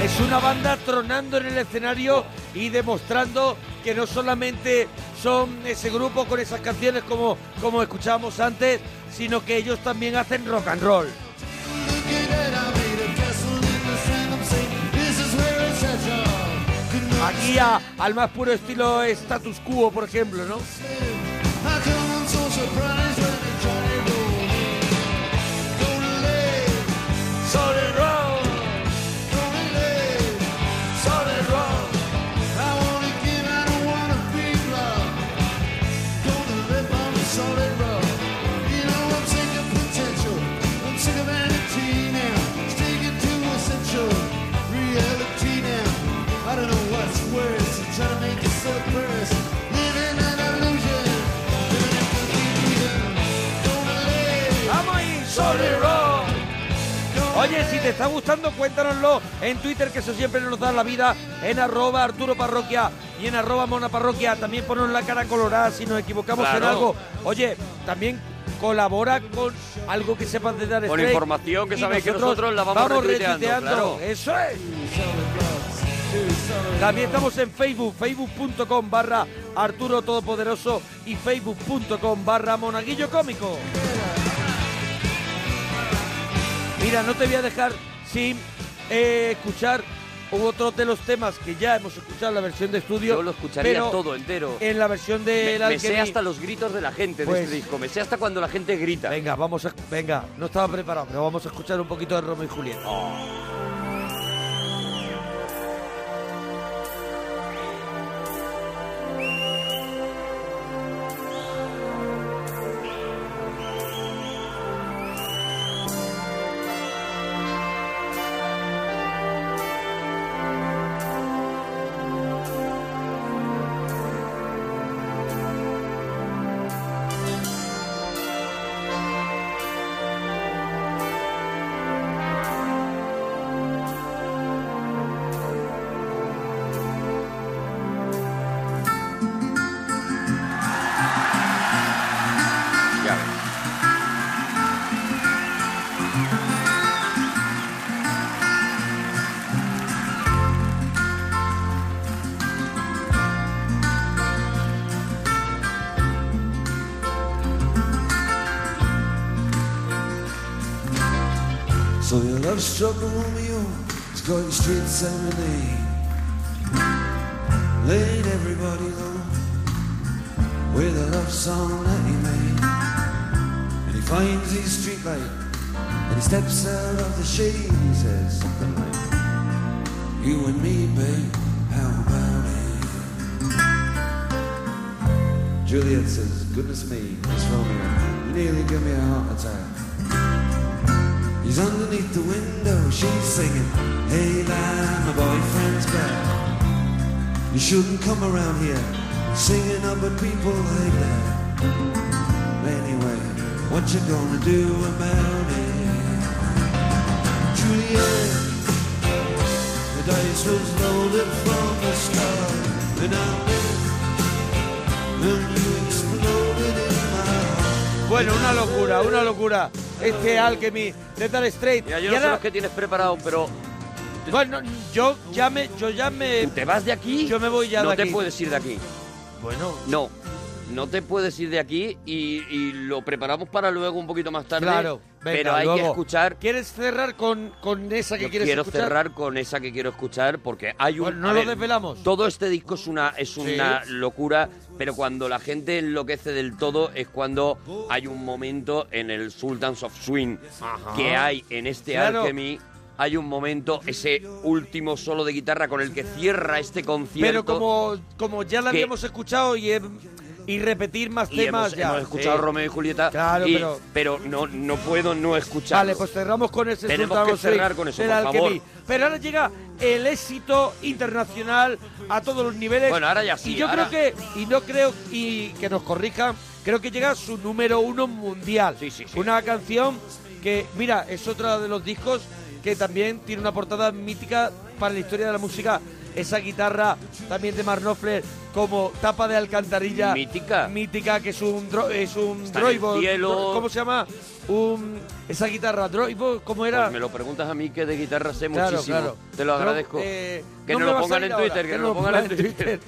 Speaker 2: Es una banda tronando en el escenario y demostrando que no solamente son ese grupo con esas canciones como, como escuchábamos antes, sino que ellos también hacen rock and roll. Aquí a- al más puro estilo status quo, por ejemplo, ¿no?
Speaker 8: Solid rock, solid rock. I wanna give, I don't wanna be loved. Gonna live on the solid rock. You know I'm sick of potential, I'm sick of vanity now. Sticking to essential reality now. I don't know what's worse, I'm trying to make it so worse. Living an illusion, living in confusion. Gonna live,
Speaker 2: I'm a solid rock. Oye, si te está gustando, cuéntanoslo en Twitter, que eso siempre nos da la vida, en arroba Arturo Parroquia y en arroba Mona Parroquia. También ponos la cara colorada si nos equivocamos en
Speaker 6: Claro.
Speaker 2: algo. Oye, también colabora con algo que sepas de dar
Speaker 6: Con
Speaker 2: Straight.
Speaker 6: información que
Speaker 2: Y
Speaker 6: sabéis que nosotros la vamos retuiteando, claro.
Speaker 2: Eso es. También estamos en Facebook, facebook.com barra Arturo Todopoderoso y facebook.com barra Monaguillo Cómico. Mira, no te voy a dejar sin eh, escuchar otro de los temas que ya hemos escuchado en la versión de estudio.
Speaker 6: Yo lo escucharía
Speaker 2: pero
Speaker 6: todo entero.
Speaker 2: En la versión de
Speaker 6: Me-
Speaker 2: la
Speaker 6: me sé hasta los gritos de la gente de este disco, me sé hasta cuando la gente grita.
Speaker 2: Venga, vamos a, venga, no estaba preparado, pero vamos a escuchar un poquito de Romeo y Julieta.
Speaker 6: Oh. Ya ves.
Speaker 8: So your love struck Romeo is going straight serenade. Laid everybody low with a love song that he made. And he finds his streetlight and he steps out of the shade and he says something like, You and me, babe, how about it? Juliet says, Goodness me, Miss Romeo, you nearly give me a heart attack. He's underneath the window, she's singing, Hey la, my boyfriend's back. You shouldn't come around here singing up at people like that. Anyway, what you gonna do about it? Juliet, the dice was loaded from the start, and I knew, and you exploded in my heart.
Speaker 2: Bueno, una locura, una locura. Este Alchemy, Metal Straight.
Speaker 6: Mira, yo no sé los que tienes preparado, pero...
Speaker 2: Bueno, yo ya me... Yo ya me
Speaker 6: ¿Te vas de aquí?
Speaker 2: Yo me voy ya
Speaker 6: no
Speaker 2: de aquí.
Speaker 6: te puedes ir de aquí.
Speaker 2: Bueno...
Speaker 6: No, no te puedes ir de aquí y, y lo preparamos para luego un poquito más tarde.
Speaker 2: Claro, venga,
Speaker 6: pero hay que
Speaker 2: luego.
Speaker 6: escuchar...
Speaker 2: ¿Quieres cerrar con, con esa que
Speaker 6: Yo
Speaker 2: quieres
Speaker 6: quiero
Speaker 2: escuchar?
Speaker 6: cerrar con esa que quiero escuchar porque hay un
Speaker 2: Bueno, no
Speaker 6: a
Speaker 2: lo desvelamos.
Speaker 6: todo este disco es una es una locura pero cuando la gente enloquece del todo es cuando hay un momento en el Sultans of Swing que hay en este
Speaker 2: Claro.
Speaker 6: Alchemy hay un momento ese último solo de guitarra con el que cierra este concierto
Speaker 2: Pero como, como ya la
Speaker 6: que-
Speaker 2: habíamos escuchado y, em- y repetir más
Speaker 6: y
Speaker 2: temas
Speaker 6: hemos,
Speaker 2: ya.
Speaker 6: hemos escuchado
Speaker 2: Sí.
Speaker 6: Romeo y Julieta
Speaker 2: Claro,
Speaker 6: y-
Speaker 2: pero-
Speaker 6: no no puedo no escuchar
Speaker 2: Vale, pues cerramos con ese
Speaker 6: Tenemos
Speaker 2: Sultan
Speaker 6: que
Speaker 2: of Swing
Speaker 6: cerrar con eso,
Speaker 2: del
Speaker 6: por favor.
Speaker 2: Alchemy. Pero ahora llega el éxito internacional a todos los niveles.
Speaker 6: Bueno, ahora ya
Speaker 2: Y
Speaker 6: sí,
Speaker 2: yo
Speaker 6: ahora-
Speaker 2: creo que, y no creo, y que nos corrijan, creo que llega su número uno mundial. Una canción que, mira, es otra de los discos que también tiene una portada mítica para la historia de la música. Esa guitarra también de Marnofler como tapa de alcantarilla. Mítica. Mítica, que es un, dro- es un
Speaker 6: Está en el
Speaker 2: droidbot.
Speaker 6: cielo.
Speaker 2: ¿Cómo se llama? Un, esa guitarra, droidbot, ¿cómo era?
Speaker 6: Pues me lo preguntas a mí que de guitarra sé
Speaker 2: Claro,
Speaker 6: muchísimo.
Speaker 2: claro.
Speaker 6: Te lo
Speaker 2: Pero,
Speaker 6: agradezco.
Speaker 2: eh,
Speaker 6: que
Speaker 2: no
Speaker 6: no
Speaker 2: me
Speaker 6: lo
Speaker 2: vas a
Speaker 6: pongan
Speaker 2: ir
Speaker 6: en
Speaker 2: ahora,
Speaker 6: Twitter, que, no lo pongan en Twitter.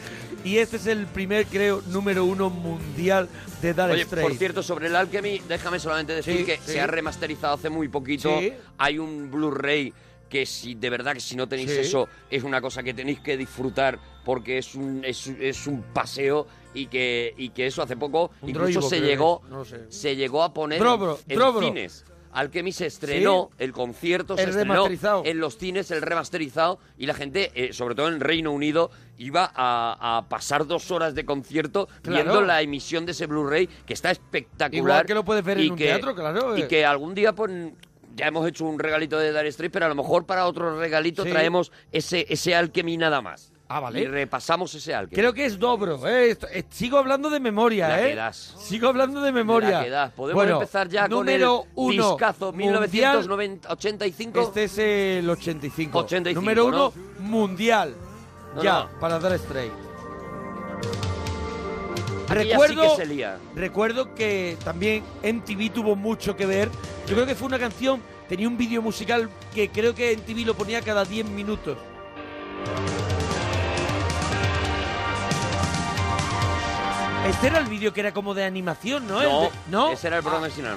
Speaker 2: Y este es el primer, creo, número uno mundial de Dar
Speaker 6: Oye,
Speaker 2: Straits.
Speaker 6: por cierto, sobre el Alchemy, déjame solamente decir
Speaker 2: Sí,
Speaker 6: que
Speaker 2: sí.
Speaker 6: se ha remasterizado hace muy poquito.
Speaker 2: Sí.
Speaker 6: Hay un Blu-ray que si de verdad que si no tenéis
Speaker 2: Sí.
Speaker 6: eso es una cosa que tenéis que disfrutar porque es un es, es un paseo y que y que eso hace poco
Speaker 2: Un
Speaker 6: incluso
Speaker 2: droibo,
Speaker 6: se
Speaker 2: creo que
Speaker 6: llegó
Speaker 2: es, no lo sé.
Speaker 6: se llegó a poner
Speaker 2: Drobro,
Speaker 6: en
Speaker 2: Drobro.
Speaker 6: cines. Alchemy se estrenó, el concierto se
Speaker 2: El
Speaker 6: estrenó
Speaker 2: remasterizado.
Speaker 6: en los cines, el remasterizado, y la gente, eh, sobre todo en Reino Unido, iba a, a pasar dos horas de concierto
Speaker 2: Claro.
Speaker 6: viendo la emisión de ese Blu-ray, que está espectacular espectacular
Speaker 2: Igual que lo puedes ver en
Speaker 6: y
Speaker 2: un teatro, claro,
Speaker 6: Y
Speaker 2: eh.
Speaker 6: que algún día, pues, ya hemos hecho un regalito de Dar Street, pero a lo mejor para otro regalito
Speaker 2: Sí.
Speaker 6: traemos ese, ese Alchemy nada más.
Speaker 2: Ah, vale.
Speaker 6: Y repasamos ese Alchemy.
Speaker 2: Creo que es Dobro, ¿eh? Esto- eh, sigo hablando de memoria,
Speaker 6: La
Speaker 2: ¿eh?
Speaker 6: que das.
Speaker 2: Sigo hablando de memoria.
Speaker 6: La que das. Podemos
Speaker 2: Bueno,
Speaker 6: empezar ya con el
Speaker 2: número uno
Speaker 6: discazo
Speaker 2: mundial.
Speaker 6: 1985.
Speaker 2: Este es el 85.
Speaker 6: 85,
Speaker 2: número
Speaker 6: ¿no?
Speaker 2: uno mundial.
Speaker 6: No,
Speaker 2: ya,
Speaker 6: no.
Speaker 2: para Dar Straits.
Speaker 6: Aquí ya sí
Speaker 2: Recuerdo,
Speaker 6: que se lía.
Speaker 2: recuerdo que también MTV tuvo mucho que ver. Yo creo que fue una canción, tenía un vídeo musical que creo que MTV lo ponía cada 10 minutos. Este era el vídeo que era como de animación, ¿no? El
Speaker 6: No,
Speaker 2: de- ¿no? Ah,
Speaker 6: ese era el programa de Sinan.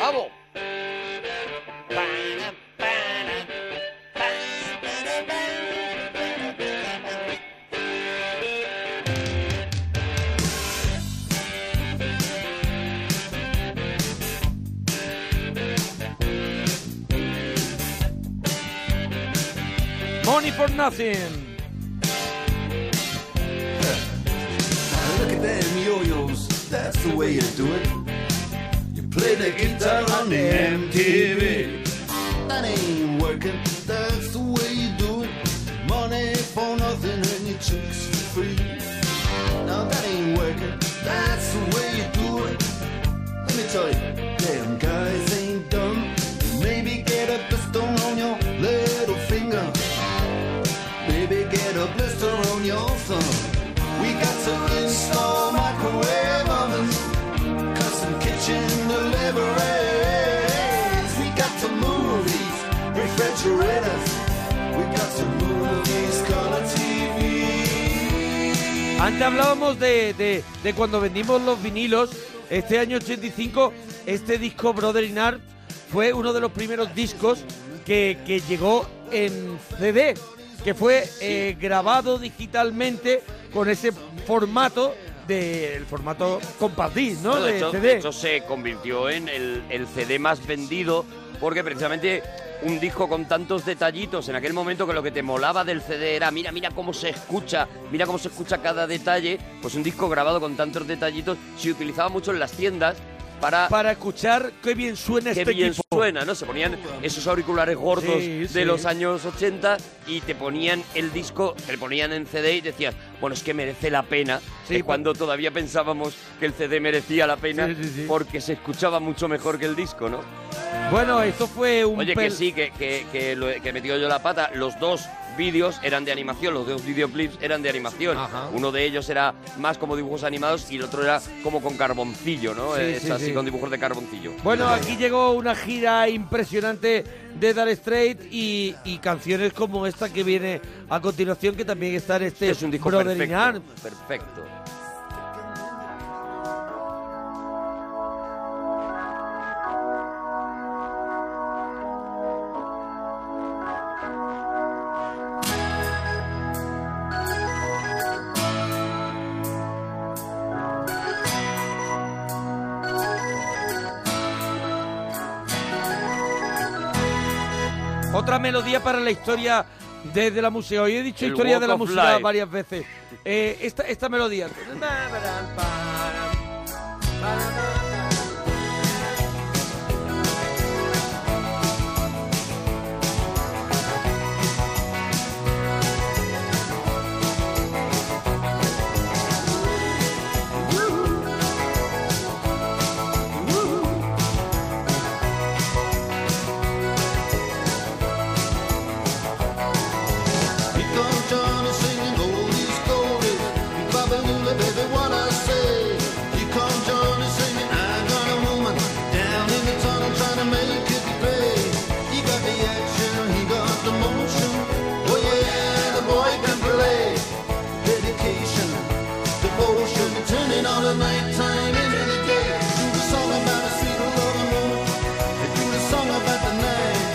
Speaker 6: ¡Vamos!
Speaker 2: Money for nothing.
Speaker 7: Look at them yo-yos, that's the way you do it. You play the guitar on the MTV. That ain't working, that's the way you do it. Money for nothing and your chicks for free. Now that ain't working, that's the way you do it. Let me tell you, damn guys ain't dumb. Maybe get a pistol on your little finger. Maybe get a blister on your thumb. We got to install microwave ovens, custom kitchen deliveries. We got to movies, refrigerators. We got to movies, color TV.
Speaker 2: Antes hablábamos de, de- de cuando vendimos los vinilos. Este año 85, este disco Brother in Art fue uno de los primeros discos que, que llegó en CD, que fue eh, grabado digitalmente con ese formato del formato compact disc, ¿no?
Speaker 6: Bueno, de,
Speaker 2: de
Speaker 6: hecho,
Speaker 2: CD.
Speaker 6: de hecho, se convirtió en el, el CD más vendido porque precisamente un disco con tantos detallitos en aquel momento que lo que te molaba del CD era mira, mira cómo se escucha, mira cómo se escucha cada detalle, pues un disco grabado con tantos detallitos se utilizaba mucho en las tiendas para...
Speaker 2: Para escuchar qué bien suena
Speaker 6: Qué
Speaker 2: este
Speaker 6: bien
Speaker 2: equipo.
Speaker 6: suena, ¿no? Se ponían esos auriculares gordos
Speaker 2: Sí,
Speaker 6: de
Speaker 2: sí.
Speaker 6: los años 80 y te ponían el disco, te lo ponían en CD y decías, bueno, es que merece la pena.
Speaker 2: Sí, pues.
Speaker 6: Que
Speaker 2: por-
Speaker 6: cuando todavía pensábamos que el CD merecía la pena porque se escuchaba mucho mejor que el disco, ¿no?
Speaker 2: Bueno, esto fue un
Speaker 6: Oye, que
Speaker 2: pel-
Speaker 6: sí, que, que, que lo- que he metido yo la pata. Los dos vídeos eran de animación, los dos videoclips eran de animación. Uno de ellos era más como dibujos animados y el otro era como con carboncillo, ¿no? Eh,
Speaker 2: Sí,
Speaker 6: Es
Speaker 2: sí,
Speaker 6: así
Speaker 2: sí.
Speaker 6: con dibujos de carboncillo.
Speaker 2: Bueno, aquí llegó una gira impresionante de Dar Straight y, y canciones como esta que viene a continuación, que también está en este
Speaker 6: es un disco
Speaker 2: Brother in
Speaker 6: perfecto.
Speaker 2: Arms.
Speaker 6: Perfecto.
Speaker 2: Otra melodía para la historia de, de la música. Hoy he dicho
Speaker 6: El
Speaker 2: historia
Speaker 6: Walk
Speaker 2: de la
Speaker 6: of
Speaker 2: música
Speaker 6: Life.
Speaker 2: varias veces. Eh, esta, esta melodía.
Speaker 7: Here come Johnny singing oldies goldie. You probably knew that, baby, what I say. Here come Johnny singing, I got a woman down in the tunnel trying to make it pay. He got the action, he got the motion. Oh yeah, the boy can play. Dedication, devotion, turning all the nighttime into the day. Do the song about the sweet love of the moon. And do the song about the night.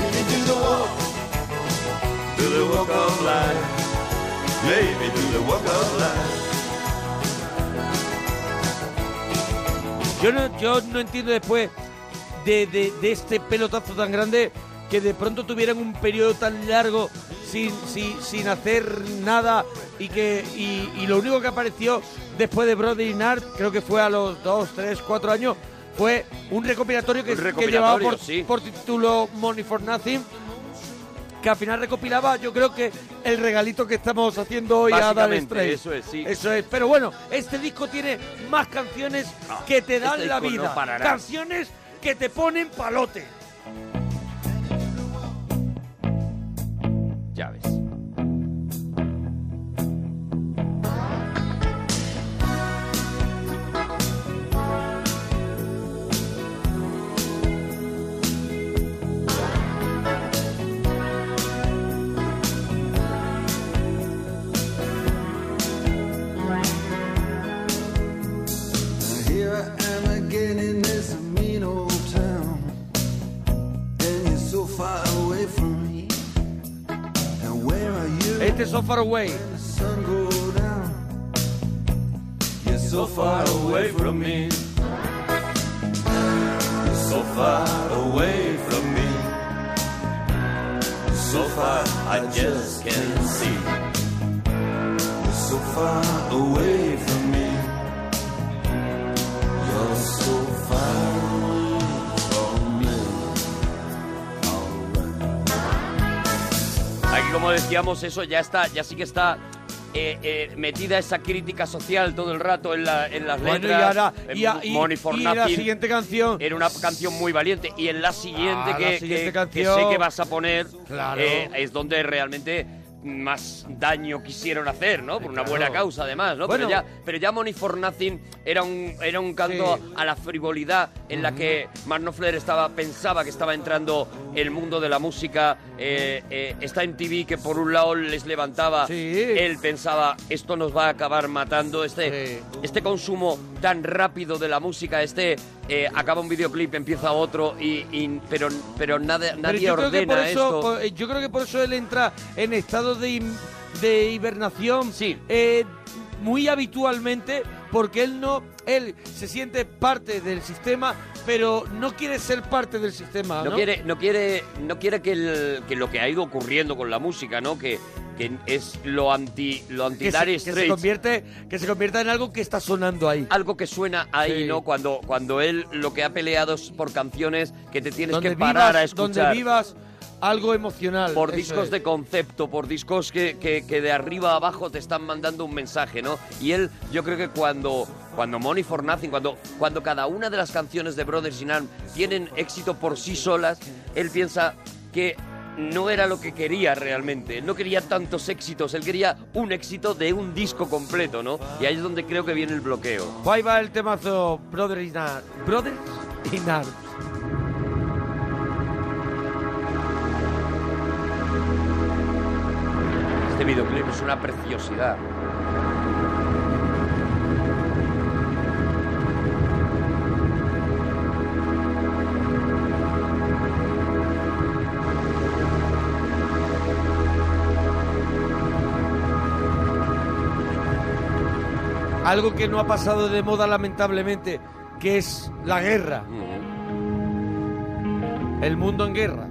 Speaker 7: Really do the walk.
Speaker 8: Do the walk of life. Maybe do the walk of life.
Speaker 2: Yo no, yo no entiendo después de, de- de este pelotazo tan grande que de pronto tuvieran un periodo tan largo sin, sin, sin hacer nada y que y, y lo único que apareció después de Brody in Art, creo que fue a los 2, 3, 4 años, fue un recopilatorio que,
Speaker 6: Un
Speaker 2: que
Speaker 6: recopilatorio,
Speaker 2: llevaba por,
Speaker 6: sí.
Speaker 2: por título Money for Nothing, que al final recopilaba yo creo que el regalito que estamos haciendo hoy a Dar
Speaker 6: Básicamente,
Speaker 2: Straits.
Speaker 6: eso es, sí.
Speaker 2: Eso es, pero bueno, este disco tiene más canciones que te dan
Speaker 6: este
Speaker 2: la
Speaker 6: disco no
Speaker 2: vida.
Speaker 6: parará.
Speaker 2: Canciones que te ponen palote.
Speaker 6: Ya ves.
Speaker 8: Here I am again in this mean old town.
Speaker 2: Este
Speaker 8: And you're so far away from me. And where are you?
Speaker 2: Este es So Far Away.
Speaker 8: The sun go down. You're so far away from me. You're so far away from me. So far I just can't see. You're so far away from me. You're so far away from me.
Speaker 6: Aquí, como decíamos, eso ya está, ya sí que está eh, eh, metida esa crítica social todo el rato en, la- en las
Speaker 2: Bueno, y
Speaker 6: letras.
Speaker 2: ahora-
Speaker 6: en
Speaker 2: y a- y-
Speaker 6: Money for
Speaker 2: y la
Speaker 6: Nothing.
Speaker 2: siguiente canción.
Speaker 6: Era una canción muy valiente. Y en la siguiente,
Speaker 2: Ah,
Speaker 6: que,
Speaker 2: la
Speaker 6: que-
Speaker 2: siguiente
Speaker 6: que
Speaker 2: canción.
Speaker 6: sé que vas a poner,
Speaker 2: Claro.
Speaker 6: eh, es donde realmente más daño quisieron hacer, ¿no? Por una
Speaker 2: Claro.
Speaker 6: buena causa, además, ¿no?
Speaker 2: Bueno.
Speaker 6: Pero, ya, pero ya Money for Nothing era un, era un canto
Speaker 2: Sí.
Speaker 6: a la frivolidad en la que Mark Knopfler estaba, pensaba que estaba entrando el mundo de la música. eh, eh, está en TV que por un lado les levantaba. Él pensaba, esto nos va a acabar matando. Este, este consumo tan rápido de la música, este eh, acaba un videoclip, empieza otro, y, y- pero, pero nada,
Speaker 2: Pero
Speaker 6: nadie
Speaker 2: yo creo
Speaker 6: ordena
Speaker 2: que por eso,
Speaker 6: esto.
Speaker 2: por- eh, yo creo que por eso él entra en estado de, him- de hibernación eh, muy habitualmente, porque él no, él se siente parte del sistema, pero no quiere ser parte del sistema. No,
Speaker 6: no quiere no quiere no quiere que, el- que lo que ha ido ocurriendo con la música no que, que es lo anti lo anti
Speaker 2: que se,
Speaker 6: Dire
Speaker 2: que se
Speaker 6: Straits.
Speaker 2: convierte, que se convierta en algo que está sonando ahí.
Speaker 6: algo que suena ahí
Speaker 2: Sí.
Speaker 6: no cuando cuando él lo que ha peleado es por canciones que te tienes
Speaker 2: donde
Speaker 6: que parar
Speaker 2: vivas,
Speaker 6: a escuchar
Speaker 2: Donde vivas algo emocional.
Speaker 6: por
Speaker 2: eso
Speaker 6: discos
Speaker 2: es.
Speaker 6: de concepto, por discos que, que- que de arriba a abajo te están mandando un mensaje, ¿no? Y él, yo creo que cuando, cuando Money for Nothing, cuando, cuando cada una de las canciones de Brothers in Arms tienen éxito por sí solas, él piensa que no era lo que quería realmente. Él no quería tantos éxitos, él quería un éxito de un disco completo, ¿no? Y ahí es donde creo que viene el bloqueo.
Speaker 2: Pues ahí va el temazo Brother in Arms. Brother in Arms.
Speaker 6: Este videoclip es una preciosidad.
Speaker 2: Algo que no ha pasado de moda lamentablemente, que es la guerra. El mundo en guerra.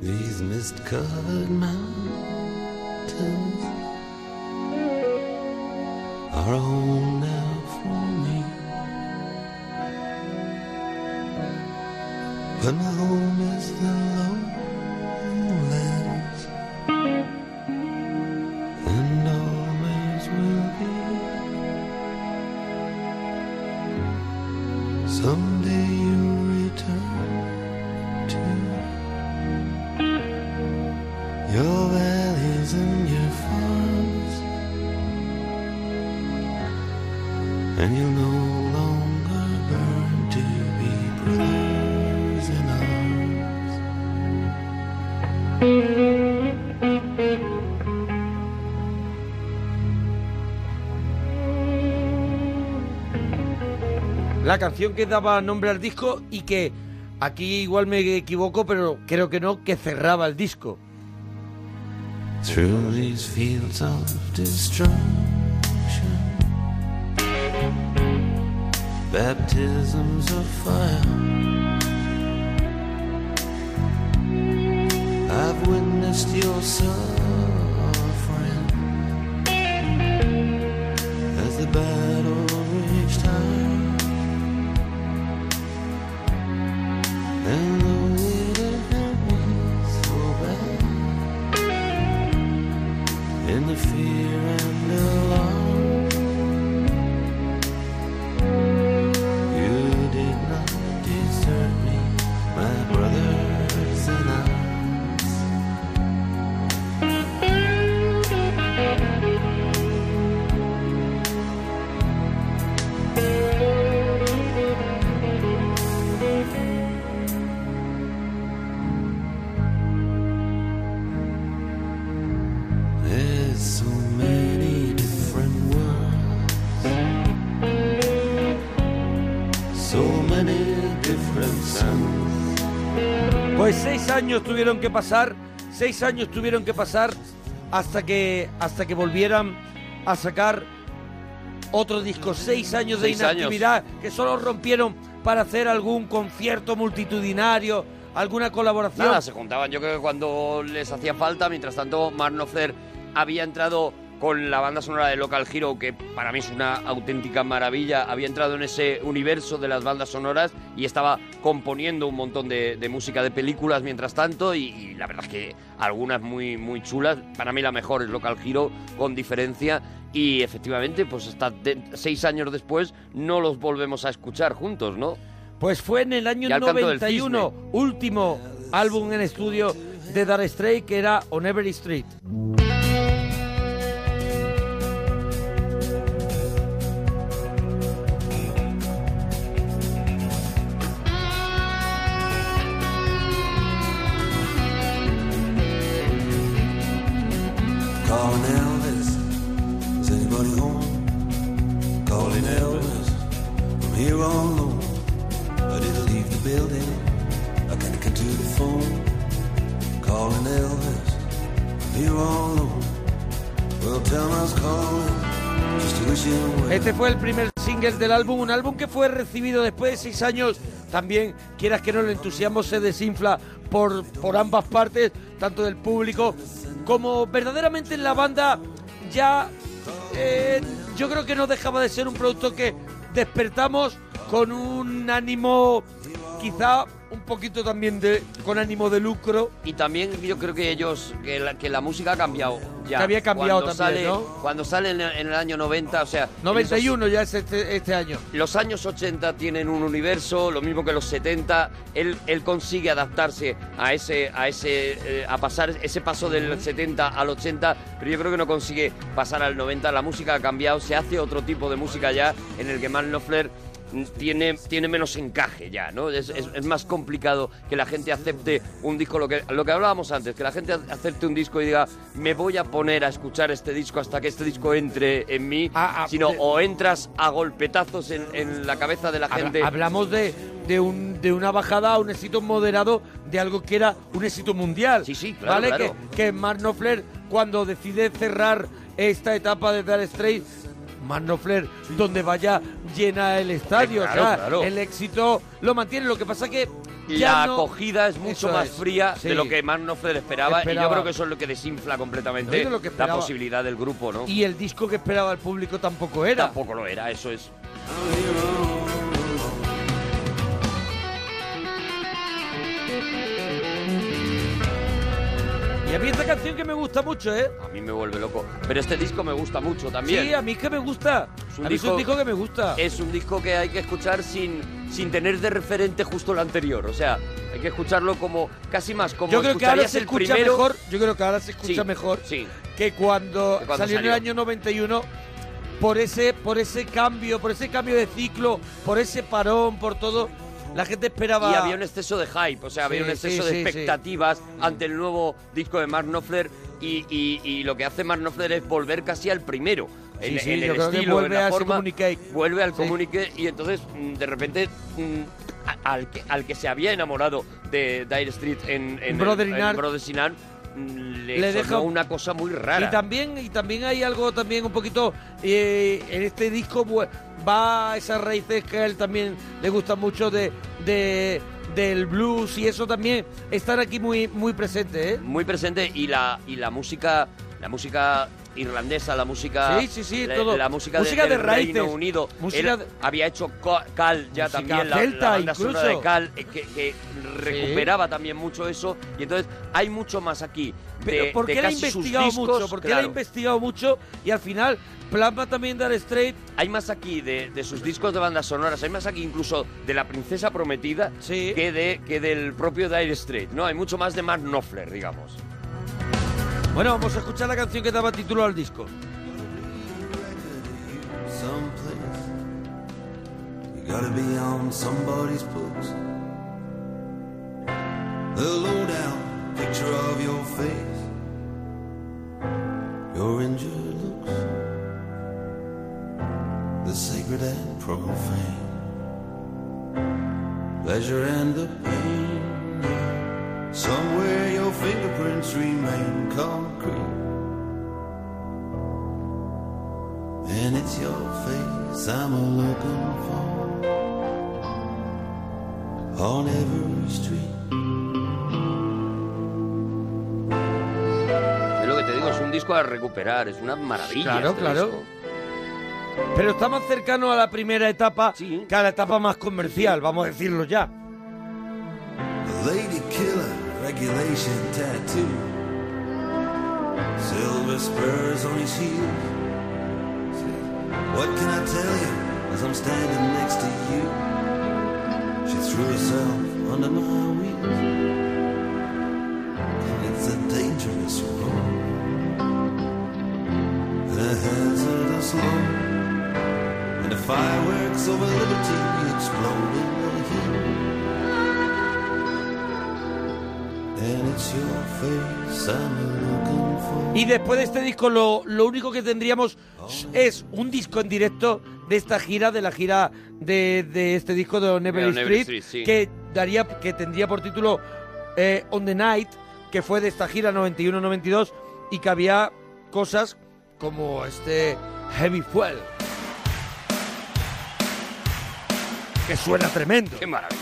Speaker 8: These mist covered mountains are home now for me. But my home is the lowlands, and always will be. Someday you return to. Your valleys and your farms, and you'll no longer burn to be brothers in arms.
Speaker 2: La canción que daba nombre al disco y que aquí igual me equivoco, pero creo que no, que cerraba el disco.
Speaker 8: Through these fields of destruction, baptisms of fire. I've witnessed your suffering as the battle reached higher. And the weight of enemies will back in the fear and alarm. You did not desert me, my brothers and I. There's so many different words, so many different sounds.
Speaker 2: Pues seis años tuvieron que pasar, seis años tuvieron que pasar hasta que hasta que volvieran a sacar otro disco. Seis años de
Speaker 6: Seis años.
Speaker 2: inactividad que solo rompieron para hacer algún concierto multitudinario, alguna colaboración.
Speaker 6: Nada, se juntaban. Yo creo que cuando les hacía falta, mientras tanto, Marnofer había entrado con la banda sonora de Local Hero, que para mí es una auténtica maravilla. Había entrado en ese universo de las bandas sonoras y estaba componiendo un montón de, de música de películas mientras tanto. Y, y la verdad es que algunas muy, muy chulas. Para mí la mejor es Local Hero, con diferencia. Y efectivamente, pues hasta de- seis años después no los volvemos a escuchar juntos, ¿no?
Speaker 2: Pues fue en el año
Speaker 6: Y al canto del
Speaker 2: 91, último álbum en estudio de Dar Stray, que era On Every Street.
Speaker 8: Calling Elvis, is anybody home? Calling Elvis, I'm here all alone. I didn't leave the building, I can't get to the phone. Calling Elvis, I'm here all alone. Well, tell him I was calling, just to wish him well.
Speaker 2: Este fue el primer single del álbum, un álbum que fue recibido después de seis años. También, quieras que no, el entusiasmo se desinfla por, por ambas partes, tanto del público como verdaderamente en la banda ya eh, yo creo que no dejaba de ser un producto que despertamos con un ánimo quizá un poquito también de con ánimo de lucro
Speaker 6: y también yo creo que ellos que la, que la música ha cambiado ya
Speaker 2: Que había cambiado también,
Speaker 6: cuando sale,
Speaker 2: ¿no?
Speaker 6: cuando sale en, el- en el año 90 o sea
Speaker 2: 91 ya es este, este año
Speaker 6: los años 80 tienen un universo, lo mismo que los 70. Él, él consigue adaptarse a ese, a ese, eh, a pasar ese paso del 70 al 80, pero yo creo que no consigue pasar al 90. La música ha cambiado, se hace otro tipo de música ya, en el que Mark Knopfler mm, tiene, tiene menos encaje ya, ¿no? Es, es- es más complicado que la gente acepte un disco, lo que, lo que hablábamos antes, que la gente acepte un disco y diga, me voy a poner a escuchar este disco hasta que este disco entre en mí, sino
Speaker 2: Ah, de-
Speaker 6: o entras a golpetazos en, en la cabeza de la
Speaker 2: Habla-
Speaker 6: gente.
Speaker 2: hablamos de, de, un, de una bajada a un éxito moderado de algo que era un éxito mundial.
Speaker 6: claro,
Speaker 2: ¿Vale?
Speaker 6: claro.
Speaker 2: Que, que Mark Knopfler, cuando decide cerrar esta etapa de Dire Straits, Mark Knopfler, donde vaya, llena el estadio.
Speaker 6: Eh, Claro,
Speaker 2: o sea,
Speaker 6: claro.
Speaker 2: el éxito lo mantiene. Lo que pasa que. ya
Speaker 6: la
Speaker 2: no-
Speaker 6: acogida es mucho
Speaker 2: Eso
Speaker 6: más
Speaker 2: es,
Speaker 6: fría
Speaker 2: sí.
Speaker 6: de lo que Mark Knopfler esperaba, y
Speaker 2: Esperaba.
Speaker 6: yo creo que eso es lo que desinfla completamente
Speaker 2: Yo creo que
Speaker 6: la
Speaker 2: esperaba.
Speaker 6: posibilidad del grupo, ¿no?
Speaker 2: Y el disco que esperaba el público tampoco era.
Speaker 6: Tampoco lo era, eso es.
Speaker 2: Y a mí esta canción que me gusta mucho, ¿eh?
Speaker 6: A mí me vuelve loco. Pero este disco me gusta mucho también.
Speaker 2: Sí, a mí que me gusta. a mí es un disco que me gusta.
Speaker 6: Es un disco que hay que escuchar sin, sin tener de referente justo el anterior. O sea, hay que escucharlo como casi más como
Speaker 2: yo creo que ahora
Speaker 6: escucharías
Speaker 2: se
Speaker 6: el
Speaker 2: escucha
Speaker 6: primero.
Speaker 2: mejor. Yo creo que ahora se escucha
Speaker 6: Sí,
Speaker 2: mejor
Speaker 6: sí.
Speaker 2: que cuando,
Speaker 6: Que cuando
Speaker 2: salió, en el
Speaker 6: salió.
Speaker 2: año 91 por ese por ese cambio, por ese cambio de ciclo, por ese parón, por todo. La gente esperaba
Speaker 6: Y había un exceso de hype, o sea, había
Speaker 2: Sí,
Speaker 6: un exceso
Speaker 2: sí,
Speaker 6: de
Speaker 2: sí, sí.
Speaker 6: expectativas ante el nuevo disco de Mark Knopfler y, y- y lo que hace Mark Knopfler es volver casi al primero. En,
Speaker 2: Sí, sí,
Speaker 6: en
Speaker 2: yo
Speaker 6: el
Speaker 2: creo que
Speaker 6: estilo,
Speaker 2: vuelve a
Speaker 6: en la
Speaker 2: ese
Speaker 6: forma,
Speaker 2: communique.
Speaker 6: vuelve al
Speaker 2: Sí.
Speaker 6: comunique y entonces mm, de repente mm, a- al, que, al que se había enamorado de Dire Street en, en,
Speaker 2: Brother
Speaker 6: en-
Speaker 2: Inar.
Speaker 6: en Brother Inar, mm, le,
Speaker 2: Le
Speaker 6: sonó
Speaker 2: deja-
Speaker 6: una cosa muy
Speaker 2: Y
Speaker 6: rara.
Speaker 2: también, y también hay algo también un poquito eh, en este disco pues, va a esas raíces que a él también le gusta mucho de, de del blues y eso también están aquí muy muy presentes, ¿eh?
Speaker 6: muy presente y la y la música la música irlandesa la música
Speaker 2: Sí, sí, sí,
Speaker 6: la,
Speaker 2: todo.
Speaker 6: la música,
Speaker 2: Música
Speaker 6: de,
Speaker 2: de
Speaker 6: del
Speaker 2: raíces.
Speaker 6: Reino Unido
Speaker 2: Música
Speaker 6: Él
Speaker 2: de-
Speaker 6: había hecho Co- Cal ya
Speaker 2: Música
Speaker 6: también la- la,
Speaker 2: celta
Speaker 6: banda sonora
Speaker 2: incluso.
Speaker 6: de Cal eh, que, que recuperaba también mucho eso y entonces hay mucho más aquí de,
Speaker 2: Pero porque
Speaker 6: de
Speaker 2: él ha
Speaker 6: casi sus
Speaker 2: investigado
Speaker 6: discos,
Speaker 2: mucho, porque él ha
Speaker 6: claro.
Speaker 2: investigado mucho y al final plasma también Dar Straight.
Speaker 6: Hay más aquí de, de sus discos de bandas sonoras, hay más aquí incluso de La Princesa Prometida que, de, que del propio Dire Straits, ¿no? Hay mucho más de Mark Knopfler, digamos.
Speaker 2: Bueno, vamos a escuchar la canción que daba título al disco.
Speaker 7: someplace. You gotta be on somebody's books. The lowdown picture of your face, your injured looks, the sacred and profane, pleasure and the pain. Somewhere your fingerprints remain concrete. And it's your face I'm a looking for on every street.
Speaker 6: Es lo que te digo, es un disco a recuperar, es una maravilla.
Speaker 2: Claro,
Speaker 6: este
Speaker 2: claro.
Speaker 6: disco.
Speaker 2: Pero está más cercano a la primera etapa que a la etapa más comercial, vamos a decirlo ya.
Speaker 7: Lady killer regulation tattoo. Silver spurs on his heels. What can I tell you as I'm standing next to you? She threw herself under my wheels. It's a dangerous road. The hazardous low. And the fireworks over liberty explode in the heat. And it's your face I'm looking for.
Speaker 2: Y después de este disco lo, lo único que tendríamos es un disco en directo de esta gira, de la gira de, de este disco de On Every
Speaker 6: On Every
Speaker 2: Street,
Speaker 6: Street, sí.
Speaker 2: que daría, que tendría por título eh, On the Night, que fue de esta gira 91-92 y que había cosas como este Heavy Fuel. Que suena tremendo.
Speaker 6: Qué maravilla.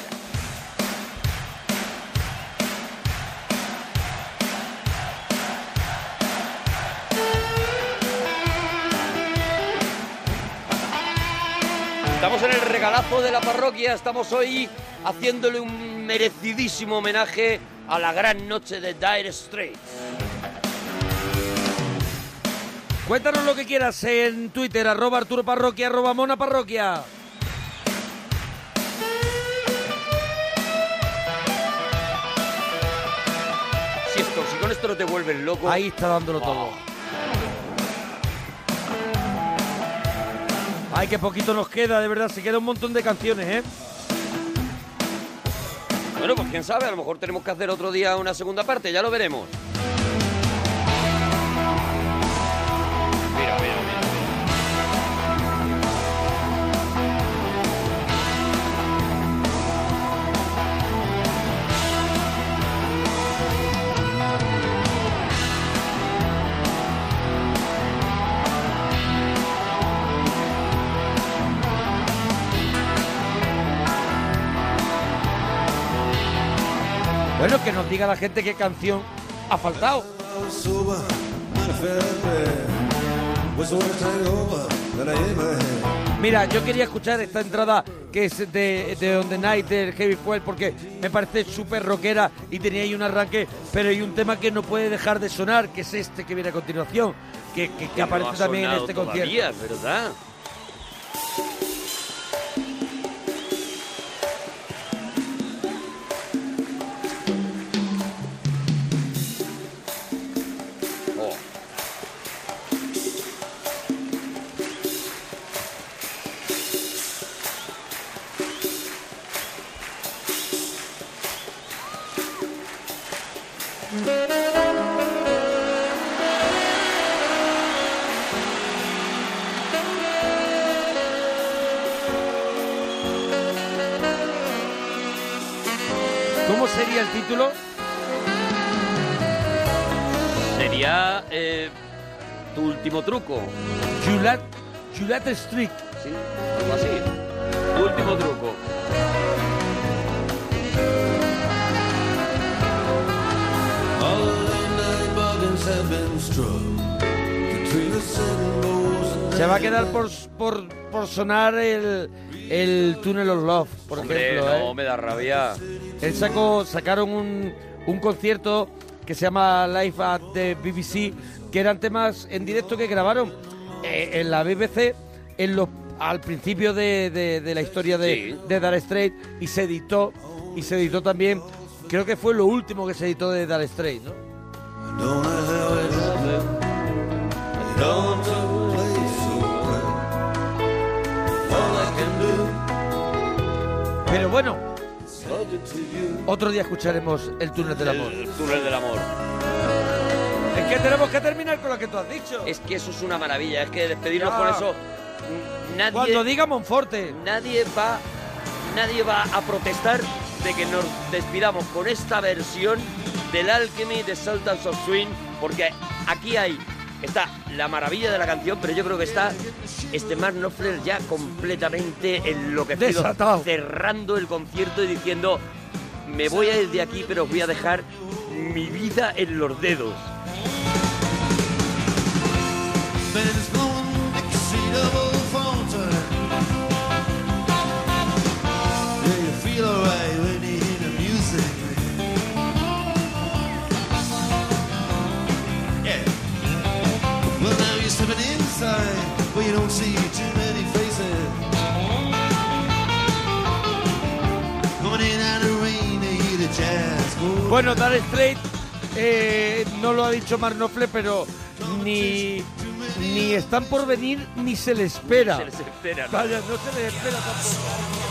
Speaker 1: Thank
Speaker 6: en el regalazo de la parroquia. Estamos hoy haciéndole un merecidísimo homenaje a la gran noche de Dire Straits.
Speaker 2: Cuéntanos lo que quieras en Twitter, arroba Arturo Parroquia, arroba Mona Parroquia.
Speaker 6: Si, esto, si con esto no te vuelves loco.
Speaker 2: Ahí está dándolo todo. Ay, qué poquito nos queda, de verdad, se queda un montón de canciones, ¿eh?
Speaker 6: Bueno, pues quién sabe, a lo mejor tenemos que hacer otro día una segunda parte, ya lo veremos. Mira, mira, mira.
Speaker 2: Bueno, que nos diga la gente qué canción ha faltado.
Speaker 8: sober, not a fair play. Was the worst hangover that I ever had.
Speaker 2: Mira, yo quería escuchar esta entrada que es de, de On the Night del Heavy Fuel porque me parece súper rockera y tenía ahí un arranque, pero hay un tema que no puede dejar de sonar, que es este que viene a continuación, que, que- que
Speaker 6: Que no
Speaker 2: aparece
Speaker 6: ha
Speaker 2: también en
Speaker 6: sonado
Speaker 2: este
Speaker 6: todavía,
Speaker 2: concierto.
Speaker 6: es ¿verdad? Oh.
Speaker 2: ¿Cómo sería el título?
Speaker 6: Sería eh, tu último truco.
Speaker 2: Julat, Julat Street.
Speaker 6: Sí, algo así. Tu último truco.
Speaker 8: All the night bargains have been struck. Between the sin goes
Speaker 2: Se va a quedar por, por, por sonar el, el Tunnel of Love, por
Speaker 6: Hombre,
Speaker 2: ejemplo.
Speaker 6: no,
Speaker 2: ¿eh?
Speaker 6: me da rabia.
Speaker 2: Él sacó, sacaron un, un concierto que se llama Live at the BBC, que eran temas en directo que grabaron eh, en la BBC en los, al principio de, de- de la historia de, de Dire Straits y se editó, y se editó también, creo que fue lo último que se editó de Dire Straits, ¿no?
Speaker 8: It all took place so quick. All I can do
Speaker 2: Pero bueno,
Speaker 8: is hug it to you.
Speaker 2: otro día escucharemos el túnel del amor.
Speaker 6: El túnel del amor.
Speaker 2: Es que tenemos que terminar con lo que tú has dicho.
Speaker 6: Es que eso es una maravilla. Es que despedirnos con
Speaker 2: Ya.
Speaker 6: eso. Nadie,
Speaker 2: Cuando diga Monforte.
Speaker 6: Nadie va, nadie va a protestar de que nos despidamos con esta versión del Alchemy de Sultans of Swing, porque aquí hay. Está la maravilla de la canción, pero yo creo que está este Mark Knopfler ya completamente enloquecido,
Speaker 2: Desatado.
Speaker 6: cerrando el concierto y diciendo: Me voy a ir de aquí, pero os voy a dejar mi vida en los dedos.
Speaker 8: Man's going Dixie double falter. Yeah, you feel alright when you hear the music. Yeah. Well, now you're stepping inside where you don't see too many faces. Coming in out of rain to hear the jazz go.
Speaker 2: Bueno, Dar Straight eh, no lo ha dicho Marnofle, pero ni, ni están por venir ni se le espera.
Speaker 6: Se les espera, ¿no?
Speaker 2: Vaya, no se les espera tampoco.